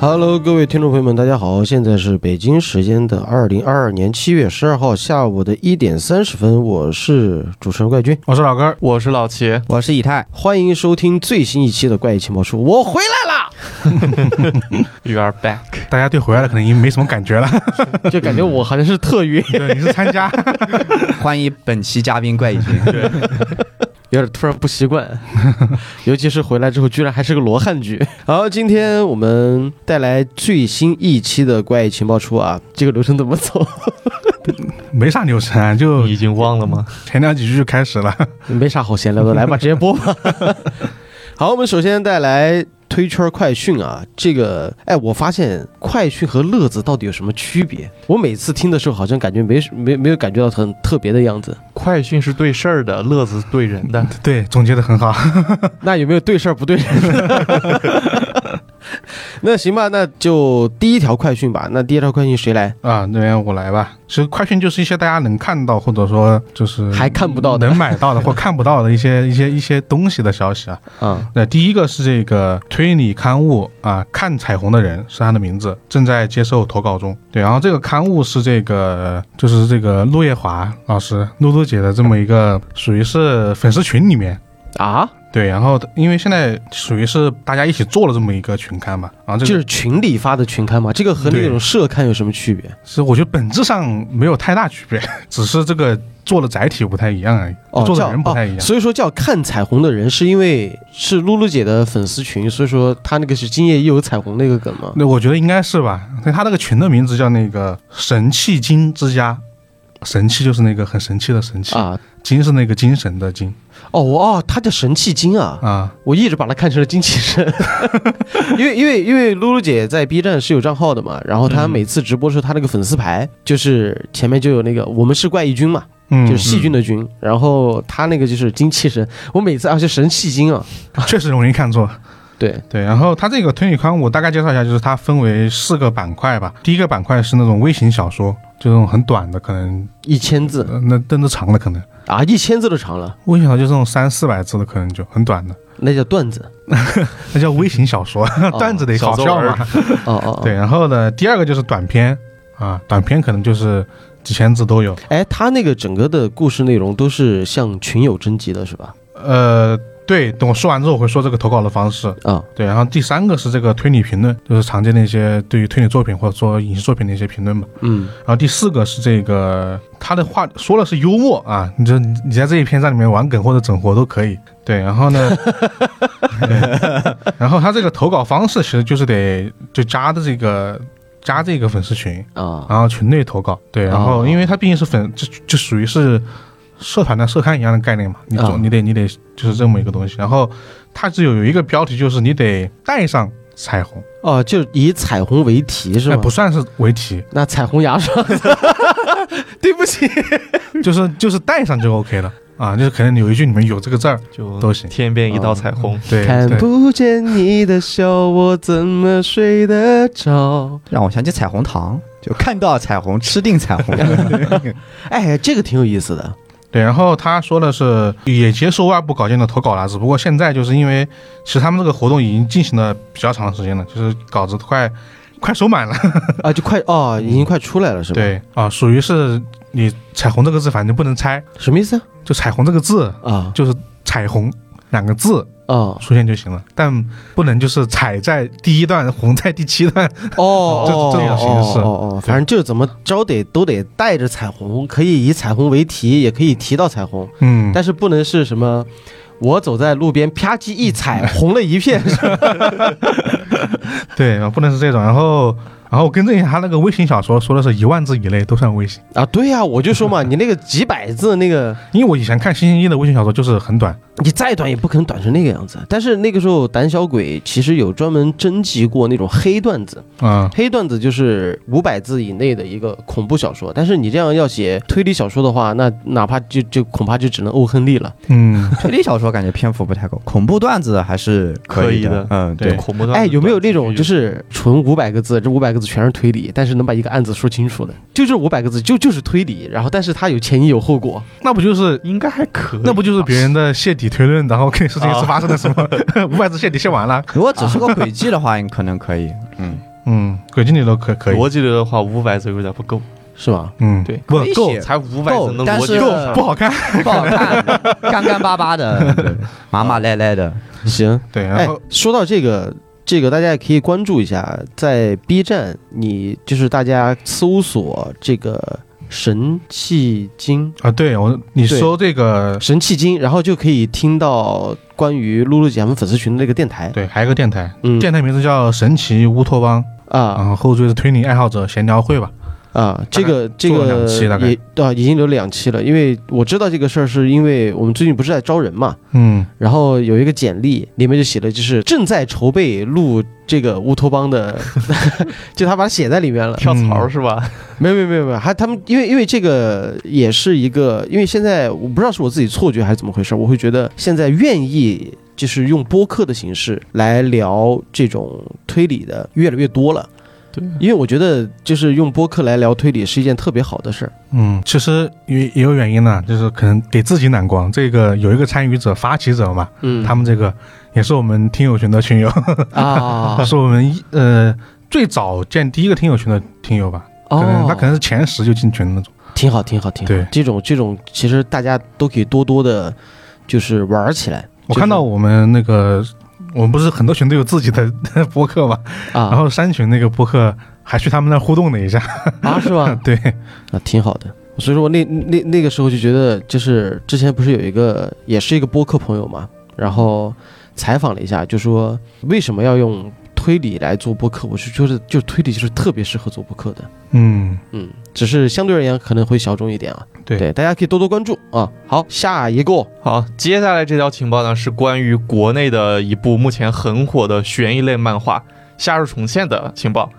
Hello，各位听众朋友们，大家好，现在是北京时间的二零二二年七月十二号下午的一点三十分，我是主持人怪君，我是老根儿，我是老齐，我是以太。欢迎收听最新一期的《怪异情报书》，我回来啦！ You are back。大家对回来了可能已经没什么感觉了， 就感觉我好像是特 约， 对，你是参加，欢迎本期嘉宾怪异君。有点突然不习 惯，尤其是回来之后，居然还是个罗汉剧。好，今天我们带来最新一期的《怪异情报书》啊，这个流程怎么走？ 没啥流程，啊就你已经忘了吗？前两几句就开始了。没啥好闲聊的，来吧，直接播吧。好，我们首先带来推圈快讯啊，这个，哎，我发现快讯和乐子到底有什么区别？我每次听的时候好像感觉没没没有感觉到很特别的样子，快讯是对事儿的，乐子是对人的。 对，总结的很好。那有没有对事儿不对人？ 那行吧，那就第一条快讯吧。那第一条快讯谁来？啊，那边我来吧。其实快讯就是一些大家能看到，或者说就是还看不到的能买到的或 看不到的一些一些一些东西的消息啊。啊、那第一个是这个推理刊物啊，《看彩虹的人》是他的名字，正在接受投稿中。对，然后这个刊物是这个就是这个陆夜华老师露露姐的这么一个属于是粉丝群里面啊，对，然后因为现在属于是大家一起做了这么一个群刊嘛，然后这就个是群里发的群刊嘛，这个和那种对社刊有什么区别？是我觉得本质上没有太大区别， 只是这个做的载体不太一样而已，哦，做叫的人不太一哦样。所以说叫看彩虹的人，是因为是露露姐的粉丝群，所以说她那个是今夜亦有彩虹那个梗吗？那我觉得应该是吧，那他那个群的名字叫那个神器精之家，神器就是那个很神气的神器，啊，精是那个精神的精哦哦，她叫神器精啊，啊，我一直把它看成了精气神， 因为因为因为露露姐在 B 站是有账号的嘛，然后她嗯每次直播时候，她那个粉丝牌就是前面就有那个我们是怪异君嘛，嗯，就是细菌的菌，然后她那个就是精气神，我每次而且神气精啊，确实容易看错。对，对，然后它这个推理刊物我大概介绍一下，就是它分为四个板块吧。第一个板块是那种微型小说，就那种很短的，可能一千字呃那真的长了可能。啊，一千字都长了，微型小说就是那种三四百字的，可能就很短的，那叫段子，那叫微型小说， 段子得哦小好作笑文嗯嘛。哦哦，对，，然后呢，第二个就是短篇啊，短篇可能就是几千字都有。哎，他那个整个的故事内容都是向群友征集的，是吧？呃，对，等我说完之后我会说这个投稿的方式。啊、对，然后第三个是这个推理评论，就是常见的一些对于推理作品或者说影视作品的一些评论嘛。嗯，然后第四个是这个，他的话说了是幽默啊，你这你在这一篇章里面玩梗或者整活都可以。对，然后呢，对然后他这个投稿方式其实就是得就加的这个加这个粉丝群，啊、然后群内投稿。对，然后哦因为他毕竟是粉，就就属于是社团的社刊一样的概念嘛，你啊总你得你得就是这么一个东西。然后它只有有一个标题，就是你得带上彩虹，哦，就以彩虹为题是哎，吗？不算是 围题，那彩虹牙刷，对不起，就是就是带上就 OK 了啊，就是可能有一句里面有这个字儿，就都行天边一道彩虹。对看对，不见你的笑，我怎么睡得 着？让我想起彩虹糖，就看到彩虹吃定彩 虹。哎，这个挺有意思的。对。然后他说的是也接受外部稿件的投稿啦，只不过现在就是因为其实他们这个活动已经进行了比较长时间了，就是稿子快快收满了，啊，就快哦，已经快出来了是吧？，嗯对啊，属于是你彩虹这个字反正不能拆，什么意思啊？就彩虹这个字啊就是彩虹。两个字哦出现就行了，但不能就是彩在第一段， 虹在第七段。哦哦这这种形式哦哦哦，反正就是怎么着得都得带着彩虹，可以以彩虹为题，也可以提到彩虹。嗯，但是不能是什么，我走在路边啪叽一踩， 红了一片。对，啊不能是这种。然后，然后我更正一下，他那个微型小说说的是一万字以内都算微型，啊，对呀、我就说 嘛，你那个几百字那个，因为我以前看星期一的微型小说就是很短。你再短也不可能短成那个样子。但是那个时候，胆小鬼其实有专门征集过那种黑段子，嗯，黑段子就是五百字以内的一个恐怖小说。但是你这样要写推理小说的话，那哪怕就就恐怕就只能欧亨利了。嗯，推理小说感觉篇幅不太够，恐怖段子还是以可以的嗯，对对，恐怖的哎，有没有那种就是纯五百个字，这五百个字全是推理，但是能把一个案子说清楚的，就这五百个字就就是推理，然后但是它有前因有后果。那不就是应该还可以吧，那不就是别人的泄底推论，然后啊 跟事情是发生了什么？五百字泄底泄完了，如果只是个轨迹的话，你可能可以。嗯，嗯，轨迹里头可可以，逻辑里的话，五百字有点不够，是吧？嗯，对不可以够写才五百字能但逻辑是够不好看。哎不好看，干干巴巴 的，对麻麻赖赖的。 行，对，然哎后，说到这个，这个大家也可以关注一下，在 B 站，你就是大家搜索这个神器经。啊，对我你对搜这个神器经，然后就可以听到关于露露姐他们粉丝群的那个电台，对，还有一个电台，嗯电台名字叫神奇乌托邦，啊然后后缀是推理爱好者闲聊会吧。啊，这个这做了两个期大概也啊已经有两期了，因为我知道这个事儿是因为我们最近不是在招人嘛，嗯，然后有一个简历，里面就写了，就是正在筹备录这个乌托邦的， 就他把它写在里面了。跳槽嗯是吧？没有没有没有没有，还他们因为因为这个也是一个，因为现在我不知道是我自己错觉还是怎么回事，我会觉得现在愿意就是用播客的形式来聊这种推理的越来越多了。对，因为我觉得就是用播客来聊推理是一件特别好的事儿。嗯，其实也也有原因呢，就是可能给自己难关。这个有一个参与者、发起者嘛，嗯他们这个也是我们听友群的群友， 啊是我们一呃最早建第一个听友群的听友吧，可能他可能是前十哦就进群的那种。哦挺好，挺好，挺好。对这种这种，其实大家都可以多多的，就是玩儿起来。我看到我们那个，我们不是很多群都有自己的 播客嘛，然啊后三群那个播客还去他们那儿互动了一下，啊，是 吧？对，啊，挺好的。所以说我那那那个时候就觉得，就是之前不是有一个也是一个播客朋友嘛，然后采访了一下，就说为什么要用推理来做播客？我是觉得，就推理就是特别适合做播客的。嗯。嗯，只是相对而言可能会小众一点啊。对大家可以多多关注啊。好，下一个好，接下来这条情报呢是关于国内的一部目前很火的悬疑类漫画《夏日重现》的情报，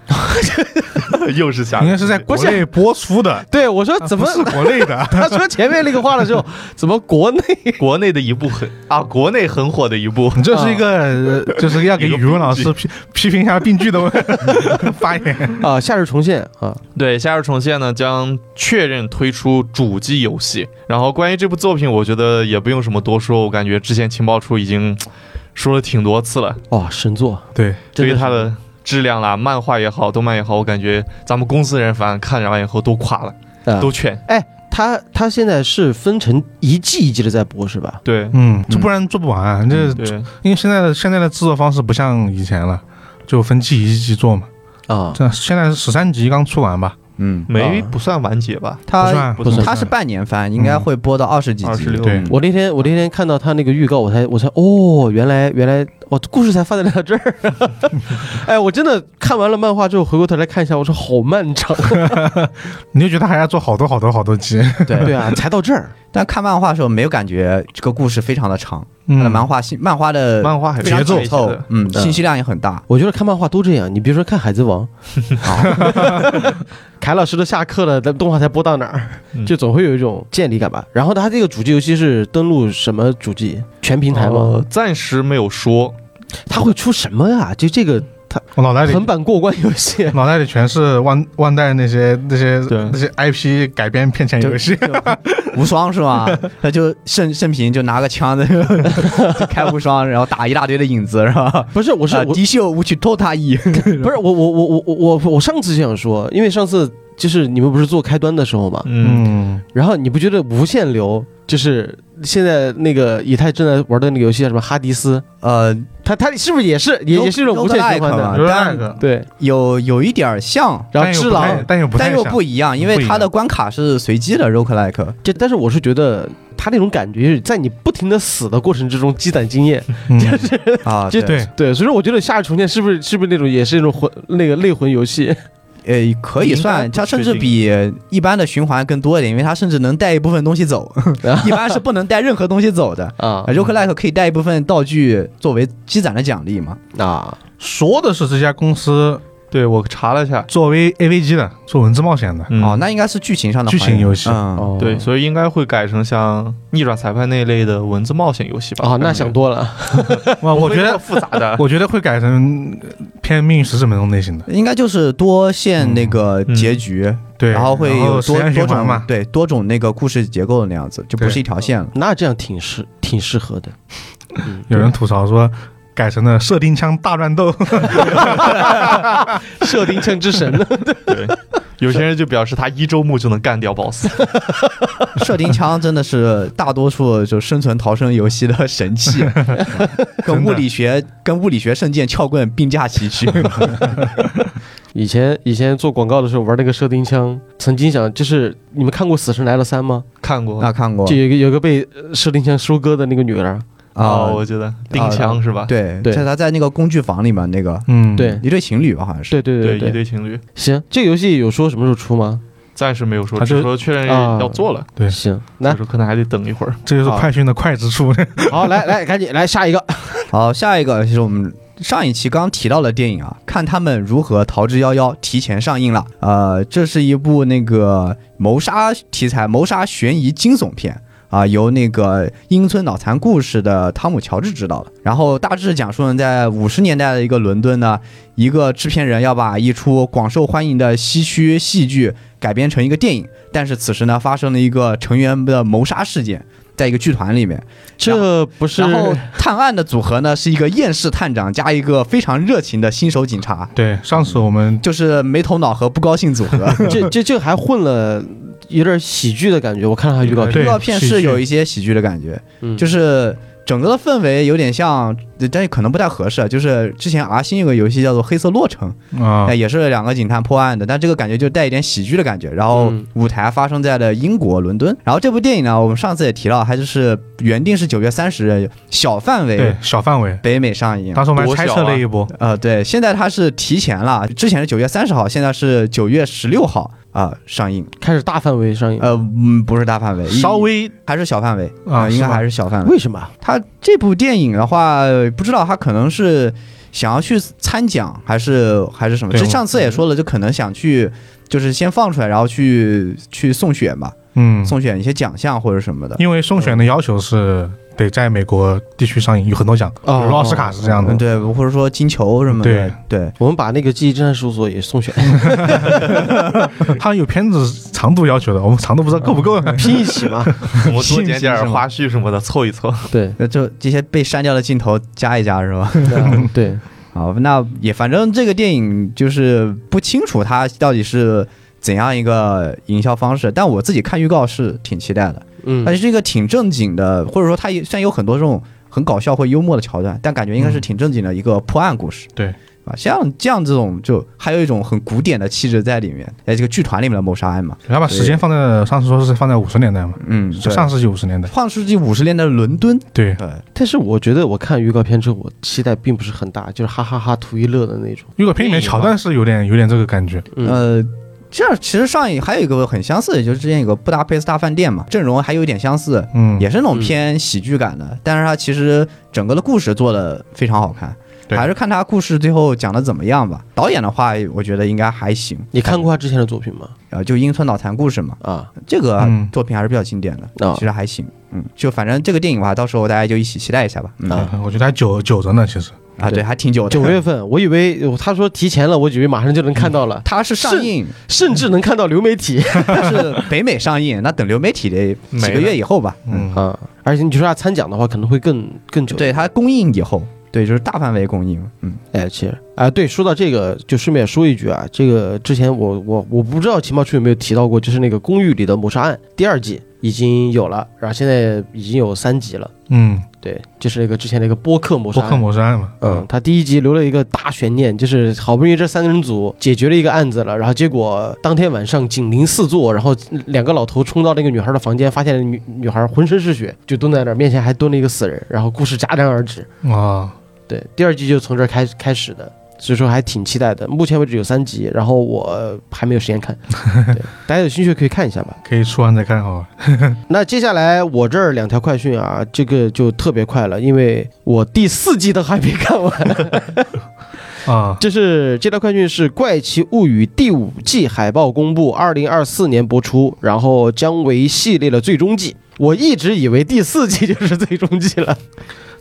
又是夏日重现，应该是在啊国内播出的，对我说 怎么、？啊不是国内的他说前面那个话的时候，怎么国内国内的一部 很啊，国内很火的一部。 你这是一个，呃就是要给语文老师批 批评一下病句的 发言。啊、夏日重现啊，对，《夏日重现》呢将确认推出主机游戏。然后关于这部作品，我觉得也不用什么多说，我感觉之前情报处已经嘖说了挺多次了。哇、神作！对，真对于是它的质量啦，漫画也好，动漫也好，我感觉咱们公司人反正看完以后都垮了，呃都劝。他他现在是分成一季一季的在播是吧？对嗯，这不然做不完啊。这嗯对，因为现在的现在的制作方式不像以前了，就分季一季做嘛。啊，这现在是十三集刚出完吧？嗯，没不算完结吧？不他算，不算他是半年番，应该会播到二十几集。 26对我那天我那天看到他那个预告，我才我才哦，原来原来哇，故事才发展到这 儿。哎，我真的看完了漫画之后，回过头来看一下，我说好漫长。啊你就觉得还要做好多好多好多集。 对啊，才到这儿。但看漫画的时候没有感觉这个故事非常的长，他的嗯，漫画信漫画的漫画还非常是紧紧凑凑的，嗯，信息量也很大。我觉得看漫画都这样，你比如说看《海贼王》 啊，凯老师都下课了，但动画才播到哪儿，嗯就总会有一种建立感吧。然后他这个主机游戏是登录什么主机？全平台吗呃？暂时没有说，他会出什么啊呀？就这个我脑袋里。横版过关游戏脑袋里全是万万代那些那些对那些 IP 改编骗钱游戏。无双是吗？ 他就盛盛平就拿个枪在就开无双，然后打一大堆的影子是吧？ 不是，我是啊我迪秀舞曲偷他一， 不是我我我我我我我上次就想说，因为上次就是你们不是做开端的时候嘛，嗯，嗯，然后你不觉得无限流就是现在那个以太正在玩的那个游戏叫什么哈迪斯，呃，他他是不是也是也也是一种无限循环 Roguelike 的嘛？有点那但个，对，有有一点儿像，然后但又只不太狼，但又不太但又像不一样，因为它的关卡是随机的 roguelike。这但是我是觉得他那种感觉是在你不停的死的过程之中积攒经 验，嗯啊，这对，对，所以说我觉得夏日重现是不是是不是那种也是那种魂那个类魂游戏？呃，可以算，应该不它甚至比一般的循环更多一点，因为它甚至能带一部分东西走，一般是不能带任何东西走的。 呃啊 roguelike 可以带一部分道具作为积攒的奖励嘛？啊说的是这家公司对我查了一下，作为 AVG 的，做文字冒险的，嗯哦，那应该是剧情上的剧情还原游戏嗯，哦对，所以应该会改成像逆转裁判那一类的文字冒险游戏吧？啊啊感，觉那想多 了 哇，不我会觉那么得，复杂的我觉得会改成偏命运石什么那种类型的，应该就是多线那个结局，对，嗯然后会有时多多间循环种嘛，对多种那个故事结构的那样子，就不 对是一条线了。 那这样挺适挺适合的。有人吐槽说。改成了射钉枪大乱斗。射钉枪之神呢？ 对，有些人就表示他一周目就能干 掉 BOSS。射钉枪真的是大多数就生存逃生游戏的神 器，跟物理学跟物理学圣剑撬棍并驾齐驱。以前以前做广告的时候玩那个射钉枪，曾经想就是你们看过《死神来了三》吗？看过 那看过就有一个有个被呃射钉枪收割的那个女人，哦，啊？我觉得钉枪是吧？对，对在他在那个工具房里面那个嗯，对一对情侣吧，好像是。对对对一对，对情侣行，这个游戏有说什么时候出吗？暂时没有说，他就只说确认啊要做了，对行，所来以，说可能还得等 一会儿。这就是快讯的快之处。好，来来，赶紧来下 一个，好，下一个是我们上一期刚提到的电影啊，看他们如何逃之夭夭，提前上映了。呃，这是一部那个谋杀题材、谋杀悬疑惊悚片。啊，由那个英村脑残故事的汤姆·乔治执导的，然后大致讲述呢，在五十年代的一个伦敦呢，一个制片人要把一出广受欢迎的西区戏剧改编成一个电影，但是此时呢，发生了一个成员的谋杀事件，在一个剧团里面，这不是然后探案的组合呢，是一个厌世探长加一个非常热情的新手警察，对， 上次我们就是没头脑和不高兴组合。 这这这还混了有点喜剧的感觉，我看了他预告片，对预告片喜是剧有一些喜剧的感觉，嗯就是整个的氛围有点像，但可能不太合适。就是之前 R 星有个游戏叫做《黑色洛城》，啊哎，，也是两个警探破案的，但这个感觉就带一点喜剧的感觉。然后嗯舞台发生在了英国伦敦。然后这部电影呢，我们上次也提到，它就是原定是九月三十日小范围对，小范围，北美上映，当时我们还多小猜啊测了一波。呃，对，现在它是提前了，之前是九月三十号，现在是九月十六号啊、上映。开始大范围上映，呃，嗯，不是大范围，稍微还是小范围呃啊应是该吧还是小范围。为什么？它这部电影的话，呃不知道它可能是想要去参奖，还是还是什么？对就我上次也说了，就可能想去，就是先放出来，然后去去送选吧，嗯，送选一些奖项或者什么的。嗯因为送选的要求是得在美国地区上映，有很多奖，比哦如奥斯卡是这样的嗯，。对，或者说金球什么的，嗯对我们把那个《记忆侦探事务所》 也送选， 它有片子长度要求的，我们长度不知道够不够。嗯 拼一起嘛。我们多信剪息是点吗花絮什么的凑一凑。对对，就这些被删掉的镜头加一加是吧？对，好，那也反正这个电影就是不清楚它到底是怎样一个营销方式，但我自己看预告是挺期待的，嗯它，是一个挺正经的，或者说它也虽然有很多这种很搞笑或幽默的桥段，但感觉应该是挺正经的一个破案故事。对。啊，像这样这种就还有一种很古典的气质在里面，在这个剧团里面的谋杀案嘛，他把时间放在上次说是放在五十年代嘛，嗯，就上世纪五十年代。上世纪五十年代的伦敦，对，对，但是我觉得我看预告片之后，我期待并不是很大，就是哈哈哈图一乐的那种。预告片里面桥段是有点有点这个感觉。嗯，呃，这样其实上一还有一个很相似，也就是之前有个布达佩斯大饭店嘛，阵容还有一点相似，嗯，也是那种嗯偏喜剧感的，但是它其实整个的故事做的非常好看，对还是看它故事最后讲的怎么样吧。导演的话，我觉得应该还行，你看过他之前的作品吗？呃，就英村脑残故事嘛，啊，这个嗯作品还是比较经典的，啊其实还行，嗯，就反正这个电影吧，到时候大家就一起期待一下吧，嗯啊我觉得还久久着呢，其实。啊，对，还挺久的，九月份，我以为我他说提前了，我以为马上就能看到了，它是上映，甚至能看到流媒体它是北美上映，那等流媒体 得几个没了月以后吧，嗯，啊。而且你说他参奖的话，可能会更更久。对它供应以后，对，就是大范围供应。嗯，哎，其实啊，对，说到这个，就顺便说一句啊，这个之前我我我不知道情报处有没有提到过，就是那个公寓里的谋杀案第二季已经有了，然后现在已经有三集了。嗯，对，就是那个之前那个波克谋杀波克案。摩斯案嘛。嗯，他第一集留了一个大悬念，就是好不容易这三个人组解决了一个案子了，然后结果当天晚上警铃四座，然后两个老头冲到那个女孩的房间，发现女女孩浑身是血，就蹲在那儿，面前还蹲了一个死人，然后故事戛然而止。啊，对，第二季就从这儿开开始的，所以说还挺期待的。目前为止有三集，然后我还没有时间看，对，大家有兴趣可以看一下吧。可以出完再看好吧。那接下来我这儿两条快讯啊，这个就特别快了，因为我第四季都还没看完。啊，这是这条快讯是《怪奇物语》第五季海报公布，二零二四年播出，然后将为系列的最终季。我一直以为第四季就是最终季了结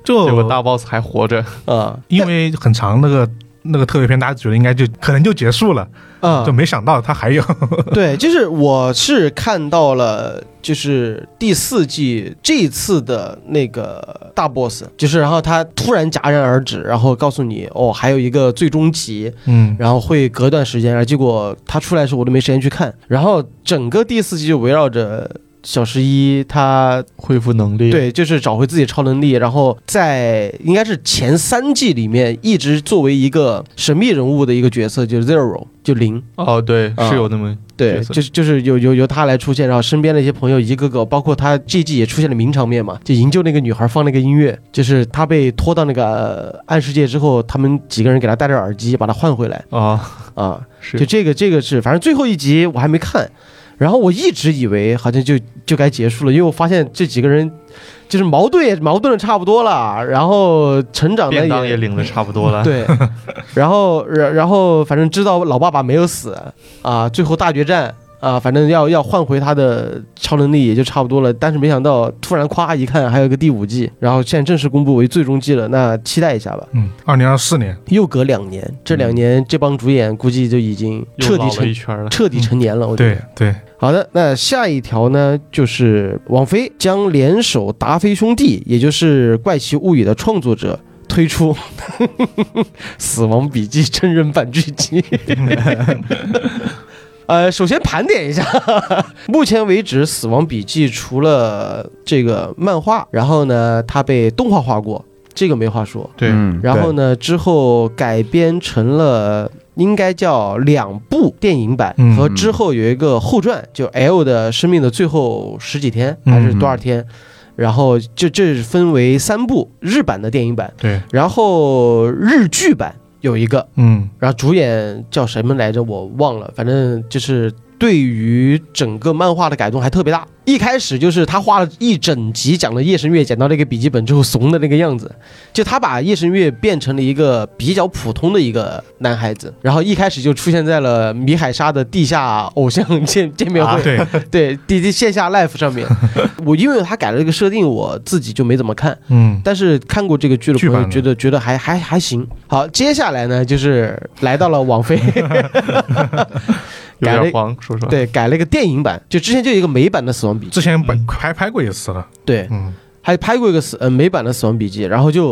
就果大 boss 还活着，啊，因为很长那个那个特别篇，大家觉得应该就可能就结束了，啊就没想到 它还有。对，就是我是看到了，就是第四季这一次的那个大 boss，就是然后他突然戛然而止，然后告诉你哦，还有一个最终集，嗯，然后会隔段时间，然后结果他出来的时候我都没时间去看，然后整个第四季就围绕着。小十一他恢复能力，，对，就是找回自己超能力，然后在应该是前三季里面一直作为一个神秘人物的一个角色，就是 Zero，就零，哦，对，啊是有那么对，角色就是就是由由由他来出现，然后身边的一些朋友一个个，包括他这一季也出现了名场面嘛，就营救那个女孩放那个音乐，就是他被拖到那个呃暗世界之后，他们几个人给他戴着耳机把他换回来啊，啊，是就这个这个是，反正最后一集我还没看，然后我一直以为好像就就该结束了，因为我发现这几个人就是矛盾也矛盾的差不多了，然后成长便的当也领的差不多了，， 对，然后然然后反正知道老爸爸没有死啊，最后大决战啊，反正要要换回他的超能力也就差不多了。但是没想到突然夸一看还有一个第五季，然后现在正式公布为最终季了，那期待一下吧。嗯，二零二四年，又隔两年，这两年这帮主演估计就已经又彻老底了一成圈了，彻底成年了，我觉得。嗯对对，好的，那下一条呢，就是网飞将联手达菲兄弟，也就是《怪奇物语》的创作者。推出 《死亡笔记》真人版剧集。 呃，首先盘点一下， 目前为止，《死亡笔记》除了这个漫画，然后呢，它被动画化过，这个没话说。对嗯然后呢，之后改编成了应该叫两部电影版，嗯和之后有一个后传，就 L 的生命的最后十几天嗯还是多少天，然后就这是分为三部日版的电影版，对，然后日剧版有一个，嗯然后主演叫什么来着我忘了，反正就是。对于整个漫画的改动还特别大，一开始就是他画了一整集讲了夜神月捡到那个笔记本之后怂的那个样子，就他把夜神月变成了一个比较普通的一个男孩子，然后一开始就出现在了米海沙的地下偶像见见面会，啊，对，对，地地线下 live 上面，我因为他改了这个设定，我自己就没怎么看，嗯但是看过这个剧的剧朋版友的觉得觉得还还还行。好，接下来呢就是来到了网 飞，有改了点慌，说实话，对，改了一个电影版，就之前就有一个美版的《死亡笔记之》，前本嗯拍拍过一次了，对，嗯，还拍过一个死呃美版的《死亡笔记》，然后就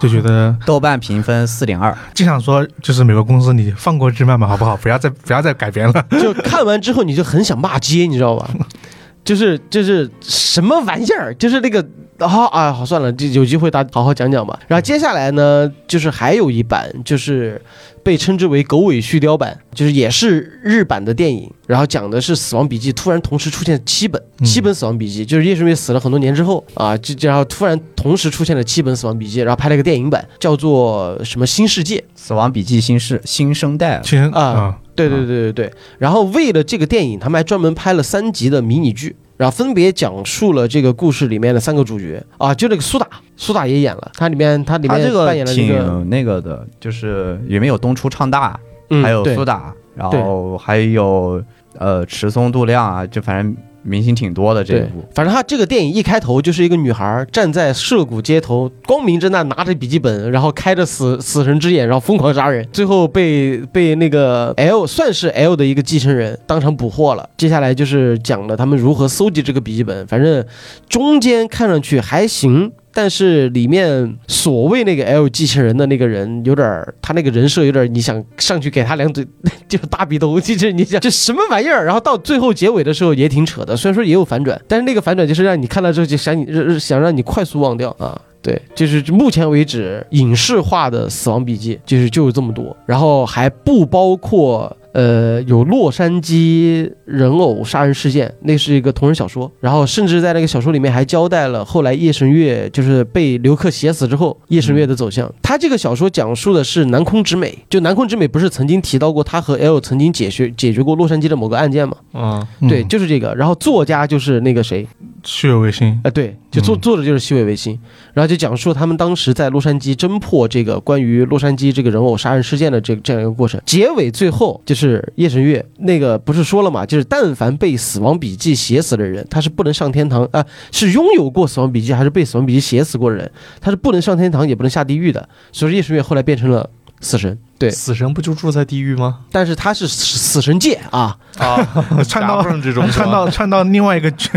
就觉得豆瓣评分四点二，经常说，就是美国公司，你放过日漫吧，好 不好？不要再不要再改编了。就看完之后你就很想骂街，你知道吧？就是就是什么玩意儿，就是那个啊啊，好算了，这有机会大家好好讲讲吧。然后接下来呢，就是还有一版，就是被称之为“狗尾续貂版”，就是也是日版的电影，然后讲的是《死亡笔记》突然同时出现七本，嗯七本《死亡笔记》就是叶圣月死了很多年之后啊，就就然后突然同时出现了七本《死亡笔记》，然后拍了一个电影版，叫做什么《新世界》。 《死亡笔记》新世新生代，其实啊对对对对对。然后为了这个电影，他们还专门拍了三集的迷你剧，然后分别讲述了这个故事里面的三个主角啊，就那个苏打，苏打也演了，他里面他里他面这扮个演了一个，挺那个的，就是里面有东出畅大，嗯还有对苏打，然后还有呃池松度亮啊，就反正明星挺多的这一对部。，反正他这个电影一开头就是一个女孩站在涉谷街头，光明正大拿着笔记本，然后开着死死神之眼，然后疯狂杀人，最后被被那个 L 算是 L 的一个继承人当场捕获了。接下来就是讲了他们如何搜集这个笔记本，反正中间看上去还行。但是里面所谓那个 L 继承人的那个人，有点儿他那个人设有点儿，你想上去给他两嘴， 就是大鼻头，就是你想这什么玩意儿？然后到最后结尾的时候也挺扯的，虽然说也有反转，但是那个反转就是让你看到之后就想你让想让你快速忘掉啊。对，就是目前为止影视化的《死亡笔记》就是就有这么多，然后还不包括呃有洛杉矶人偶杀人事件，那是一个同人小说，然后甚至在那个小说里面还交代了后来夜神月就是被刘克写死之后夜神月的走向。他这个小说讲述的是南空直美，就南空直美不是曾经提到过他和 L 曾经解决解决过洛杉矶的某个案件吗？嗯，嗯对，就是这个。然后作家就是那个谁，趣味维新，啊，对，就作嗯作者就是西尾维新，然后就讲述他们当时在洛杉矶侦破这个关于洛杉矶这个人偶杀人事件的这这样一个过程。结尾最后就是夜神月那个不是说了嘛，就是但凡被《死亡笔记》写死的人，他是不能上天堂啊、是拥有过《死亡笔记》还是被《死亡笔记》写死过的人，他是不能上天堂也不能下地狱的。所以说夜神月后来变成了死神，对，死神不就住在地狱吗？但是他是死死神界啊， 啊，串夹到缝之中是吧，串到串到另外一个剧，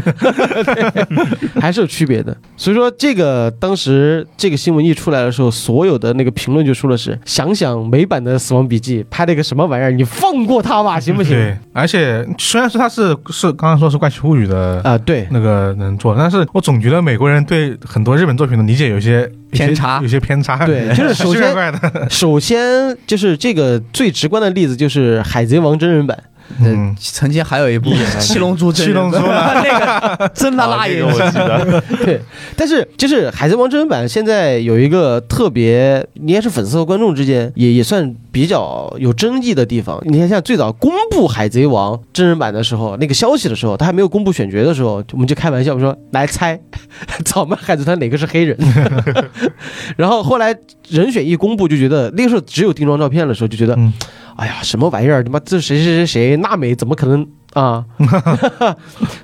还是有区别的。所以说，这个当时这个新闻一出来的时候，所有的那个评论就说的是：想想美版的《死亡笔记》拍了个什么玩意儿，你放过他吧，行不行？对，而且虽然说它是是刚刚说是怪奇物语的啊、对，那个人做的，但是我总觉得美国人对很多日本作品的理解有些偏差有些有些偏差， 对就是首奇先怪怪的，首先就是这个最直观的例子就是《海贼王》真人版，嗯，曾经还有一部 《七龙珠真七人龙版》珠了，那 个真的辣啊这眼个我睛。记得，对。但是就是《海贼王》真人版现在有一个特别，你也是粉丝和观众之间也也算比较有争议的地方。你看，像最早公布《海贼王》真人版的时候，那个消息的时候，他还没有公布选角的时候，我们就开玩笑我们说来猜 草莓海贼团哪个是黑人。 然后后来人选一公布，就觉得那个时候只有定妆照片的时候，就觉得，嗯哎呀，什么玩意儿？他妈这谁谁谁谁娜美怎么可能 啊？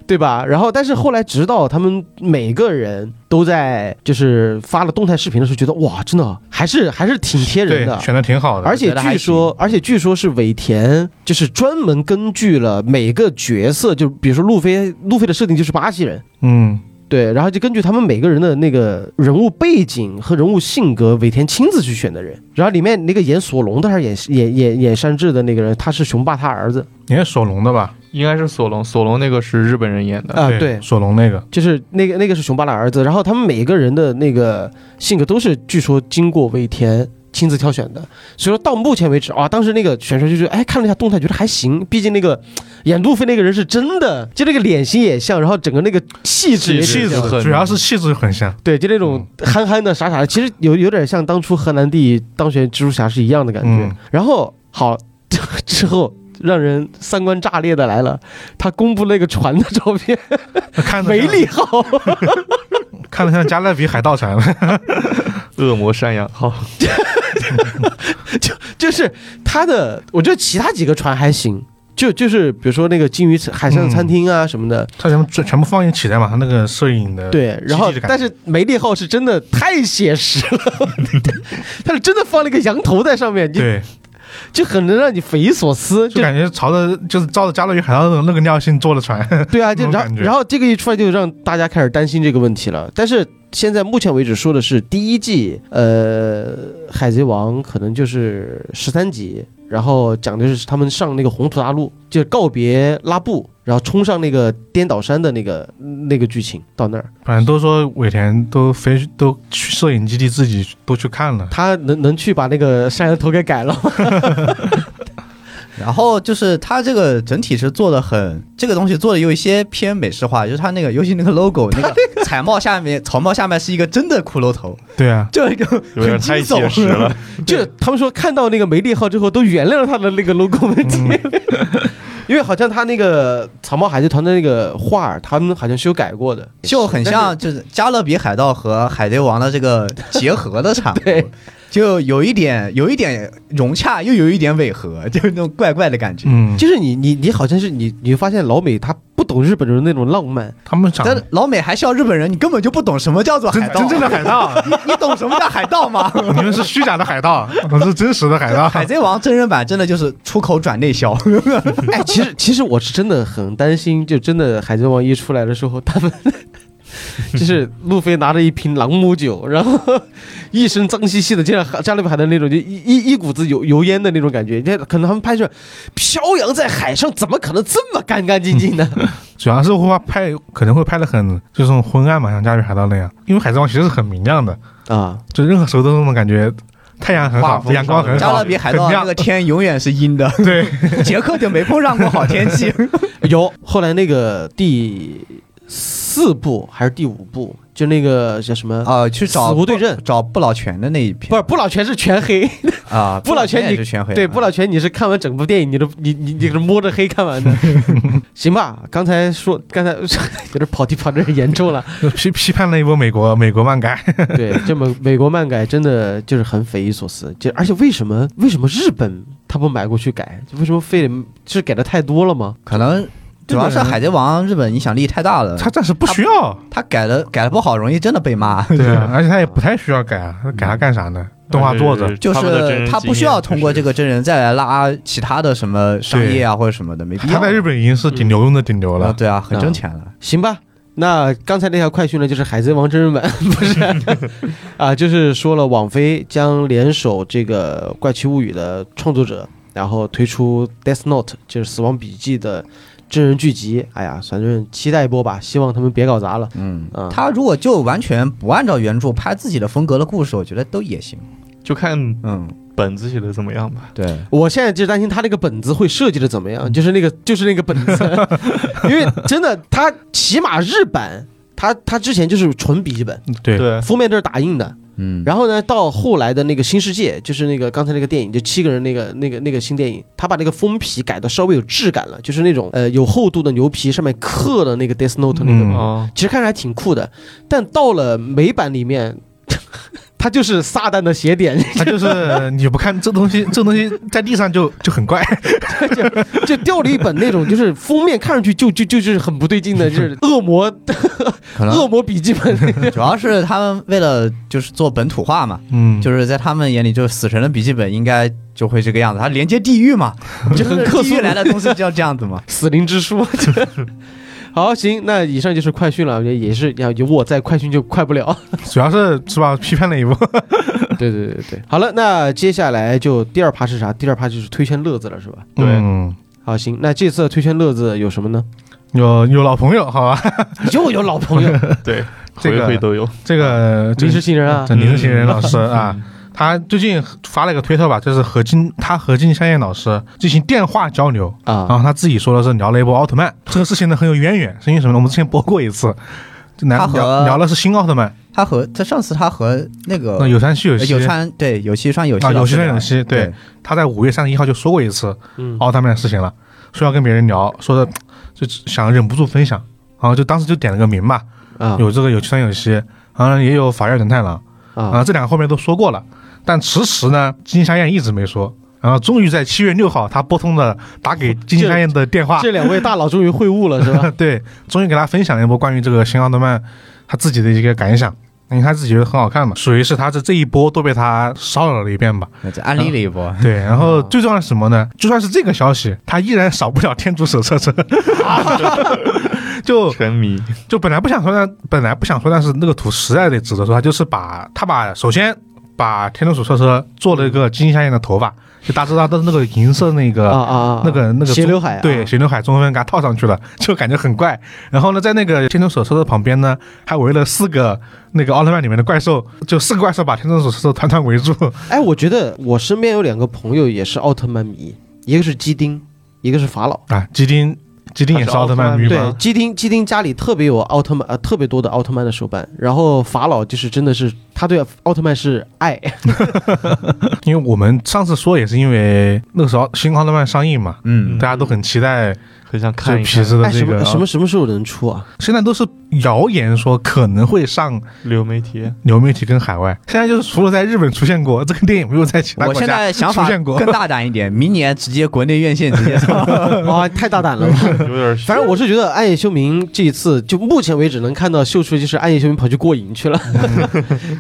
对吧？然后但是后来直到他们每个人都在就是发了动态视频的时候，觉得哇，真的还是还是挺贴人的对，。选的挺好的，而且觉得还据说，而且据说是尾田，就是专门根据了每个角色，就比如说路飞，路飞的设定就是巴西人，嗯，对，然后就根据他们每个人的那个人物背景和人物性格，尾田亲自去选的人。然后里面那个演索隆的还是演演演演山治的那个人，他是雄霸他儿子你是索隆的吧？应该是索隆，索隆那个是日本人演的，啊、对，索隆那个，就是那个那个是雄霸的儿子。然后他们每个人的那个性格都是据说经过尾田亲自挑选的，所以说到目前为止啊，当时那个选手就觉得，哎，看了一下动态，觉得还行。毕竟那个 演路飞那个人是真的，就那个脸型也像，然后整个那个气质也气挺质像很主要是气质很像，对，就那种嗯憨憨的、傻傻的，其实有有点像当初荷兰弟当选蜘蛛侠是一样的感觉。嗯然后好 之后。让人三观炸裂的来了，他公布那个船的照片，看着没像利号， 看着像加勒比海盗船，恶魔山羊号， 就是他的，我觉得其他几个船还行，就就是比如说那个金鱼海上餐厅啊什么的，它全部全部放一起的嘛，它那个摄影的，，对，然后奇迹的但感觉是梅利号是真的太写实 了，他是真的放了一个羊头在上面，就对，就很能让你匪夷所思，就就感觉朝着就是照着加勒比海盗那种那个尿性做的船，对啊，那就种然感后觉然后这个一出来，就让大家开始担心这个问题了。但是现在目前为止说的是第一季，呃，《海贼王》可能就是十三集，然后讲的是他们上那个红土大陆，就是告别拉布，然后冲上那个颠倒山的那个那个剧情到那儿， 反正都说尾田都飞都去摄影基地自己都去看了，他能能去把那个山羊头给改了吗？ 然后就是它这个整体是做的很，这个东西做的有一些偏美式化，就是它那个，尤其那个 logo，那个草帽下面，草帽下面是一个真的骷髅头，对啊，就一个有点很太惊悚写实了。就是他们说看到那个梅利号之后，都原谅了他的那个 logo 问题。嗯 因为好像他那个草帽海贼团的那个画儿，他们好像是有改过的，，就很像就是《加勒比海盗》和《海贼王》的这个结合的 产物对就有一点有一点融洽，又有一点违和，就是那种怪怪的感觉。嗯，就是你你你好像是你，你会发现老美他不懂日本人那种浪漫，他们长但老美还笑日本人，你根本就不懂什么叫做海真盗，啊真正的海盗， 你懂什么叫海盗吗？你们是虚假的海盗，我是真实的海 盗，海贼王真人版真的就是出口转内销，哎，其实其实我是真的很担心，就真的《海贼王》一出来的时候，他们 就是路飞拿着一瓶朗姆酒，然后一身脏兮兮的，就像加勒比海的那种，就一一一股子油油烟的那种感觉。这可能他们拍摄飘扬在海上，怎么可能这么干干净净呢？主要是会拍可能会拍的很就是那种昏暗嘛，像加勒比海盗那样，因为海贼王其实是很明亮的，啊，就任何时候都那种感觉，太阳很画好，风阳光很加好勒，比海盗那很亮个天永远是阴的， 对，杰克就没碰上过好天气。有后来那个第四部还是第五部，就那个叫什么？啊，去找死无对证不找不老泉的那一篇不是不老泉是全黑，啊，不老泉也你是全黑的，啊对不老泉你是看完整部电影，你都你你你是摸着黑看完的， 行吧？刚才说刚才 有点跑题跑的严重了，批批判了一波美国美国漫改，对，这美美国漫改真的就是很匪夷所思，就而且为什么为什么日本他不买过去改？就为什么非得是改的太多了吗？可能主要是海贼王日本影响力太大了，他暂时不需要，他改的改的不好，容易真的被骂。 对啊， 而且他也不太需要改啊，他改它干啥呢？嗯 动画做着，就他们的真是人他经不需验要就通过是这个真人再来拉其他的什么商业啊或者什么的，没必要。他在日本已经是顶牛中的顶牛啊，了。对啊，很啊挣钱了。行吧，那刚才那条快讯呢，就是《海贼王》真人版， 不是啊，就是说了网飞将联手这个《怪奇物语》的创作者，然后推出《Death Note》就是《死亡笔记》的真人剧集。哎呀，反正期待一波吧，希望他们别搞砸了。嗯啊，他如果就完全不按照原著拍自己的风格的故事，我觉得都也行。就看嗯，本子写的怎么样吧。对，我现在就担心他那个本子会设计的怎么样，就是那个就是那个本子，因为真的，他起码日版，他他之前就是纯笔记本，对，对，封面都是打印的，嗯，然后呢，到后来的那个新世界，就是那个刚才那个电影，就七个人那个那个那个新电影，他把那个封皮改的稍微有质感了，就是那种呃有厚度的牛皮，上面刻了那个 Death Note 那种，嗯哦，其实看着还挺酷的。但到了美版里面， 它就是撒旦的邪典， 他就是你不看这东西，这东西在地上就就很怪，就掉了一本那种，就是封面看上去就就就就是很不对劲的，就是恶魔可能恶魔笔记本。 主要是他们为了就是做本土化嘛，嗯，就是在他们眼里，就是死神的笔记本应该就会这个样子，它连接地狱 嘛，就很是克苏地狱鲁。来的东西就要这样子嘛死灵之书。好，行，那以上就是快讯了，也是要有我在，快讯就快不了。主要是是吧？批判了一波， 对对对对，好了，那接下来就第二趴是啥？第二趴就是推圈乐子了，是吧？对嗯好，行，那这次的推圈乐子有什么呢？有有老朋友，好吧， 又有老 朋友，对，这回个回都有。嗯这个这临时新人啊这，林志行人老师啊，他最近发了一个推特吧，就是何金，他何金香艳老师进行电话交流，然啊，后他自己说的是聊了一波奥特曼这个事情呢很有渊源，是因为什么呢？我们之前播过一次，就聊他和聊聊的是新奥特曼，他和他上次他和那个那有山西有呃西有，川对有西川有啊西有老师西川聊有西对对他在五月三十一号就说过一次嗯，奥特曼的事情了，说要跟别人聊，说的就想忍不住分享，然后就当时就点了个名嘛，啊有这个有西川有西，然后也有法院藤太郎。啊，啊，这两个后面都说过了，但迟迟呢，金香燕一直没说。然后终于在七月六号，他拨通了打给金香燕的电话，这两位大佬终于会晤了，是 吧？对，终于给他分享了一波关于这个新奥特曼他自己的一个感想，因为他自己觉得很好看嘛，属于是他这这一波都被他骚扰了一遍吧。那就安利了一波。 对，然后最重要的是什么呢？就算是这个消息，他依然少不了天竺手册车。 就 沉迷，就本来不想说，但本来不想说，但是那个图实在得值得说。他就是把他把首先把天竺鼠车车做了一个金项链的头发，就大家知道的那个银色那啊个、啊啊，那个那个斜中刘海啊，对斜刘海中分给它套上去了，就感觉很怪。然后呢，在那个天竺鼠车车的旁边呢，还围了四个那个奥特曼里面的怪兽，就四个怪兽把天竺鼠车车团团围住。哎，我觉得我身边有两个朋友也是奥特曼迷，一个是基丁，一个是法老。啊，吉丁吉丁也是奥特曼迷对对吗？，基丁基丁家里特别有奥特曼，呃，特别多的奥特曼的手办。然后法老就是真的是他对奥特曼是爱，因为我们上次说也是因为那个时候新奥特曼上映嘛，嗯，大家都很期待很想这看一皮看子的哎，这什个啊么什么什么时候能出啊？现在都是谣言说可能会上流媒体。流媒体跟海外，现在就是除了在日本出现过，这个电影没有在其他我嗯国现家在想出法现过更。大胆一点，明年直接国内院线直接上。 啊，太大胆了吧！有点 反正我是觉得暗夜修明这一次，就目前为止能看到秀出，就是暗夜修明跑去过瘾 去了，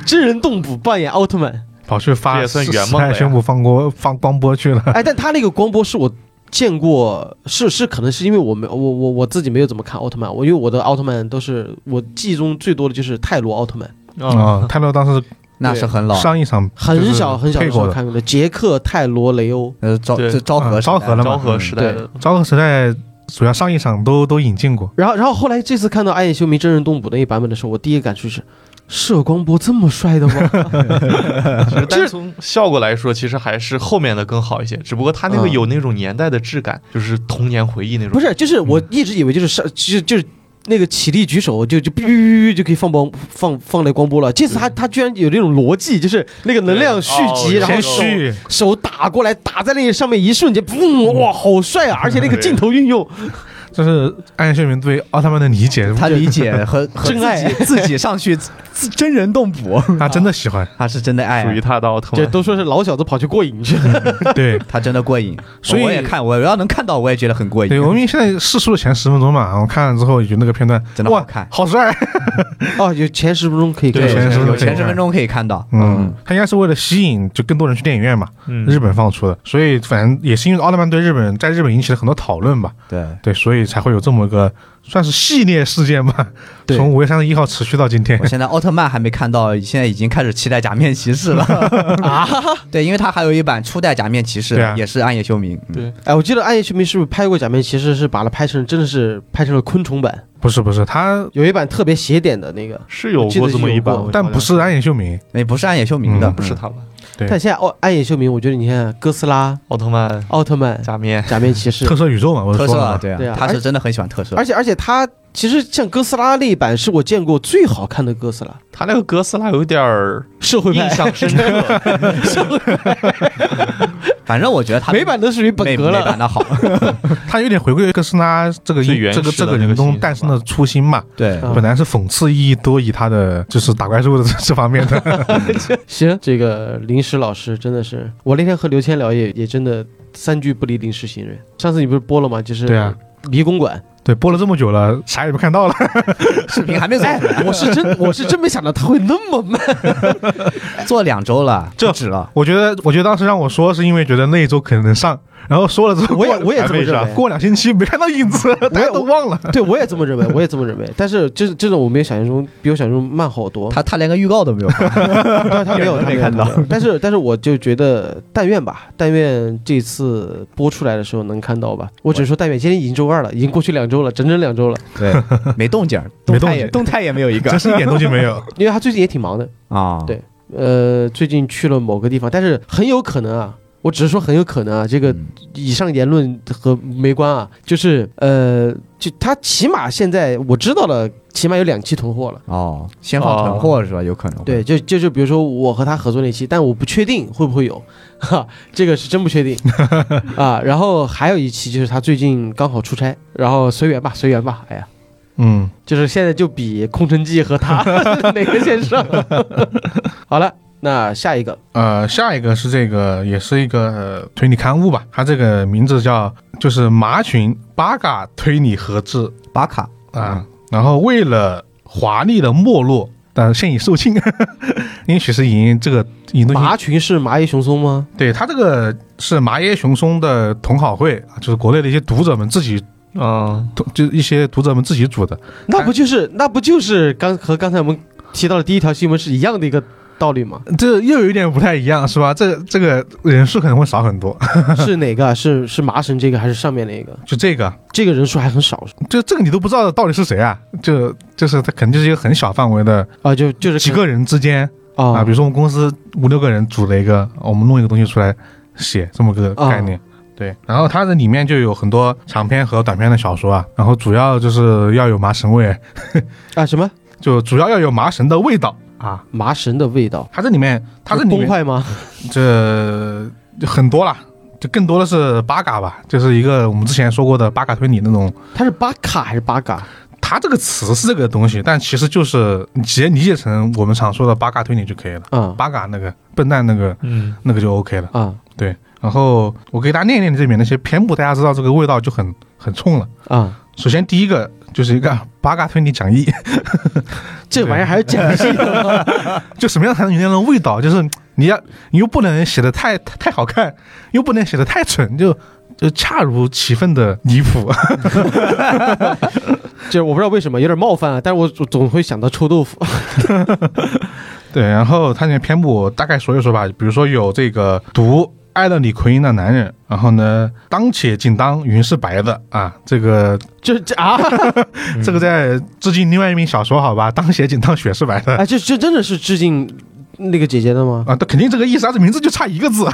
真人动捕扮演奥特 曼。 跑去这发也算圆梦时代了呀宣布放播放光播去了。哎，但他那个光波是我见过，是是，可能是因为我没我我我自己没有怎么看奥特曼，我因为我的奥特曼都是我记忆中最多的就是泰罗奥特曼，嗯啊，泰勒当时那是很老，上一场很小很小配的时候过的。看过的杰克泰罗雷欧。呃，昭对这昭和嗯昭和了嘛昭和时代的昭和时代主要上一场都都引进过，然后然后后来这次看到暗夜修明真人动捕那一版本的时候，我第一个感触是，射光波这么帅的吗？其实单从效果来说，其实还是后面的更好一些。只不过它那个嗯有那种年代的质感，就是童年回忆那种。嗯不是，就是我一直以为就是上，就就是那个起立举手就就哔哔哔哔就可以放光放放那光波了。这次他他居然有这种逻辑，就是那个能量蓄积，嗯对哦然后先手蓄，手打过来打在那个上面一瞬间，砰！嗯哇，好帅啊！而且那个镜头运用，这是暗夜秀明对奥特曼的理解，嗯他理解和和真自爱己自己上去自自真人动 捕，他真的喜欢，他是真的爱属于啊，他的奥特这曼。都说是老小子跑去过瘾去 了。对。他真的过瘾。所以我也看，我要能看到，我也觉得很过瘾对，。我们现在试出的前十分钟嘛，我看了之后有那个片段，真的哇好看好帅，哦，有前十分钟可以看对。前十分钟有可以看前十分钟可以看到。嗯，他应该是为了吸引就更多人去电影院嘛，嗯日本放出的，所以反正也是因为奥特曼对日本在日本引起了很多讨论吧，对，对，所以才会有这么个算是系列事件吧，对从五月三十一号持续到今 天我，现在奥特曼还没看到，现在已经开始期待假面骑 士了啊！对，因为他还有一版初代假面骑士对啊，也是暗夜修明。嗯对，哎，我记得暗夜秀明是不是拍过假面骑士？是把它拍成真的是拍成了昆虫版，不是不是他，有一版特别斜点的那个。是有过这么一版我记得是有过，但不是暗夜秀明，也不是暗夜修明的，嗯不是他吧？对但现在奥哦暗夜秀明，我觉得你看哥斯拉、奥特曼奥特曼、假面，假面骑士，特摄宇宙嘛，我特色说了啊，嘛，对对啊啊，他是真的很喜欢特色而。且而且他其实像哥斯拉那一版是我见过最好看的哥斯拉，他那个哥斯拉有点儿社会印派象深刻。反正我觉得他美版都属于本美格美了版。的好。他有点回归哥斯拉这个最英原这个始的这个那个人形中象诞生吧的初心嘛，对，嗯本来是讽刺意义多于他的就是打怪兽的这这方面的，行，这个临时老师真的是，我那天和刘谦聊也也真的三句不离临时行人。上次你不是播了吗？就是对啊，迷宫馆，对，播了这么久了，啥也没看到了， 视频还没走出来，我是真我是真没想到他会那么慢。做两周了，这不止了。我觉得，我觉得当时让我说是因为觉得那一周可能上，然后说了之后，我也过了我也这么还没上认为过两星期没看到影子，大家都忘了。对，我也这么认为，我也这么认为。但是就是这种我没有想象中，比我想象中慢好多。他他连个预告都没有发， 他他没有，他没有看到。他没有但是但是我就觉得，但愿吧，但愿这次播出来的时候能看到吧。我只是说但愿，今天已经周二了，已经过去两周了，整整两周了。对，没动静儿，动没动态静也动态也没有一个真是一点动静没有。因为他最近也挺忙的，啊。对呃，最近去了某个地方，但是很有可能啊。我只是说很有可能啊，这个嗯以上言论和没关啊，就是呃，就他起码现在我知道了，起码有两期囤货了。哦，先放囤货是吧？有可能对，，就就是比如说我和他合作那期，但我不确定会不会有，哈，这个是真不确 定啊。然后还有一期就是他最近刚好出差，然后随缘吧，随缘吧。哎呀， 嗯，就是现在就比空城计和他 哪个先上？ 好了，那下一个呃，下一个是这个，也是一个、呃推理刊物吧，它这个名字叫就是麻群巴嘎推理合制巴卡啊。然后为了华丽的没落，但现已售罄， 因许是已经这个已经麻群是麻衣雄松吗？对他这个是麻耶雄松的同好会，啊就是国内的一些读者们自己嗯，同就一些读者们自己组的，那不就是那不就是刚和刚才我们提到的第一条新闻是一样的一个道理吗？ 这又有一点不太一样，是吧？这个这个人数可能会少很多。 是哪个啊？是是麻绳这个还是上面那个？就这个，这个人数还很少是吧就这个你都不知道到底是谁啊？就就是他肯定是一个很小范围的啊？就就是几个人之间啊，啊比如说我们公司五六个人组了一个，我们弄一个东西出来写这么个概念。对，然后它的里面就有很多长篇和短篇的小说啊，然后主要就是要有麻绳味，啊什么？就主要要有麻绳的味道啊。麻绳的味道，它这里面，它这是里崩面坏吗？这很多啦，就更多的是八嘎吧，就是一个我们之前说过的八嘎推理那种。它是巴卡还是巴嘎？它这个词是这个东西，但其实就是你直接理解成我们常说的八嘎推理就可以了。啊八嘎那个笨蛋那个嗯，那个就 OK 了。啊对，然后我给大家念一念这里面那些篇目，大家知道这个味道就很很冲了。啊！首先第一个就是一个八嘎推理讲义，这玩意儿还是讲义的吗就什么样才能有那种味道？就是你要你又不能写的太太太好看，又不能写的太蠢，就就恰如其分的离谱。 就是我不知道为什么有点冒犯啊，但是我总总会想到臭豆腐 对，然后它里面篇目我大概说一说吧，比如说有这个读爱了李奎因的男人，然后呢，当且仅当云是白的啊，这个这这 啊！这个在致敬另外一名小说好吧，当且仅当雪是白的，哎，这这真的是致敬那个姐姐的吗？啊，他肯定这个意思，他这名字就差一个字。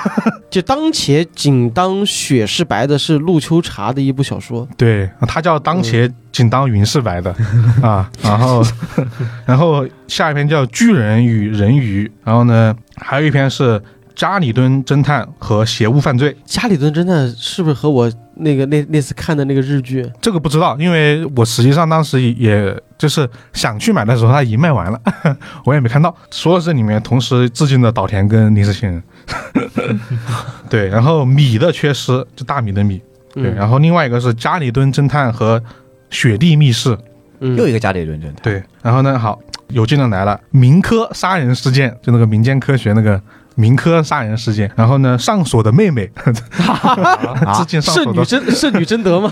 就当且仅当雪是白的，是陆秋茶的一部小说。对，啊他叫当前仅当云是白的啊，然后 然后下一篇叫巨人与人鱼，然后呢还有一篇是加里敦侦探和邪物犯罪，家里蹲侦探是不是和我那个那那次看的那个日剧？这个不知道，因为我实际上当时也就是想去买的时候，它已经卖完了， 我也没看到。所有这里面同时致敬的岛田跟林志新人，对，然后米的缺失就大米的米，对，嗯然后另外一个是加里敦侦探和雪地密室，又嗯，一个加里伦侦探，对，然后呢，好，有技能来了，民科杀人事件，就那个民间科学那个民科杀人事件。然后呢，上锁的妹妹，致敬上是锁女的。真是女真 德吗？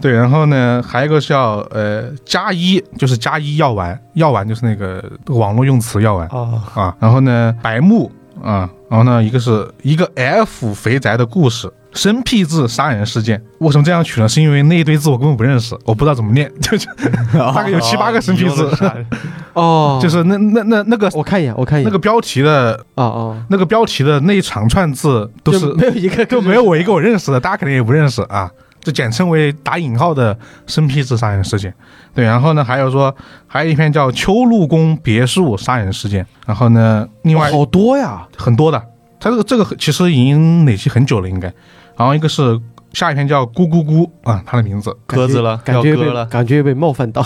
对，然后呢，还有一个叫呃加一，就是加一药丸，药丸就是那个网络用词药丸哦，啊。然后呢，白木啊，然后呢，一个是一个 F 肥宅的故事。生僻字杀人事件，为什么这样取呢？是因为那一堆字我根本不认识，我不知道怎么念，就 就大概有七八个生僻字， 哦，哎就是那那那那个我看一眼，我看一眼那个标题的哦哦，那个标题的那一长串字都是就没有一个就没有我一个我认识的，大家肯定也不认识啊。就简称为打引号的生僻字杀人事件，对，然后呢，还有说还有一篇叫秋露宫别墅杀人事件，然后呢，另外好多呀，很多的，它这个这个其实已经累积很久了，应该。然后一个是下一篇叫咕咕咕啊，它的名字，鸽子了，感要觉割被了，感觉被冒犯到。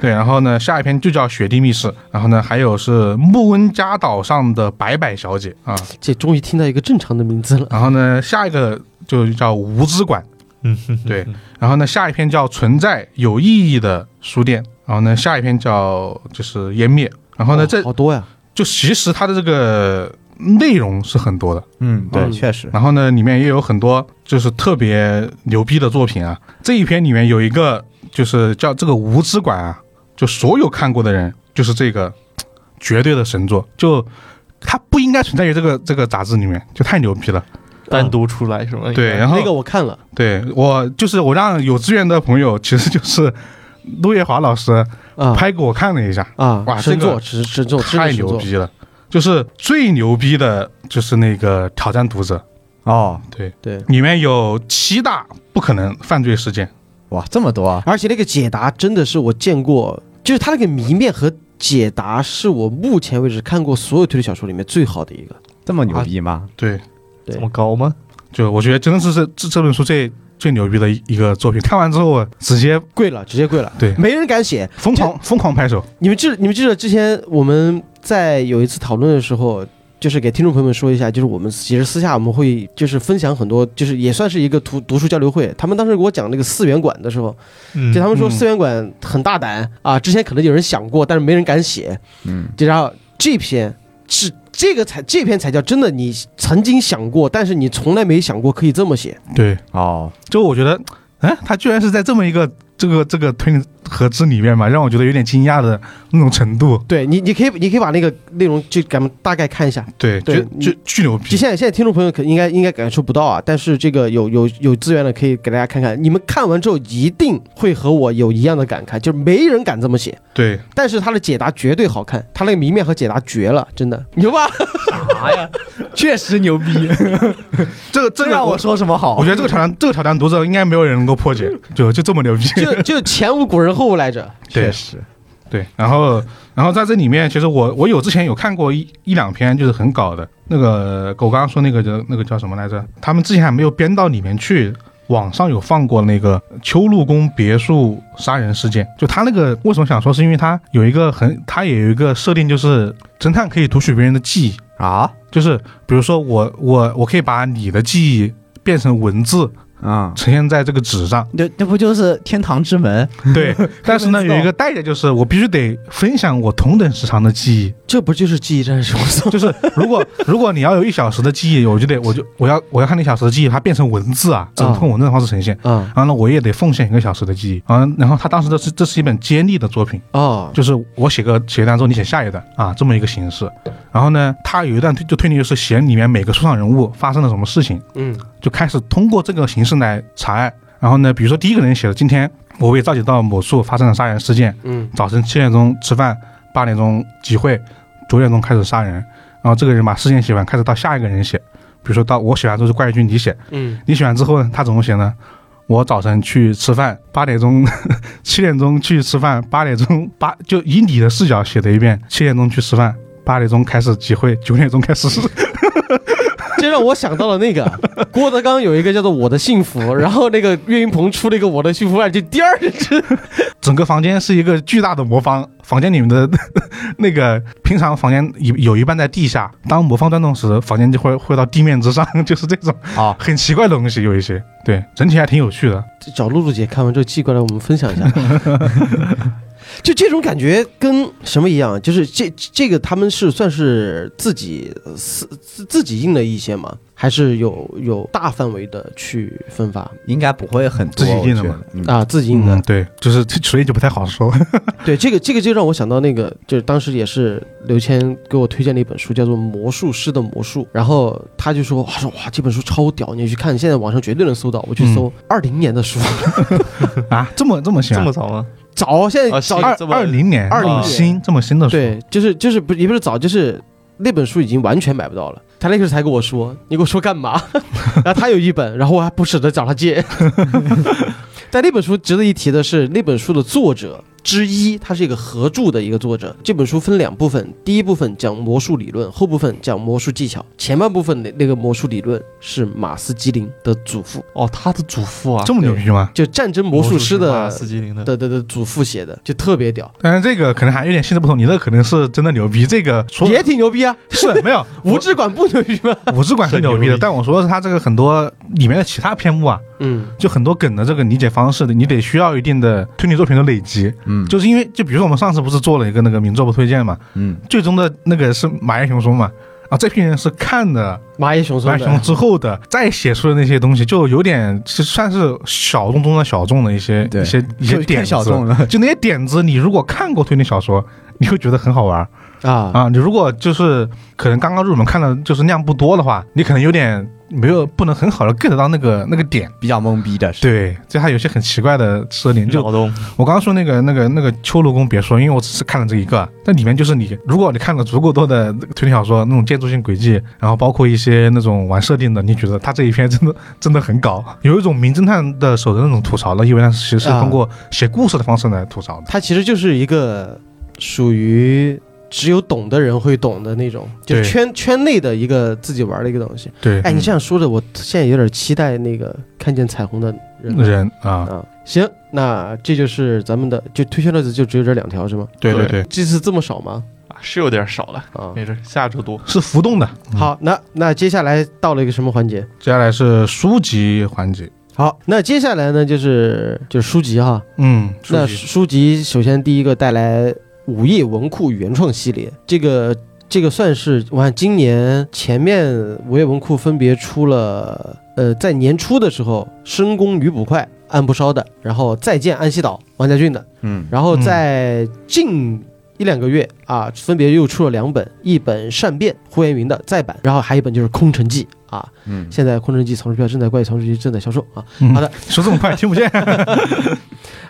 对，然后呢，下一篇就叫雪地密室，然后呢，还有是穆温加岛上的白白小姐啊，这终于听到一个正常的名字了。然后呢，下一个就叫无知馆，嗯，对。然后呢，下一篇叫存在有意义的书店，然后呢，下一篇叫就是湮灭。然后呢，哦这好多呀，就其实它的这个内容是很多的。嗯，对，嗯确实，然后呢，里面也有很多就是特别牛逼的作品啊。这一篇里面有一个就是叫这个无知馆啊，就所有看过的人就是这个绝对的神作，就它不应该存在于这个这个杂志里面，就太牛逼了。单独出来什么？对，然后那个我看了，对我就是我让有资源的朋友，其实就是陆夜华老师啊拍给我看了一下，啊，哇神这个作，神神作，真太的神牛作。逼了，就是最牛逼的就是那个挑战读者，哦，对，对，里面有七大不可能犯罪事件，哇，这么多啊，而且那个解答真的是我见过，就是他那个谜面和解答是我目前为止看过所有推理小说里面最好的一个。这么牛逼吗？对，对这么高吗？就我觉得真的是这这这本书最最牛逼的一一个作品，看完之后我直接跪了，直接跪了。对没人敢写。疯狂疯狂拍手，你们记，你们记得之前我们在有一次讨论的时候，就是给听众朋友们说一下，就是我们其实私下我们会就是分享很多，就是也算是一个读读书交流会。他们当时给我讲那个四元馆的时候，嗯就他们说嗯四元馆很大胆啊，之前可能有人想过，但是没人敢写。嗯，就然后这篇是这个才这篇才叫真的，你曾经想过，但是你从来没想过可以这么写。对，哦，就我觉得，哎，他居然是在这么一个这个这个推理合资里面嘛，让我觉得有点惊讶的那种程度。对你，你可以你可以把那个内容就咱们大概看一下。对，对就你就巨牛逼就！现在现在听众朋友可应该应该感受不到啊，但是这个有有有资源的可以给大家看看，你们看完之后一定会和我有一样的感慨，就是没人敢这么写，对，但是他的解答绝对好看，他那个谜面和解答绝了，真的牛吧？确实牛逼， 这个这这个让我我说哦什么好我觉？得这个挑战这个挑战读者应该没有人能够 破解，就就这么牛逼。就就前无古人后无来者，对确实，对，然后然后在这里面，其实我我有之前有看过一一两篇，就是很搞的那个狗刚刚说那个叫那个叫什么来着？他们之前还没有编到里面去。网上有放过那个秋露宫别墅杀人事件，就他那个为什么想说，是因为他有一个很，他也有一个设定，就是侦探可以读取别人的记忆，啊，就是比如说我我我可以把你的记忆变成文字嗯，呈现在这个纸上，那那不就是天堂之门？对。但是呢，有一个代价就是我必须得分享我同等时长的记忆， 这不就是记忆战士吗？就是如果如果你要有一小时的记忆，我就得我就我要我要看那一小时的记忆，它变成文字啊，只能通过文字的方式呈现。 啊然后呢，我也得奉献一个小时的记忆啊。然后他当时这是这是一本接力的作品，哦，就是我写个写一段之后，你写下一段啊，这么一个形式。然后呢，他有一段推就推理就是写里面每个出场人物发生了什么事情，嗯就开始通过这个形式来查案。然后呢，比如说第一个人写的，今天我被召集到某处发生了杀人事件，嗯早晨七点钟吃饭，八点钟集会，九点钟开始杀人，然后这个人把事情写完，开始到下一个人写，比如说到我写完之后是怪君你写，嗯，你写完之后呢，他怎么写呢？我早晨去吃饭，八点钟、七点钟去吃饭，八点钟八就以你的视角写的一遍，七点钟去吃饭，八点钟开始集会，九点钟开始这让我想到了那个郭德纲有一个叫做《我的幸福》，然后那个岳云鹏出了一个《我的幸福二》，就第二支整个房间是一个巨大的魔方，房间里面的 那个平常房间有有一半在地下，当魔方转动时，房间就会会到地面之上， 就是这种啊很奇怪的东西有一些，对，整体还挺有趣的。找露露姐看完之后寄过来，我们分享一下。就这种感觉跟什么一样？啊就是这这个他们是算是自己自自自己印了一些吗？还是有有大范围的去分发应该不会很多，自己我印的觉嘛得嗯啊？自己印的嗯，，对，就是 这所以就不太好说。对这个这个就让我想到那个，就是当时也是刘谦给我推荐了一本书，叫做《魔术师的魔术》，然后他就说，他说哇这本书超屌，你去看，现在网上绝对能搜到。我去搜二零、年的书， 啊，这么这么新、这啊么，早吗？早现在啊早、行二这么二零年， 20啊年新这么新的书，对，就是就是不也不是早，就是那本书已经完全买不到了。他那个时候才跟我说，你跟我说干嘛？ 然后他有一本，然后我还不舍得找他借。 但那本书值得一提的是，那本书的作者之一，他是一个合著的一个作者。这本书分两部分，第一部分讲魔术理论，后部分讲魔术技巧。前半部分的那个魔术理论是马斯基林的祖父，哦，他的祖父啊，这么牛逼吗？就战争魔术师马的斯基林的，的的的祖父写的，就特别屌，但是这个可能还有点性质不同，你那可能是真的牛逼，这个说也挺牛逼啊！是没有无知管不牛逼吗？我是管是牛逼的，但我说的是他这个很多里面的其他篇目啊，嗯，就很多梗的这个理解方式的，你得需要一定的推理作品的累积。嗯就是因为，就比如说我们上次不是做了一个那个名作不推荐嘛，嗯，最终的那个是马叶熊说嘛，啊，这批人是看了蚂蚁雄松马的叶熊之后的再写出的那些东西，就有点其实算是小众中的小众的一些对一些一些就点太子，小众了就那些点子，你如果看过推理小说，你会觉得很好玩。啊啊，你如果就是可能刚刚入门看的就是量不多的话，你可能有点没有不能很好的 get 到那个那个点。比较懵逼的是，对，就它有些很奇怪的设定。就嗯脑洞，我刚刚说那个那个那个秋卢宫别说，因为我只是看了这一个，但里面就是你，如果你看了足够多的那个推理小说，那种建筑性轨迹，然后包括一些那种玩设定的，你觉得它这一篇真的真的很搞，有一种名侦探的手的那种吐槽了，因为它其实是啊通过写故事的方式来吐槽的。它其实就是一个属于只有懂的人会懂的那种，就对是圈圈内的一个自己玩的一个东西。对，哎，你这样说的，我现在有点期待那个看见彩虹的人了人啊，啊。行，那这就是咱们的，就推荐的就只有这两条是吗？对对对对，这次这么少吗？啊是有点少了，啊，没事，下周多。是浮动的。嗯好，那那接下来到了一个什么环节？接下来是书籍环节。好，那接下来呢，就是就是书籍哈，嗯，那书籍书籍首先第一个带来《午夜文库原创系列》，这个这个算是我看今年前面午夜文库分别出了，呃，在年初的时候，《深宫女捕快》安不烧的，然后《再见安息岛》王家俊的，嗯然后在近一两个月啊，分别又出了两本，一本《善变》呼延云的再版，然后还有一本就是《空城计》啊，嗯，现在《空城计》藏书票正在怪异藏书局正在销售啊，好的，说这么快听不见。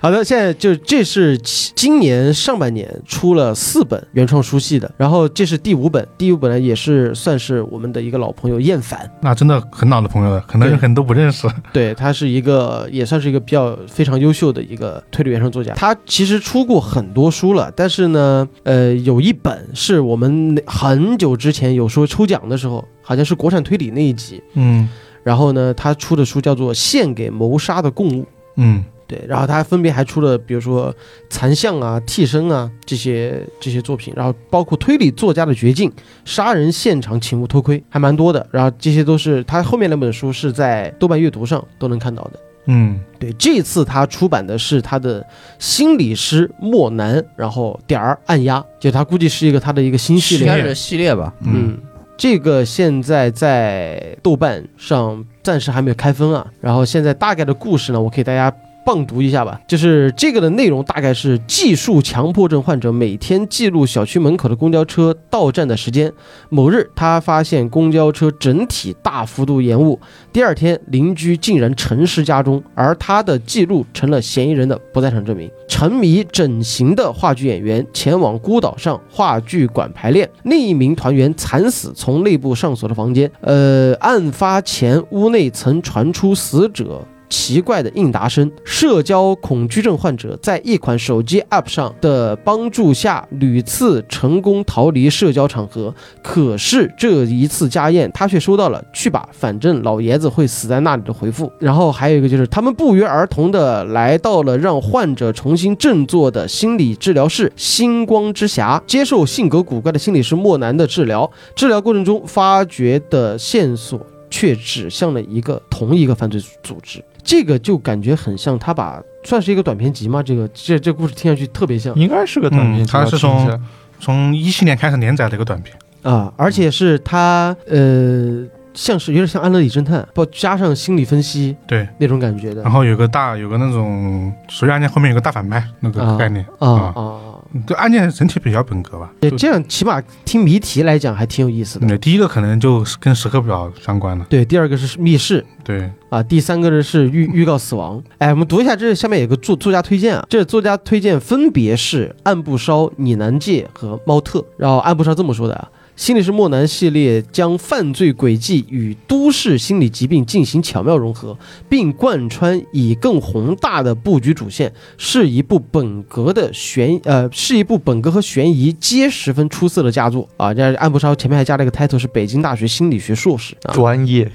好的，现在就这是其今年上半年出了四本原创书系的，然后这是第五本，第五本呢也是算是我们的一个老朋友厌烦，那真的很老的朋友了，很多人对可能都不认识。对他是一个也算是一个比较非常优秀的一个推理原创作家，他其实出过很多书了，但是呢，呃，有一本是我们很久之前有说抽奖的时候，好像是国产推理那一集，嗯然后呢，他出的书叫做《献给谋杀的供物》。嗯，对，然后他分别还出了，比如说《残像》啊、《替身啊》这些这些作品，然后包括推理作家的绝境、杀人现场请勿偷窥，还蛮多的。然后这些都是他后面两本书是在豆瓣阅读上都能看到的。嗯，对，这次他出版的是他的心理师莫南，然后点儿按压，就他估计是一个他的一个新系应列。该是系列吧，嗯嗯，这个现在在豆瓣上暂时还没有开分啊。然后现在大概的故事呢，我给大家棒读一下吧。就是这个的内容大概是技术强迫症患者每天记录小区门口的公交车到站的时间。某日，他发现公交车整体大幅度延误，第二天邻居竟然陈尸家中，而他的记录成了嫌疑人的不在场证明。沉迷整形的话剧演员前往孤岛上话剧馆排练，另一名团员惨死从内部上锁的房间。呃，案发前屋内曾传出死者。奇怪的应答声，社交恐惧症患者在一款手机 App 上的帮助下，屡次成功逃离社交场合，可是这一次家宴，他却收到了“去吧，反正老爷子会死在那里”的回复。然后还有一个就是，他们不约而同的来到了让患者重新振作的心理治疗室——星光之匣，接受性格古怪的心理师莫南的治疗。治疗过程中发掘的线索却指向了一个同一个犯罪组织，这个就感觉很像他把算是一个短篇集吗？这个这这故事听上去特别像。应该是个短嗯片，它是听起来从一七年开始连载的一个短片，啊，而且是他呃，像是有点像安乐椅侦探，不加上心理分析对。那种感觉的然后有个大有个那种属于案件后面有个大反派那个啊概念，啊啊啊，就案件整体比较本格吧。也这样起码听谜题来讲还挺有意思的。对，第一个可能就是跟时刻表相关了，对，第二个是密室对，啊，第三个是预预告死亡。哎，我们读一下这下面有个作作家推荐啊，这作家推荐分别是暗部烧、拟南界和猫特。然后暗部烧这么说的啊。心理师莫南系列将犯罪轨迹与都市心理疾病进行巧妙融合，并贯穿以更宏大的布局主线，是一部本格的悬呃，是一部本格和悬疑皆十分出色的佳作啊！这安博超前面还加了一个 title 是北京大学心理学硕士啊，专业，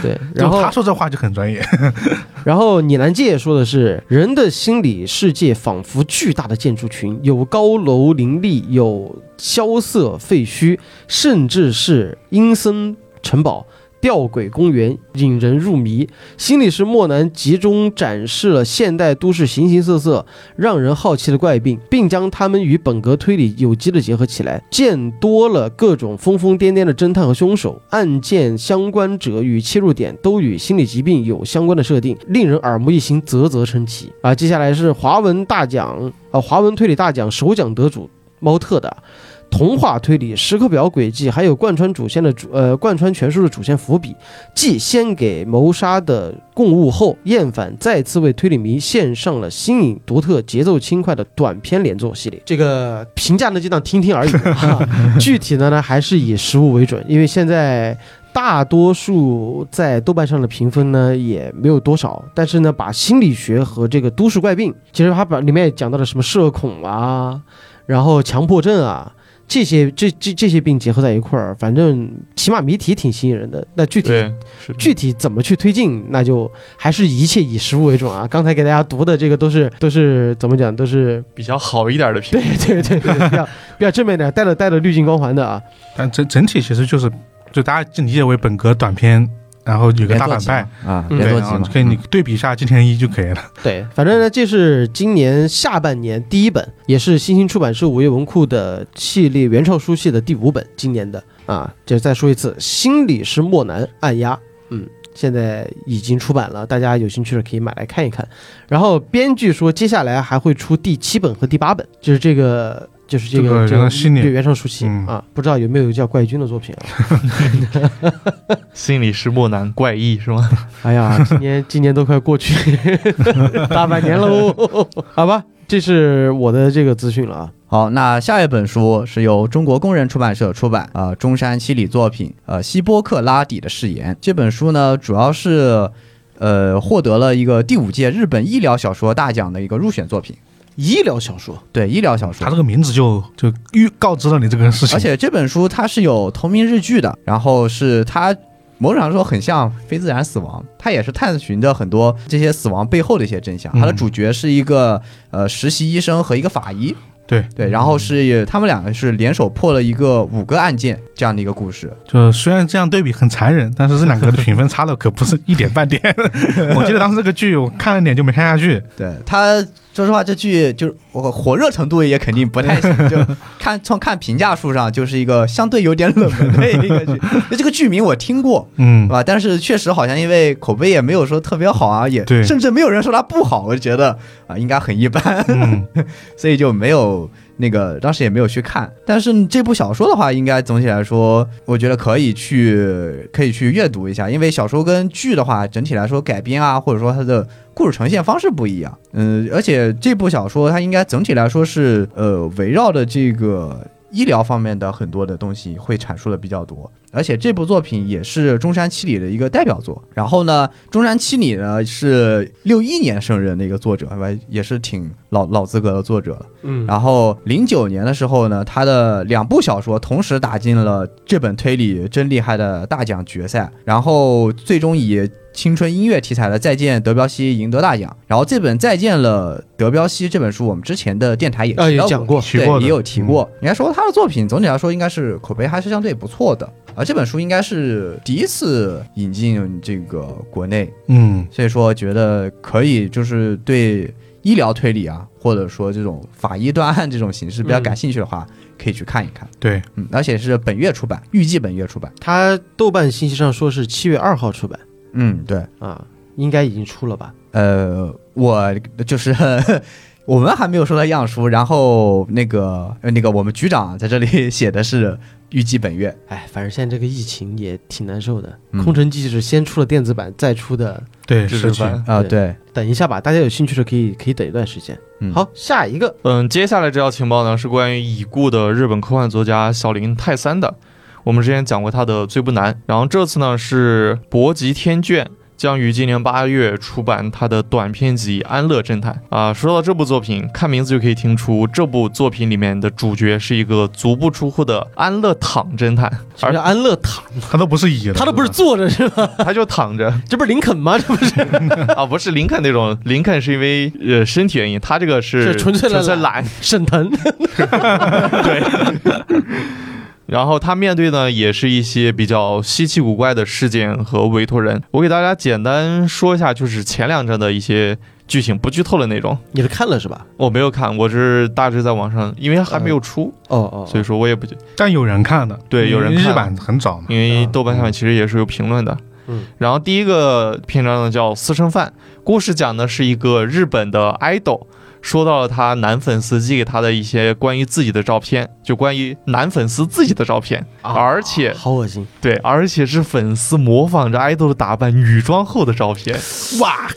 对，然就后他说这话就很专业， 然后拟南界说的是，人的心理世界仿佛巨大的建筑群，有高楼林立，有萧瑟废墟，甚至是阴森城堡。吊诡公园引人入迷，心理师莫南集中展示了现代都市形形色色、让人好奇的怪病，并将它们与本格推理有机的结合起来，见多了各种疯疯癫癫的侦探和凶手，案件相关者与切入点都与心理疾病有相关的设定，令人耳目一新，啧啧称奇啊！接下来是华文大奖啊、呃华文推理大奖首奖得主猫特的。童话推理、时刻表轨迹，还有贯穿主线的主呃贯穿全书的主线伏笔，继先给谋杀的供物后，厌烦再次为推理迷献上了新颖、独特、节奏轻快的短篇连作系列。这个评价呢，就当听听 而已、哈，具体的呢，还是以实物为准，因为现在。大多数在豆瓣上的评分呢也没有多少，但是呢，把心理学和这个都市怪病，其实它把里面也讲到了什么社恐啊，然后强迫症啊，这些这这这些病结合在一块儿，反正起码谜题挺吸引人的。那具体对，是的具体怎么去推进，那就还是一切以实物为准啊。刚才给大家读的这个都是都是怎么讲，都是比较好一点的对片，对对对对，比较比较正面点，带了带了滤镜光环的啊。但整整体其实就是就大家就理解为本格短片，然后有个大反派，啊，嗯连对，坐然集后嘛，可以你对比一下金田一就可以了。对，反正呢，这是今年下半年第一本，也是新兴出版社午夜文库的系列原创书系的第五本，今年的啊，就再说一次，心理师莫南按压，嗯，现在已经出版了，大家有兴趣的可以买来看一看。然后编剧说，接下来还会出第七本和第八本，就是这个。就是这这个个原创系列对原创书系、嗯啊，不知道有没有叫怪君的作品啊？心理师莫南怪异是 吗？哎 呀，今年今年都快过去 大半年 喽，好吧，这是我的这个资讯了啊。好，那下一本书是由中国工人出版社出版，呃，中山七里作品，呃，希波克拉底的誓言。这本书呢，主要是，呃，获得了一个第五届日本医疗小说大奖的一个入选作品。医疗小说，对，医疗小说他这。个名字就就预告知了你这个事情，而且这本书它是有同名日剧的，然后是它某种程度说很像《非自然死亡》，它也是探寻着很多这些死亡背后的一些真相。它的嗯主角是一个呃实习医生和一个法医，对，对，然后是他们两个是联手破了一个五个案件这样的一个故事。就虽然这样对比很残忍，但是这两个的评分 差的可不是一点半点。我记得当时这个剧我看了点就没看下去，对，它说实话，这剧就是我火热程度也肯定不太行，就看从看评价数上，就是一个相对有点冷门的一个剧。 就这个剧名我听过，嗯对，吧？但是确实好像因为口碑也没有说特别好啊，也对甚至没有人说它不好，我就觉得啊、应该很一般，嗯， 所以就没有那个当时也没有去看。但是这部小说的话，应该总体来说，我觉得可以去可以去阅读一下，因为小说跟剧的话，整体来说改编啊，或者说它的故事呈现方式不一样。嗯，而且这部小说它应该整体来说是呃围绕的这个医疗方面的很多的东西会阐述的比较多。而且这部作品也是中山七里的一个代表作。然后呢，中山七里呢是六一年生人的一个作者，是吧？也是挺老老资格的作者了。嗯然后零九年的时候呢，他的两部小说同时打进了这本推理真厉害的大奖决赛，然后最终以青春音乐题材的《再见德彪西》赢得大奖。然后这本《再见了德彪西》这本书，我们之前的电台也提啊到也讲过嗯提过对的也有提过。应该说他的作品总体来说应该是口碑还是相对不错的。而这本书应该是第一次引进这个国内，嗯，所以说觉得可以，就是对医疗推理啊，或者说这种法医断案这种形式比较感兴趣的话，可以去看一看。对，嗯，而且是本月出版，预计本月出版。它豆瓣信息上说是七月二号出版嗯，对，啊，应该已经出了吧？呃，我就是呃我们还没有收到样书，然后那个呃那个我们局长在这里写的是预计本 月。哎，反正现在这个疫情也挺难受的。嗯空城计是先出了电子版，再出的，对，知是识去版。啊、对对，等一下吧，大家有兴趣的可以可以等一段时间。嗯好，下一个，嗯，接下来这条情报呢是关于已故的日本科幻作家小林泰三的。我们之前讲过他的《最不难》，然后这次呢是博集天卷。将于今年八月出版他的短篇集《安乐侦探》啊。说到这部作品，看名字就可以听出，这部作品里面的主角是一个足不出户的安乐躺侦探，什么而叫安乐躺？他都不是乙了，他都不是吧坐着是吧？ 他就躺着， 这不是林肯 吗？这不是啊，不是林肯那种，林肯是因为呃身体原因，他这个是是纯粹的纯粹懒懒，沈腾？ 对。然后他面对呢，也是一些比较稀奇古怪的事件和委托人。我给大家简单说一下，就是前两章的一些剧情，不剧透的那种。你是看了是吧？我没有看，我是大致在网上，因为还没有出，哦哦，所以说我也不，但有人看的，对有人因为日看版很早嘛，因为豆瓣上面其实也是有评论的。嗯，然后第一个篇章呢叫《私生饭》，故事讲的是一个日本的 idol，说到了他男粉丝寄给他的一些关于自己的照片，就关于男粉丝自己的照片，啊而且好恶心，对，而且是粉丝模仿着 idol 的打扮女装后的照片。哇，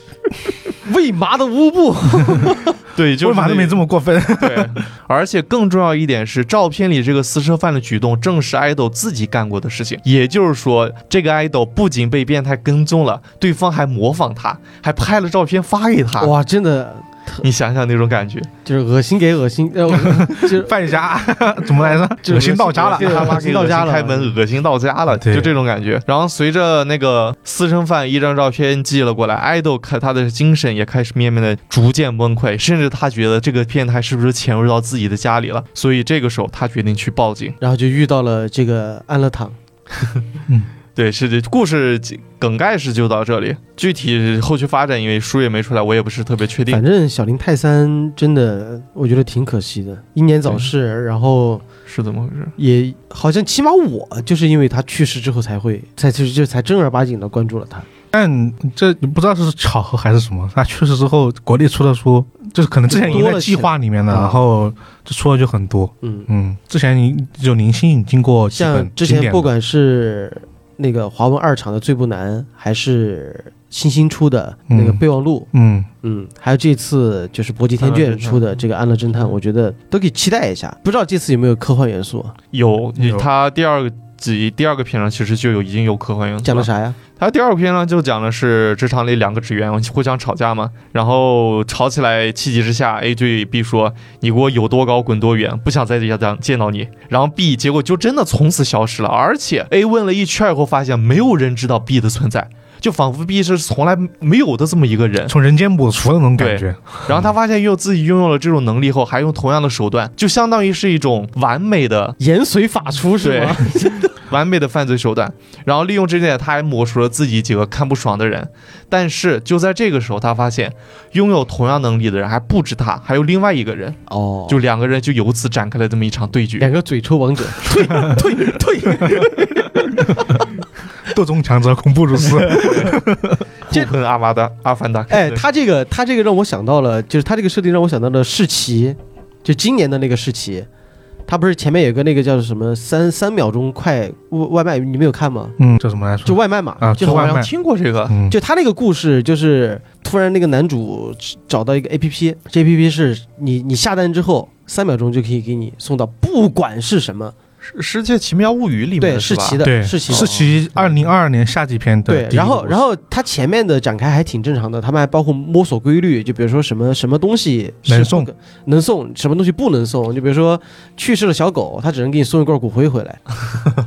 喂麻的乌布，啊对，就是为嘛都没这么过分。 么对。而且更重要一点是，照片里这个私生饭的举动正是 idol 自己干过的事情。也就是说，这个 idol 不仅被变态跟踪了，对方还模仿他，还拍了照片发给他。哇，真的你想想那种感觉，就是恶心给恶心， 呃，就是败家怎么来着？就是恶心到 家了恶，心他妈给到家了嗯开门恶心到家了，对就这种感觉。然后随着那个私生饭一张照片寄了过来，爱豆看他的精神也开始慢慢的逐渐崩溃，甚至他觉得这个变态是不是潜入到自己的家里了，所以这个时候他决定去报警。然后就遇到了这个安乐躺，对，是的，故事梗概是就到这里，具体后续发展因为书也没出来，我也不是特别确定反。正小林泰三真的我觉得挺可惜的，英年早逝，然后是怎么回事？也好像起码我就是因为他去世之后才会才就就才正儿八经的关注了他，但这不知道这是巧合还是什么，他去世之后，国内出的书就是可能之前已经在计划里面的，多了然后就出的就很多。嗯，嗯，之前你有零星引进过几像本之经典前的，不管是那个华文二厂的《最不难》，还是新星出的那个嗯备忘录，嗯，嗯，还有这次就是搏击天卷出的这个《安乐嗯侦探》，我觉得都可以期待一下。不知道这次有没有科幻元素？有有，他第二个集第二个篇章其实就有已经有科幻元素了讲的啥呀？他第二篇呢，就讲的是职场里两个职员互相吵架嘛，然后吵起来，气急之下，A 对 B 说：“你给我有多高滚多远，不想在这家当见到你。”然后 B 结果就真的从此消失了，而且 A 问了一圈以后，发现没有人知道 B 的存在，就仿佛毕是从来没有的这么一个人。从人间补赎的那种感觉，然后他发现又自己拥有了这种能力后，还用同样的手段，就相当于是一种完美的言随法出是对 吗？，完美的犯罪手段。然后利用这点，他还抹除了自己几个看不爽的人。但是就在这个时候，他发现拥有同样能力的人还不止他，还有另外一个人，哦，就两个人就由此展开了这么一场对决。两个嘴臭 王者，退退退，斗中强者恐怖如斯。互喷阿瓦达、阿凡达。哎，对他这个他这个让我想到了，就是他这个设定让我想到了世奇，就今年的那个世奇，他不是前面有个那个叫什么三三秒钟快外外卖，你们有看吗？嗯，这怎么来说？就外卖嘛，啊就做我好好像像外卖听过这个，嗯，就他那个故事，就是突然那个男主找到一个 A P P，这 A P P 是你你下单之后三秒钟就可以给你送到，不管是什么， 《世世界奇妙物语》里面对，的是是吧奇？的，对，是奇的是。其二零二二年夏季篇的对，第一然后部然后他前面的展开还挺正常的，他们还包括摸索规律，就比如说什么什么东西是能送不可能送，什么东西不能送，就比如说去世的小狗，它只能给你送一罐骨灰 回来。啊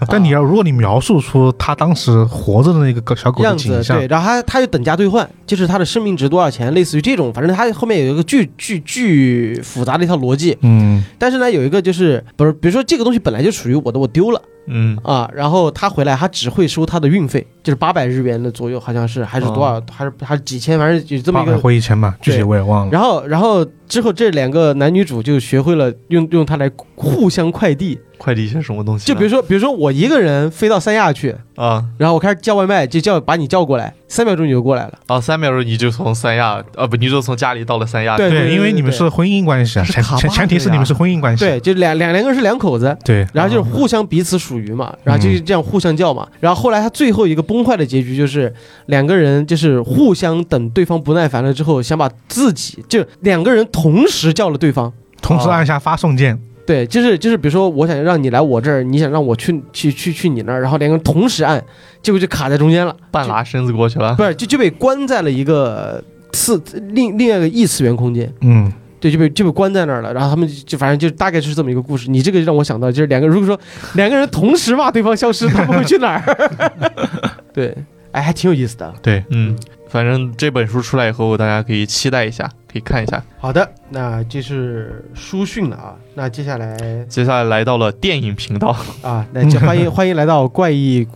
但你要如果你描述出他当时活着的那个小狗的样景子，象对，，然后他他就等价兑换，就是他的生命值多少钱，类似于这种，反正他后面有一个巨巨巨复杂的一套逻辑。嗯，但是呢，有一个就是不是，比如说这个东西本来就属于我的，我丢了嗯，啊，然后他回来，他只会收他的运费，就是八百日元的左右，好像是还是多少，还是还是几千，反正有这么哦八一百个。回一千吧，具体对我也忘了。然后，然后之后这两个男女主就学会了用用它来互相快递，快递一些什么东西呢？就比如说，比如说我一个人飞到三亚去，啊然后我开始叫外卖，就叫把你叫过来，三秒钟你就过来了。啊，三秒钟你就从三亚啊不，你就从家里到了三亚。对对对因为你们对是婚姻关系啊，是前卡巴前前提的是你呀们是婚 姻关系。对，就哦两两两个人是两口子，对，然后就是啊互相彼此属于嘛，然后嗯就是这样互相叫嘛。然后后来他最后一个崩坏的结局就是两个人就是互相等对方不耐烦了之后，想把自己就两个人同时叫了对方。同时按下发送键，对，就是就是，比如说我想让你来我这儿，你想让我去去去去你那儿，然后两个人同时按，结果就卡在中间了，半拉身子过去了。不是就就被关在了一个次另另外一个异次元空间。嗯， 对，就被就被关在那儿了。然后他们就就反正就大概就是这么一个故事。你这个让我想到，就是两个如果说两个人同时骂对方消失，他们会去哪儿？ 对，哎，还挺有意思的。对，嗯，反正这本书出来以后，大家可以期待一下，可以看一下。好的，那这是书讯了啊。那接下来接下来来到了电影频道， 啊， 那就欢迎欢迎来到怪异，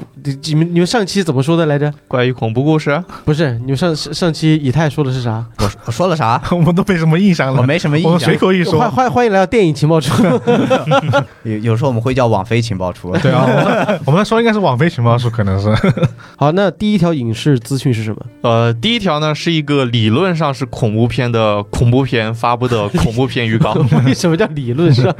你们你们上期怎么说的来着？关于恐怖故事，不是，你们上上上期以太说的是啥？我我说了啥？我们都没什么印象我了，没什么我印们象随。口一欢说，欢欢迎来到电影情报处。 有有时候我们会叫网飞情报处。 对啊， 我们说应该是网飞情报署，可能是好，那第一条影视资讯是什么？呃，第一条呢是一个理论上是恐怖片的恐怖片发布的恐怖片预告。 为什么叫理论上？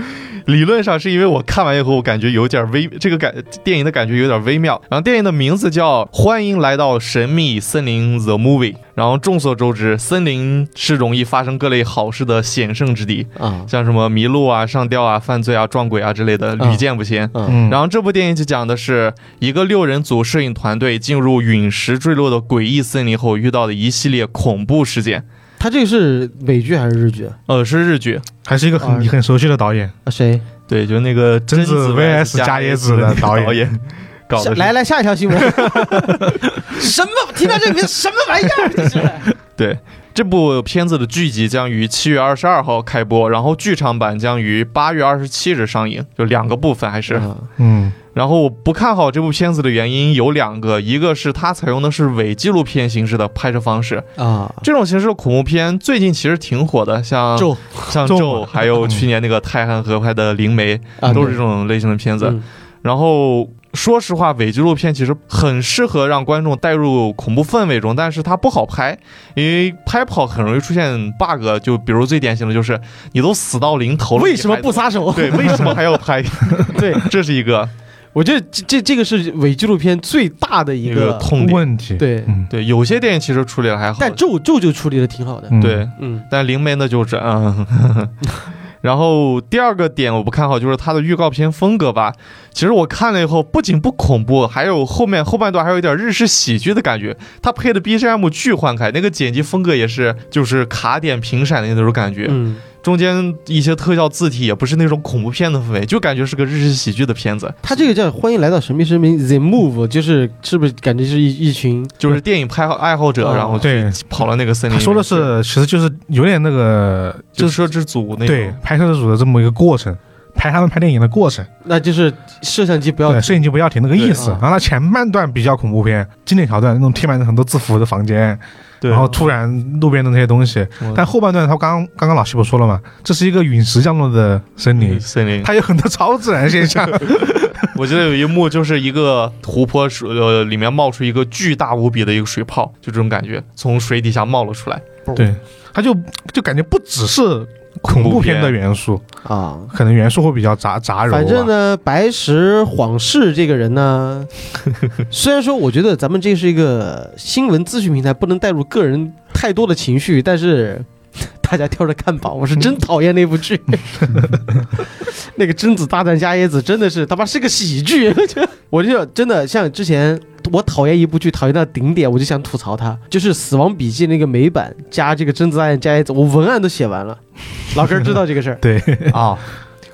理论上是因为我看完以后，我感觉有点微，这个感电影的感觉有点微妙。然后电影的名字叫《欢迎来到神秘森林 The Movie》。然后众所周知，森林是容易发生各类好事的险胜之地， 啊？像什么迷路啊、上吊啊、犯罪啊、撞鬼啊之类的，嗯屡见不鲜。嗯嗯，然后这部电影就讲的是一个六人组摄影团队进入陨石坠落的诡异森林后遇到的一系列恐怖事件。他这个是美剧还是日剧啊？呃，是日剧，还是一个很你很熟悉的导演，啊谁？对，就是那个贞子子 VS 加椰子那的个导演导演搞下 的是来来下一条新闻， 什么？听到这个什么玩意儿？对，这部片子的剧集将于七月二十二号开播，然后剧场版将于八月二十七日上映，就两个部分 还是。啊嗯，然后我不看好这部片子的原因有两个，一个是它采用的是伪纪录片形式的拍摄方式，啊，这种形式的恐怖片最近其实挺火的，像咒 嗯像咒咒，还有去年那个泰汉合拍的《灵媒》，啊都是这种类型的片子。嗯然后说实话，伪纪录片其实很适合让观众带入恐怖氛围中，但是它不好拍，因为拍不好很容易出现 bug。就比如最典型的就是，你都死到临头了，为什么你还不？撒手？对，为什么还要拍？ 嗯对，这是一个我觉得这这这个是伪纪录片最大的一一个个痛点。问题，对嗯，对，有些电影其实处理的还好，但咒咒就处理的挺好的，嗯，对，嗯但灵媒呢就是嗯。 然后第二个点我不看好，就是它的预告片风格吧。其实我看了以后，不仅不恐怖，还有后面后半段还有一点日式喜剧的感觉。它配的 BGM 巨欢快，那个剪辑风格也是就是卡点频闪的那种感觉。嗯，中间一些特效字体也不是那种恐怖片的氛围，就感觉是个日式喜剧的片子，他这个叫欢迎来到神秘之名 The Move，就是是不是感觉是一一群就是电影拍爱好者，哦然后对，跑了那个森林嗯里面他去。说的是，其实就是有点那个，就是摄制组那对种，拍摄组的这么一个过程，拍他们拍电影的过程，那就是摄像机不要对，摄影机不要停那个意思。嗯对然后他前半段比较恐怖片，经典桥段，那种贴满了很多字符的房间，对，然后突然路边的那些东西。我但后半段他刚刚刚老西伯说了嘛，这是一个陨石降落的森林嗯，森林，它有很多超自然现 象。我记得有一幕就是一个湖泊水呃里面冒出一个巨大无比的一个水泡，就这种感觉从水底下冒了出来。对，他就就感觉不只是恐怖片的元素，啊。嗯可能元素会比较杂杂糅吧。反正呢，白石晃世这个人呢，虽然说我觉得咱们这是一个新闻资讯平台，不能带入个人太多的情绪，但是 大家挑着看吧。我是真讨厌那部剧，那个《贞子大战伽椰子》真的是他妈是个喜剧， 我就真的像之前。我讨厌一部剧，讨厌到顶点，我就想吐槽它，就是《死亡笔记》那个美版加这个《贞子大战伽椰子》，我文案都写完了，老根儿知道这个事儿，对，啊，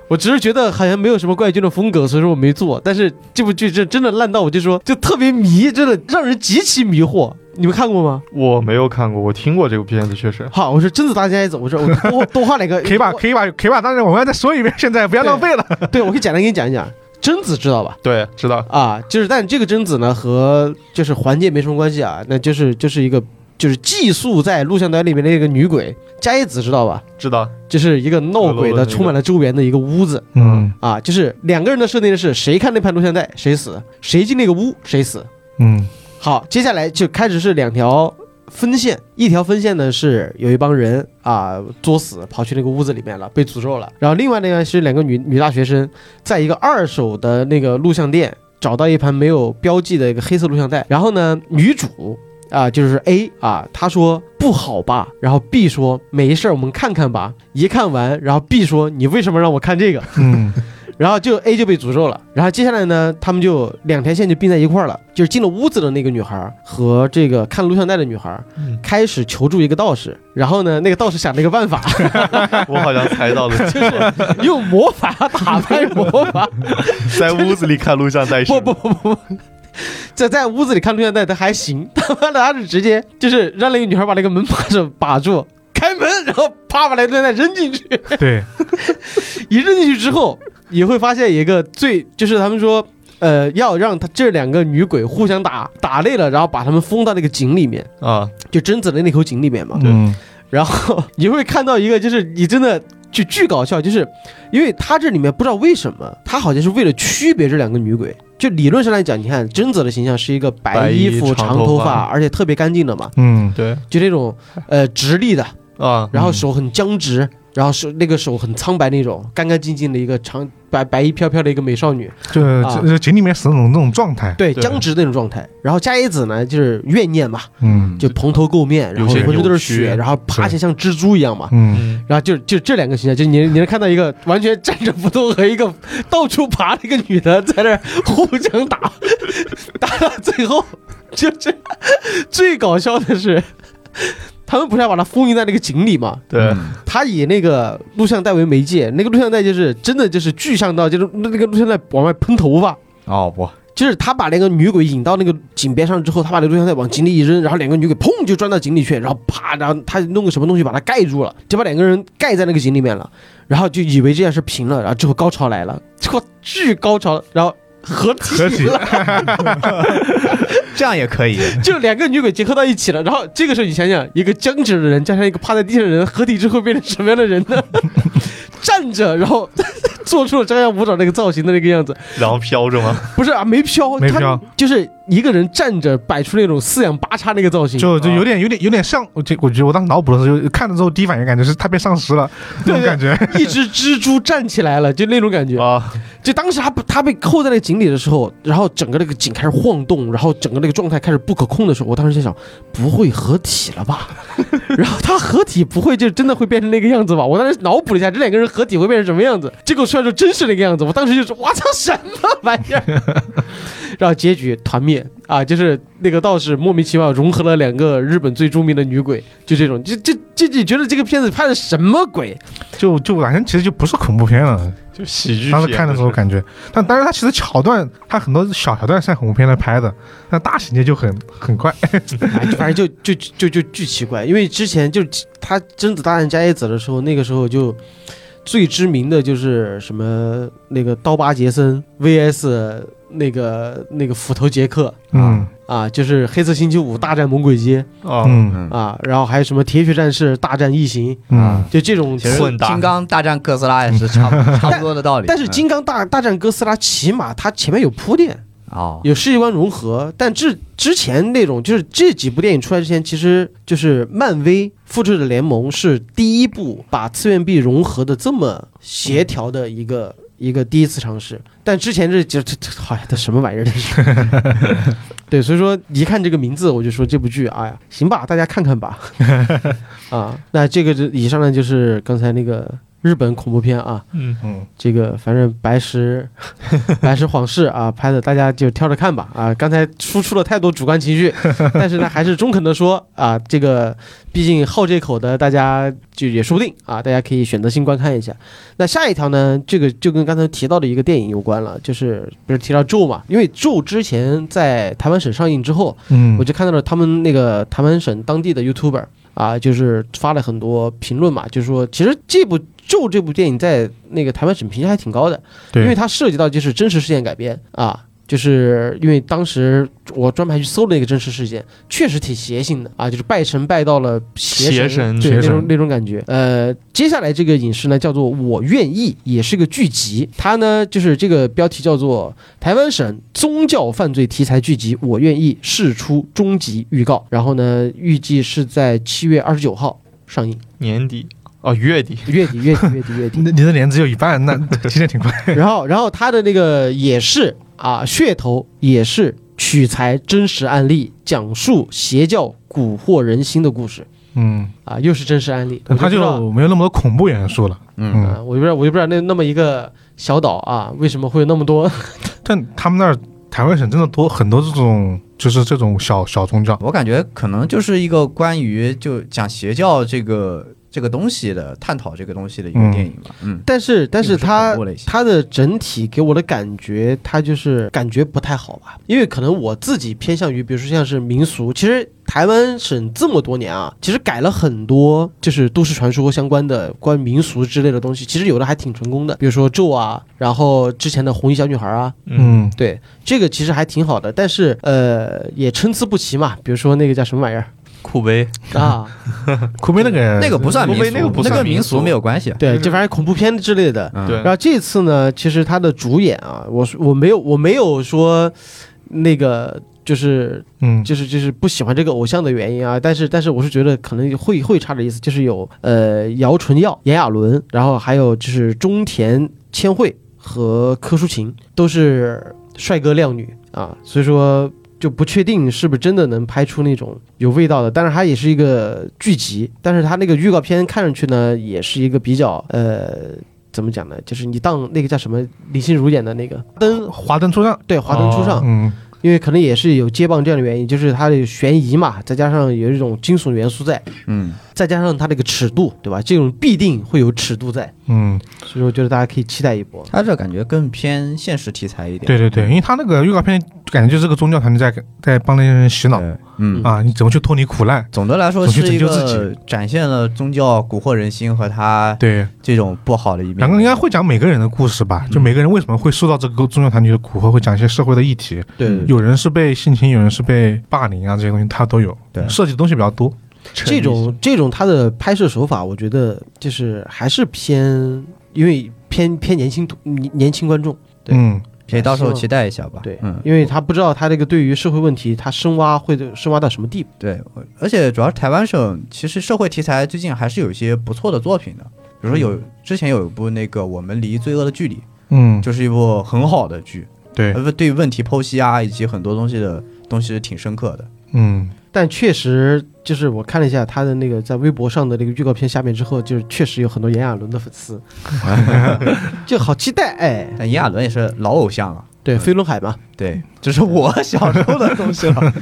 我只是觉得好像没有什么怪军的风格，所以说我没做。但是这部剧真真的烂到我就说，就特别迷，真的让人极其迷惑。你们看过吗？ 我没有看过，我听过这个片子，确实。好，我说贞子大家一走，我说我多 多画两个，可以把可以把可以把，当然我们要再说一遍，现在不要浪费了。我对我可以简单给你讲一讲。贞子知道吧？对，知道。啊，就是但这个贞子呢和就是环节没什么关系啊，那就是就是一个就是寄宿在录像带里面的一个女鬼加一子知道吧？知道，就是一个闹鬼的恶露的那个充满了周边的一个屋子嗯啊，就是两个人的设定是谁看那盘录像带谁死，谁进那个屋谁死。嗯好，接下来就开始是两条分线，一条分线呢是有一帮人啊作死跑去那个屋子里面了，被诅咒了。然后另外那个是两个女女大学生，在一个二手的那个录像店找到一盘没有标记的一个黑色录像带，然后呢女主。啊，就是 A 啊，她说不好吧，然后 B 说没事儿，我们看看吧。一看完，然后 B 说你为什么让我看这个？嗯，然后就 A 就被诅咒了，然后接下来呢，他们就两条线就并在一块儿了，就是进了屋子的那个女孩儿和这个看录像带的女孩儿嗯开始求助一个道士，然后呢，那个道士想了一个办法， 我好像猜到了， 就是用魔法打败魔法，在屋子里看录像带是不不不不不。在在屋子里看录像带，他还行，他妈的他是直接就是让那个女孩把那个门把手把住，开门，然后啪把那个录像带扔进去， 对，一扔进去之后，也会发现一个最就是他们说，呃，要让他这两个女鬼互相打打累了，然后把他们封到那个井里面，啊，就贞子的那口井里面嘛。嗯然后 你会看到一个，就是你真的就巨搞笑，就是因为他这里面不知道为什么，他好像是为了区别这两个女鬼。就理论上来讲，你看贞子的形象是一个白白衣衣服、长长头头发发，而且特别干净的嘛，嗯对就那种呃直立的，啊，然后嗯手很僵直，然后手那个手很苍白那种，干干净净的一个长白白衣飘飘的一个美少女，就是啊就是井里面死那种那种状态。对，对僵直那种状态。然后加耶子呢，就是怨念嘛，嗯就蓬头垢面，然后有些浑身都是扭曲血，然后爬起来像蜘蛛一样嘛。嗯，嗯，然后就就这两个形象，就你你能看到一个 完全站着不动和一个到处爬的一个女的在那儿互相打， 打到最后，就这最搞笑的是，他们不是要把它封印在那个井里嘛？对，嗯他以那个录像带为媒介，那个录像带就是真的就是具象到，就是那个录像带往外喷头发，哦不，就是他把那个女鬼引到那个井边上之后，他把那个录像带往井里一扔，然后两个女鬼砰就钻到井里去，然后啪，然后他弄个什么东西把它盖住了，就把两个人盖在那个井里面了，然后就以为这样是平了，然后之后高潮来了，结果巨高潮，然后合体合体了，这样也可以， 就两个女鬼结合到一起了，然后这个时候你想想，一个僵直的人加上一个趴在地上的人，合体之后变成什么样的人 呢？站着，然后做出了张牙舞爪那个造型的那个样子，然后飘着吗？不是啊，没飘，没飘他就是一个人站着摆出那种四仰八叉那个造型，就就有点有点有点像，我这我觉得我当时脑补的时候，就看了之后第一反应感觉是他被丧尸了那种感觉。一只蜘蛛站起来了，就那种感觉。啊，就当时他不他被扣在那个井里的时候，然后整个那个井开始晃动，然后整个那个状态开始不可控的时候，我当时在想，不会合体了吧？ 然后他合体不会就真的会变成那个样子吧？我当时脑补了一下，这两个人合体会变成什么样子？结果出来之后真是那个样子，我当时就说，我操，什么玩意儿？让结局团灭啊！就是那个道士莫名其妙融合了两个日本最著名的女鬼，就这种，就这这你觉得这个片子拍的什么鬼？ 就就反正其实就不是恐怖片了。就喜剧片。当时看的时候就是感觉，但当然它其实桥段，它很多小桥段是按恐怖片来拍的，但大情节就很很怪。哎反正就就就就巨奇怪，因为之前就他《贞子大战伽椰子》的时候，那个时候就最知名的就是什么那个刀疤杰森 VS 那个那个斧头杰克嗯啊，就是黑色星期五大战猛鬼街啊，嗯嗯啊，然后还有什么铁血战士大战异形，嗯，就这种其实混搭金刚大战哥斯拉也是差不差不多的道理。但是金刚大大战哥斯拉，起码它前面有铺垫，哦，有世界观融合。但这之前那种，就是这几部电影出来之前，其实就是漫威《复仇者联盟》是第一部把次元壁融合的这么协调的一个。一个第一次尝试，但之前这这这这好像这什么玩意儿这是，对，所以说一看这个名字我就说这部剧，哎呀，行吧，大家看看吧，啊，那这个就以上呢就是刚才那个日本恐怖片啊，嗯，这个反正白石白石晃市啊拍的，大家就挑着看吧啊！刚才输出了太多主观情绪，但是呢，还是中肯的说啊，这个毕竟好这口的，大家就也说不定啊，大家可以选择性观看一下。那下一条呢，这个就跟刚才提到的一个电影有关了，就是不是提到咒嘛？因为咒之前在台湾省上映之后，嗯我就看到了他们那个台湾省当地的 YouTuber 啊，就是发了很多评论嘛，就是说其实这部《咒》这部电影在那个台湾省评价还挺高的，对因为它涉及到就是真实事件改编啊。就是因为当时我专门还去搜了一个真实事件，确实挺邪性的啊，就是拜神拜到了邪邪神对邪那神种那种感觉。呃，接下来这个影视呢叫做《我愿意》，也是个剧集，它呢就是这个标题叫做台湾省宗教犯罪题材剧集《我愿意》释出终极预告，然后呢，预计是在七月二十九号上映，年底哦，月底月底，月底，月底，月 底。你的你的脸只有一半，那其实挺怪。然后，然后它的那个也是啊，噱头也是取材真实案例，讲述邪教蛊惑人心的故事嗯，啊，又是真实案例，但它我就不知道就没有那么多恐怖元素了。嗯啊，我就不知道，我就不知道那那么一个小岛啊，为什么会有那么多？但他们那儿台湾省真的多很多这种，就是这种小小宗教。我感觉可能就是一个关于就讲邪教这个这个东西的探讨这个东西的一个嗯电影吧。嗯，但是，但是并不它恐怖类型它的整体给我的感觉，它就是感觉不太好吧？因为可能我自己偏向于，比如说像是民俗，其实台湾省这么多年啊，其实改了很多就是都市传说相关的关于民俗之类的东西，其实有的还挺成功的，比如说咒啊，然后之前的红衣小女孩啊，嗯，对，这个其实还挺好的，但是呃也参差不齐嘛，比如说那个叫什么玩意儿酷威啊，酷贝那个嗯那个不算除民非俗，那个不算民民俗俗没有关系。啊对，就反正恐怖片之类的，嗯，呃对然后这次呢，其实他的主演啊，我是我没有我没有说那个就是嗯就是就是不喜欢这个偶像的原因啊，但是但是我是觉得可能会会差点意思，就是有呃姚纯耀、炎亚纶，然后还有就是中田千惠和柯淑琴都是帅哥靓女啊，所以说。就不确定是不是真的能拍出那种有味道的，但是它也是一个剧集，但是它那个预告片看上去呢，也是一个比较呃怎么讲呢？就是你当那个叫什么林心如演的那个灯，华灯初上。对《华灯初上》嗯因为可能也是有接棒这样的原因，就是它的悬疑嘛，再加上有一种惊悚元素在，嗯，再加上它这个尺度，对吧？这种必定会有尺度在，嗯，所以说我觉得大家可以期待一波。他这感觉更偏现实题材一点。对对对，因为他那个预告片感觉就是个宗教团队在在帮那些人洗脑对，嗯。啊，你怎么去脱离苦难？总的来说总去是一拯救自个展现了宗教蛊惑人心和他对，这种不好的一面。两个人应该会讲每个人的故事吧，就每个人为什么会受到这个宗教团体的蛊惑，会讲一些社会的议题。对嗯有人是被性侵，有人是被霸凌啊，这些东西他都有。对涉及的东西比较多。这种这种它的拍摄手法，我觉得就是还是偏，因为偏偏年轻年年轻观众，对嗯，可以到时候期待一下吧。对，嗯，因为他不知道他这个对于社会问题，他深挖会深挖到什么地步。对，我而且主要是台湾省，其实社会题材最近还是有一些不错的作品的，比如说有之前有一部那个《我们离罪恶的距离》，嗯，就是一部很好的剧，对，呃，对问题剖析啊，以及很多东西的东西是挺深刻的。嗯，但确实，就是我看了一下他的那个在微博上的那个预告片下面之后，就是确实有很多炎亚纶的粉丝，就好期待哎。但炎亚纶也是老偶像了，对，飞轮海嘛，对，这是我小时候的东西了。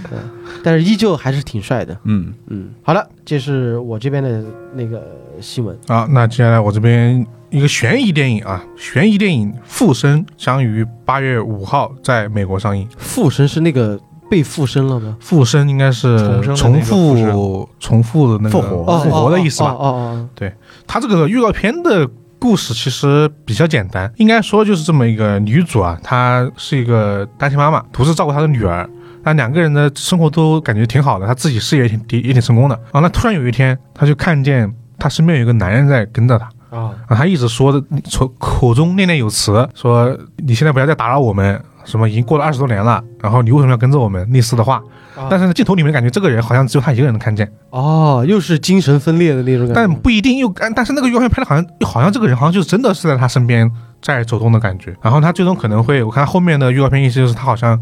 但是依旧还是挺帅的。嗯，嗯，好了，这是我这边的那个新闻。啊，那接下来我这边一个悬疑电影啊，悬疑电影《附身》将于八月五号在美国上映。附身是那个被附身了吗？附身应该是重生的那重个附身复、重复的那个复活复活的意思哦吧。哦哦它这个预告片的故事其实比较简单，应该说就是这么一个女主啊，她是一个单亲妈妈，独自照顾她的女儿。那两个人的生活都感觉挺好的，她自己事业也挺也挺成功的啊。那突然有一天，她就看见她身边有一个男人在跟着她。啊，啊，他一直说的，从口中念念有词，说你现在不要再打扰我们，什么已经过了二十多年了，然后你为什么要跟着我们？类似的话啊。但是呢，镜头里面感觉这个人好像只有他一个人能看见，哦，又是精神分裂的那种感觉。但不一定又，哎但但是那个预告片拍的好像，好像这个人好像就真的是在他身边在走动的感觉。然后他最终可能会，我看后面的预告片意思就是他好像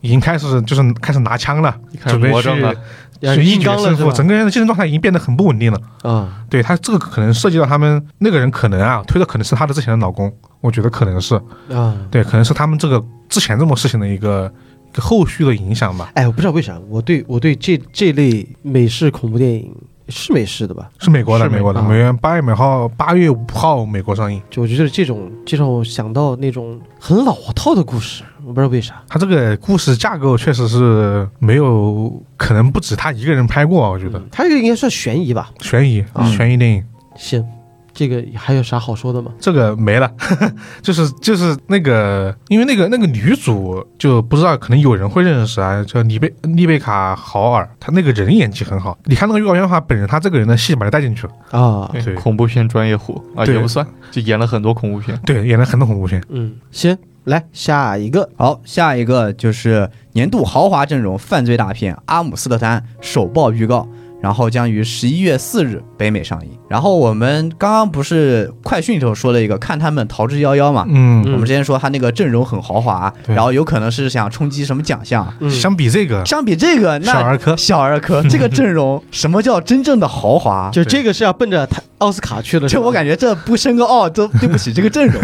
已经开始就是开始拿枪了，开始准备魔去怔了要去一硬决刚了胜是负，吧？整个人的精神状态已经变得很不稳定了。啊，对他这个可能涉及到他们那个人可能啊，推的可能是他的之前的老公，我觉得可能是啊对，可能是他们这个之前这么事情的一个一个后续的影响吧，哎，我不知道为啥，我对我对这这类美式恐怖电影是美式的吧？是美国的，是美美国的，国美元八月五号八月五号美国上映，就我觉得这种这种想到那种很老套的故事，我不知道为啥。他这个故事架构确实是没有，可能不止他一个人拍过啊，我觉得嗯它这个应该算悬疑吧？悬疑嗯悬疑电影行，这个还有啥好说的吗？这个没了， 就是就是那个，因为那个那个女主就不知道，可能有人会认识啊，叫丽贝丽贝卡豪尔，她那个人演技很好。你看那个预告片的话，本人她这个人的戏把她带进去了，啊，对恐怖片专业户啊，对也不算，就演了很多恐怖片。对，演了很多恐怖片。嗯，行，来下一个好，下一个就是年度豪华阵容犯罪大片《阿姆斯特丹》首曝预告，然后将于十一月四日北美上映。然后我们刚刚不是快讯里头说了一个看他们逃之夭夭嘛，嗯，我们之前说他那个阵容很豪华，啊对然后有可能是想冲击什么奖 项。嗯相比这个相比这个，那小儿科，小儿科这个阵容，什么叫真正的豪华？啊就这个是要奔着他奥斯卡去了，就我感觉这不申个奥 都对不起这个阵容。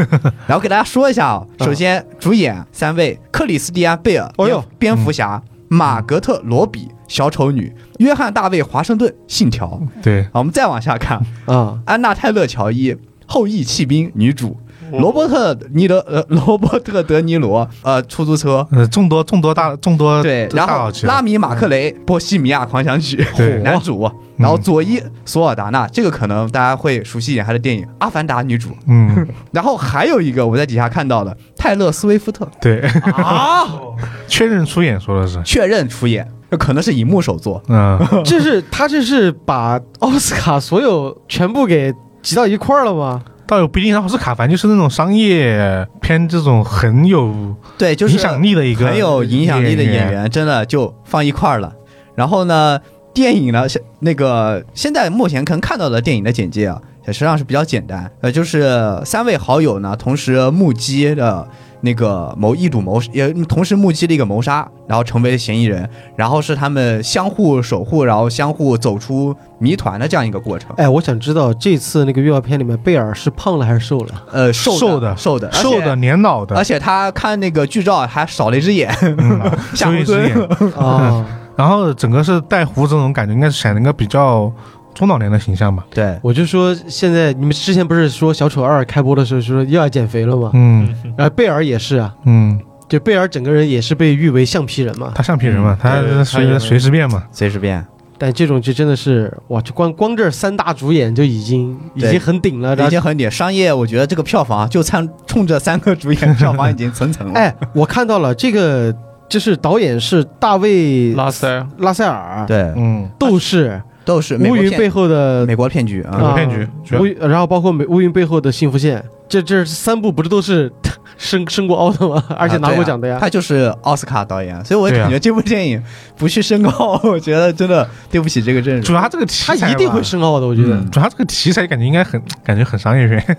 然后给大家说一下啊，嗯首先主演三位：克里斯蒂安·贝尔，哎呦蝙蝙嗯蝠侠；玛格特·罗比，小丑女；约翰·大卫·华盛顿，信条。对，好，我们再往下 看，觉 啊，安娜·泰勒·乔伊，后裔弃兵女主。罗伯特·尼德呃，罗伯特·德尼罗，呃，出租车，呃，众多众多大众多对，呃大然佬后级拉米·马克雷，波西米亚狂想曲对》嗯男主，然后佐伊·索尔达纳，这个可能大家会熟悉一点，他的电影《阿凡达》女主，嗯，然后还有一个我在底下看到的泰勒·斯威夫特对，啊， 确认出演说的是，确认出演，这可能是荧幕首作。嗯，这是他这是把奥斯卡所有全部给集到一块儿了吗？倒也不一定奥斯卡，反正就是那种商业片这种很有对，就是影响力的一个很有影响力的演员，员，真的就放一块儿了。然后呢，电影呢，是那个现在目前可能看到的电影的简介啊，实际上是比较简单，呃，就是三位好友呢同时目击了那个某一组谋，也同时目击了一个谋杀，然后成为嫌疑人，然后是他们相互守护，然后相互走出谜团的这样一个过程。哎，我想知道这次那个预告片里面贝尔是胖了还是瘦了？呃，瘦瘦的的瘦的而且哎瘦的年老的而，且他看那个剧照还少了一只 眼，嗯，下休回息蹲时间。啊，然后整个是带胡子那种感觉，应该是显得一个比较中老年的形象吧。对， 我就说现在你们之前不是说小丑二开播的时候说又要减肥了吗？嗯然后贝尔也是啊，嗯，就贝尔整个人也是被誉为橡皮人嘛。他橡皮人嘛，对他他也随是随时变嘛。随时变。但这种就真的是哇，就光光这三大主演就已经已对经很顶了。然已后经很点商业，我觉得这个票房啊就参冲着三个主演票房已经层层了。哎，我看到了这个，就是导演是大卫拉塞拉塞尔，对，嗯，斗士都是美乌国云骗背后的美国骗局美啊，国骗局啊主要乌云，然后包括美乌云背后的幸福线，这这三部不是都是 升升过奥的吗？而且拿过奖的呀。啊他就是奥斯卡导演，所以我对啊感觉这部电影不去申奥， 我觉得真的对不起这个阵 容。嗯主要他这个题他材吧一定会升奥的，我觉得。嗯主要他这个题材感觉应该很感觉很商业片。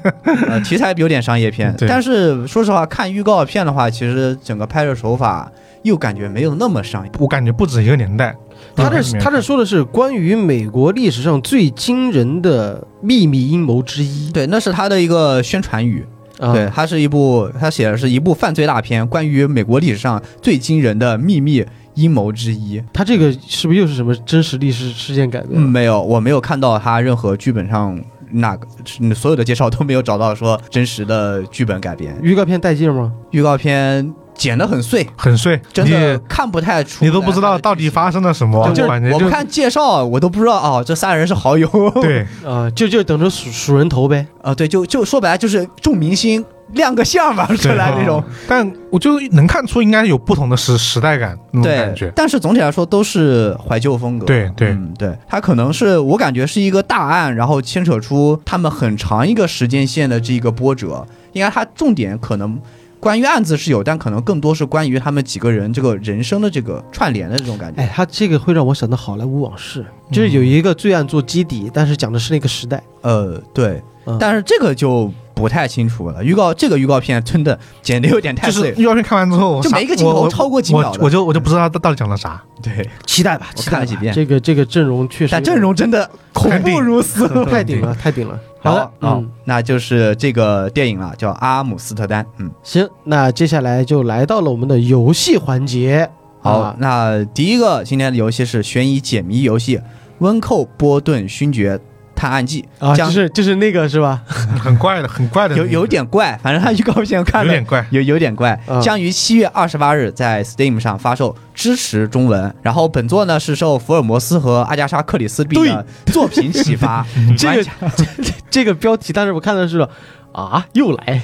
呃，题材有点商业片，嗯对但是说实话，看预告片的话，其实整个拍摄手法又感觉没有那么商业。我感觉不止一个年代。他这嗯他这说的是关于美国历史上最惊人的秘密阴谋之一。对，那是他的一个宣传语，嗯啊对，它是一部，它写的是一部犯罪大片，关于美国历史上最惊人的秘密阴谋之一。他这个是不是又是什么真实历史事件改编？嗯，没有，我没有看到它任何剧本上那个是所有的介绍都没有找到说真实的剧本改编。预告片带劲吗？预告片剪得很碎，很碎，真的你看不太出，你都不知道到底。发生了什么，就反正我就看介绍，我都不知道哦，这仨人是好友。 对，啊，就就等着数数人头呗。 啊，对，就就说白了就是众明星亮个相吧出来那种。但我就能看出应该有不同的时时代感那种感对觉，，但是总体来说都是怀旧风格。嗯对对嗯，对，它可能是我感觉是一个大案，然后牵扯出他们很长一个时间线的这个波折。应该它重点可能关于案子是有，但可能更多是关于他们几个人这个人生的这个串联的这种感觉。哎，他这个会让我想到好莱坞往事，就是嗯有一个罪案做基底，但是讲的是那个时代。呃，对嗯，但是这个就不太清楚了。预告这个预告片真的剪的有点太就是碎。预告片看完之后，我就啥每一个镜头我我超过几秒我的我就我就不知道他到底讲了啥。 对，期待吧，我期待吧看了几遍这个这个阵容确实，但阵容真的恐怖如斯。 太顶了，太顶了。好好的，，好嗯，，那就是这个电影了，叫《阿姆斯特丹》。嗯，行，那接下来就来到了我们的游戏环节。好啊，那第一个今天的游戏是悬疑解谜游戏《温寇波顿勋爵探案记啊，》，讲嗯就是就是那个是吧？很怪的，很怪的那有个，有点怪，反正他预告片看有了点怪。有有点怪嗯，将于七月二十八日在 Steam 上发售，支持中文。然后本作呢是受福尔摩斯和阿加莎·克里斯宾的作品启发，这玩个家这个标题，但是我看的是啊，又来，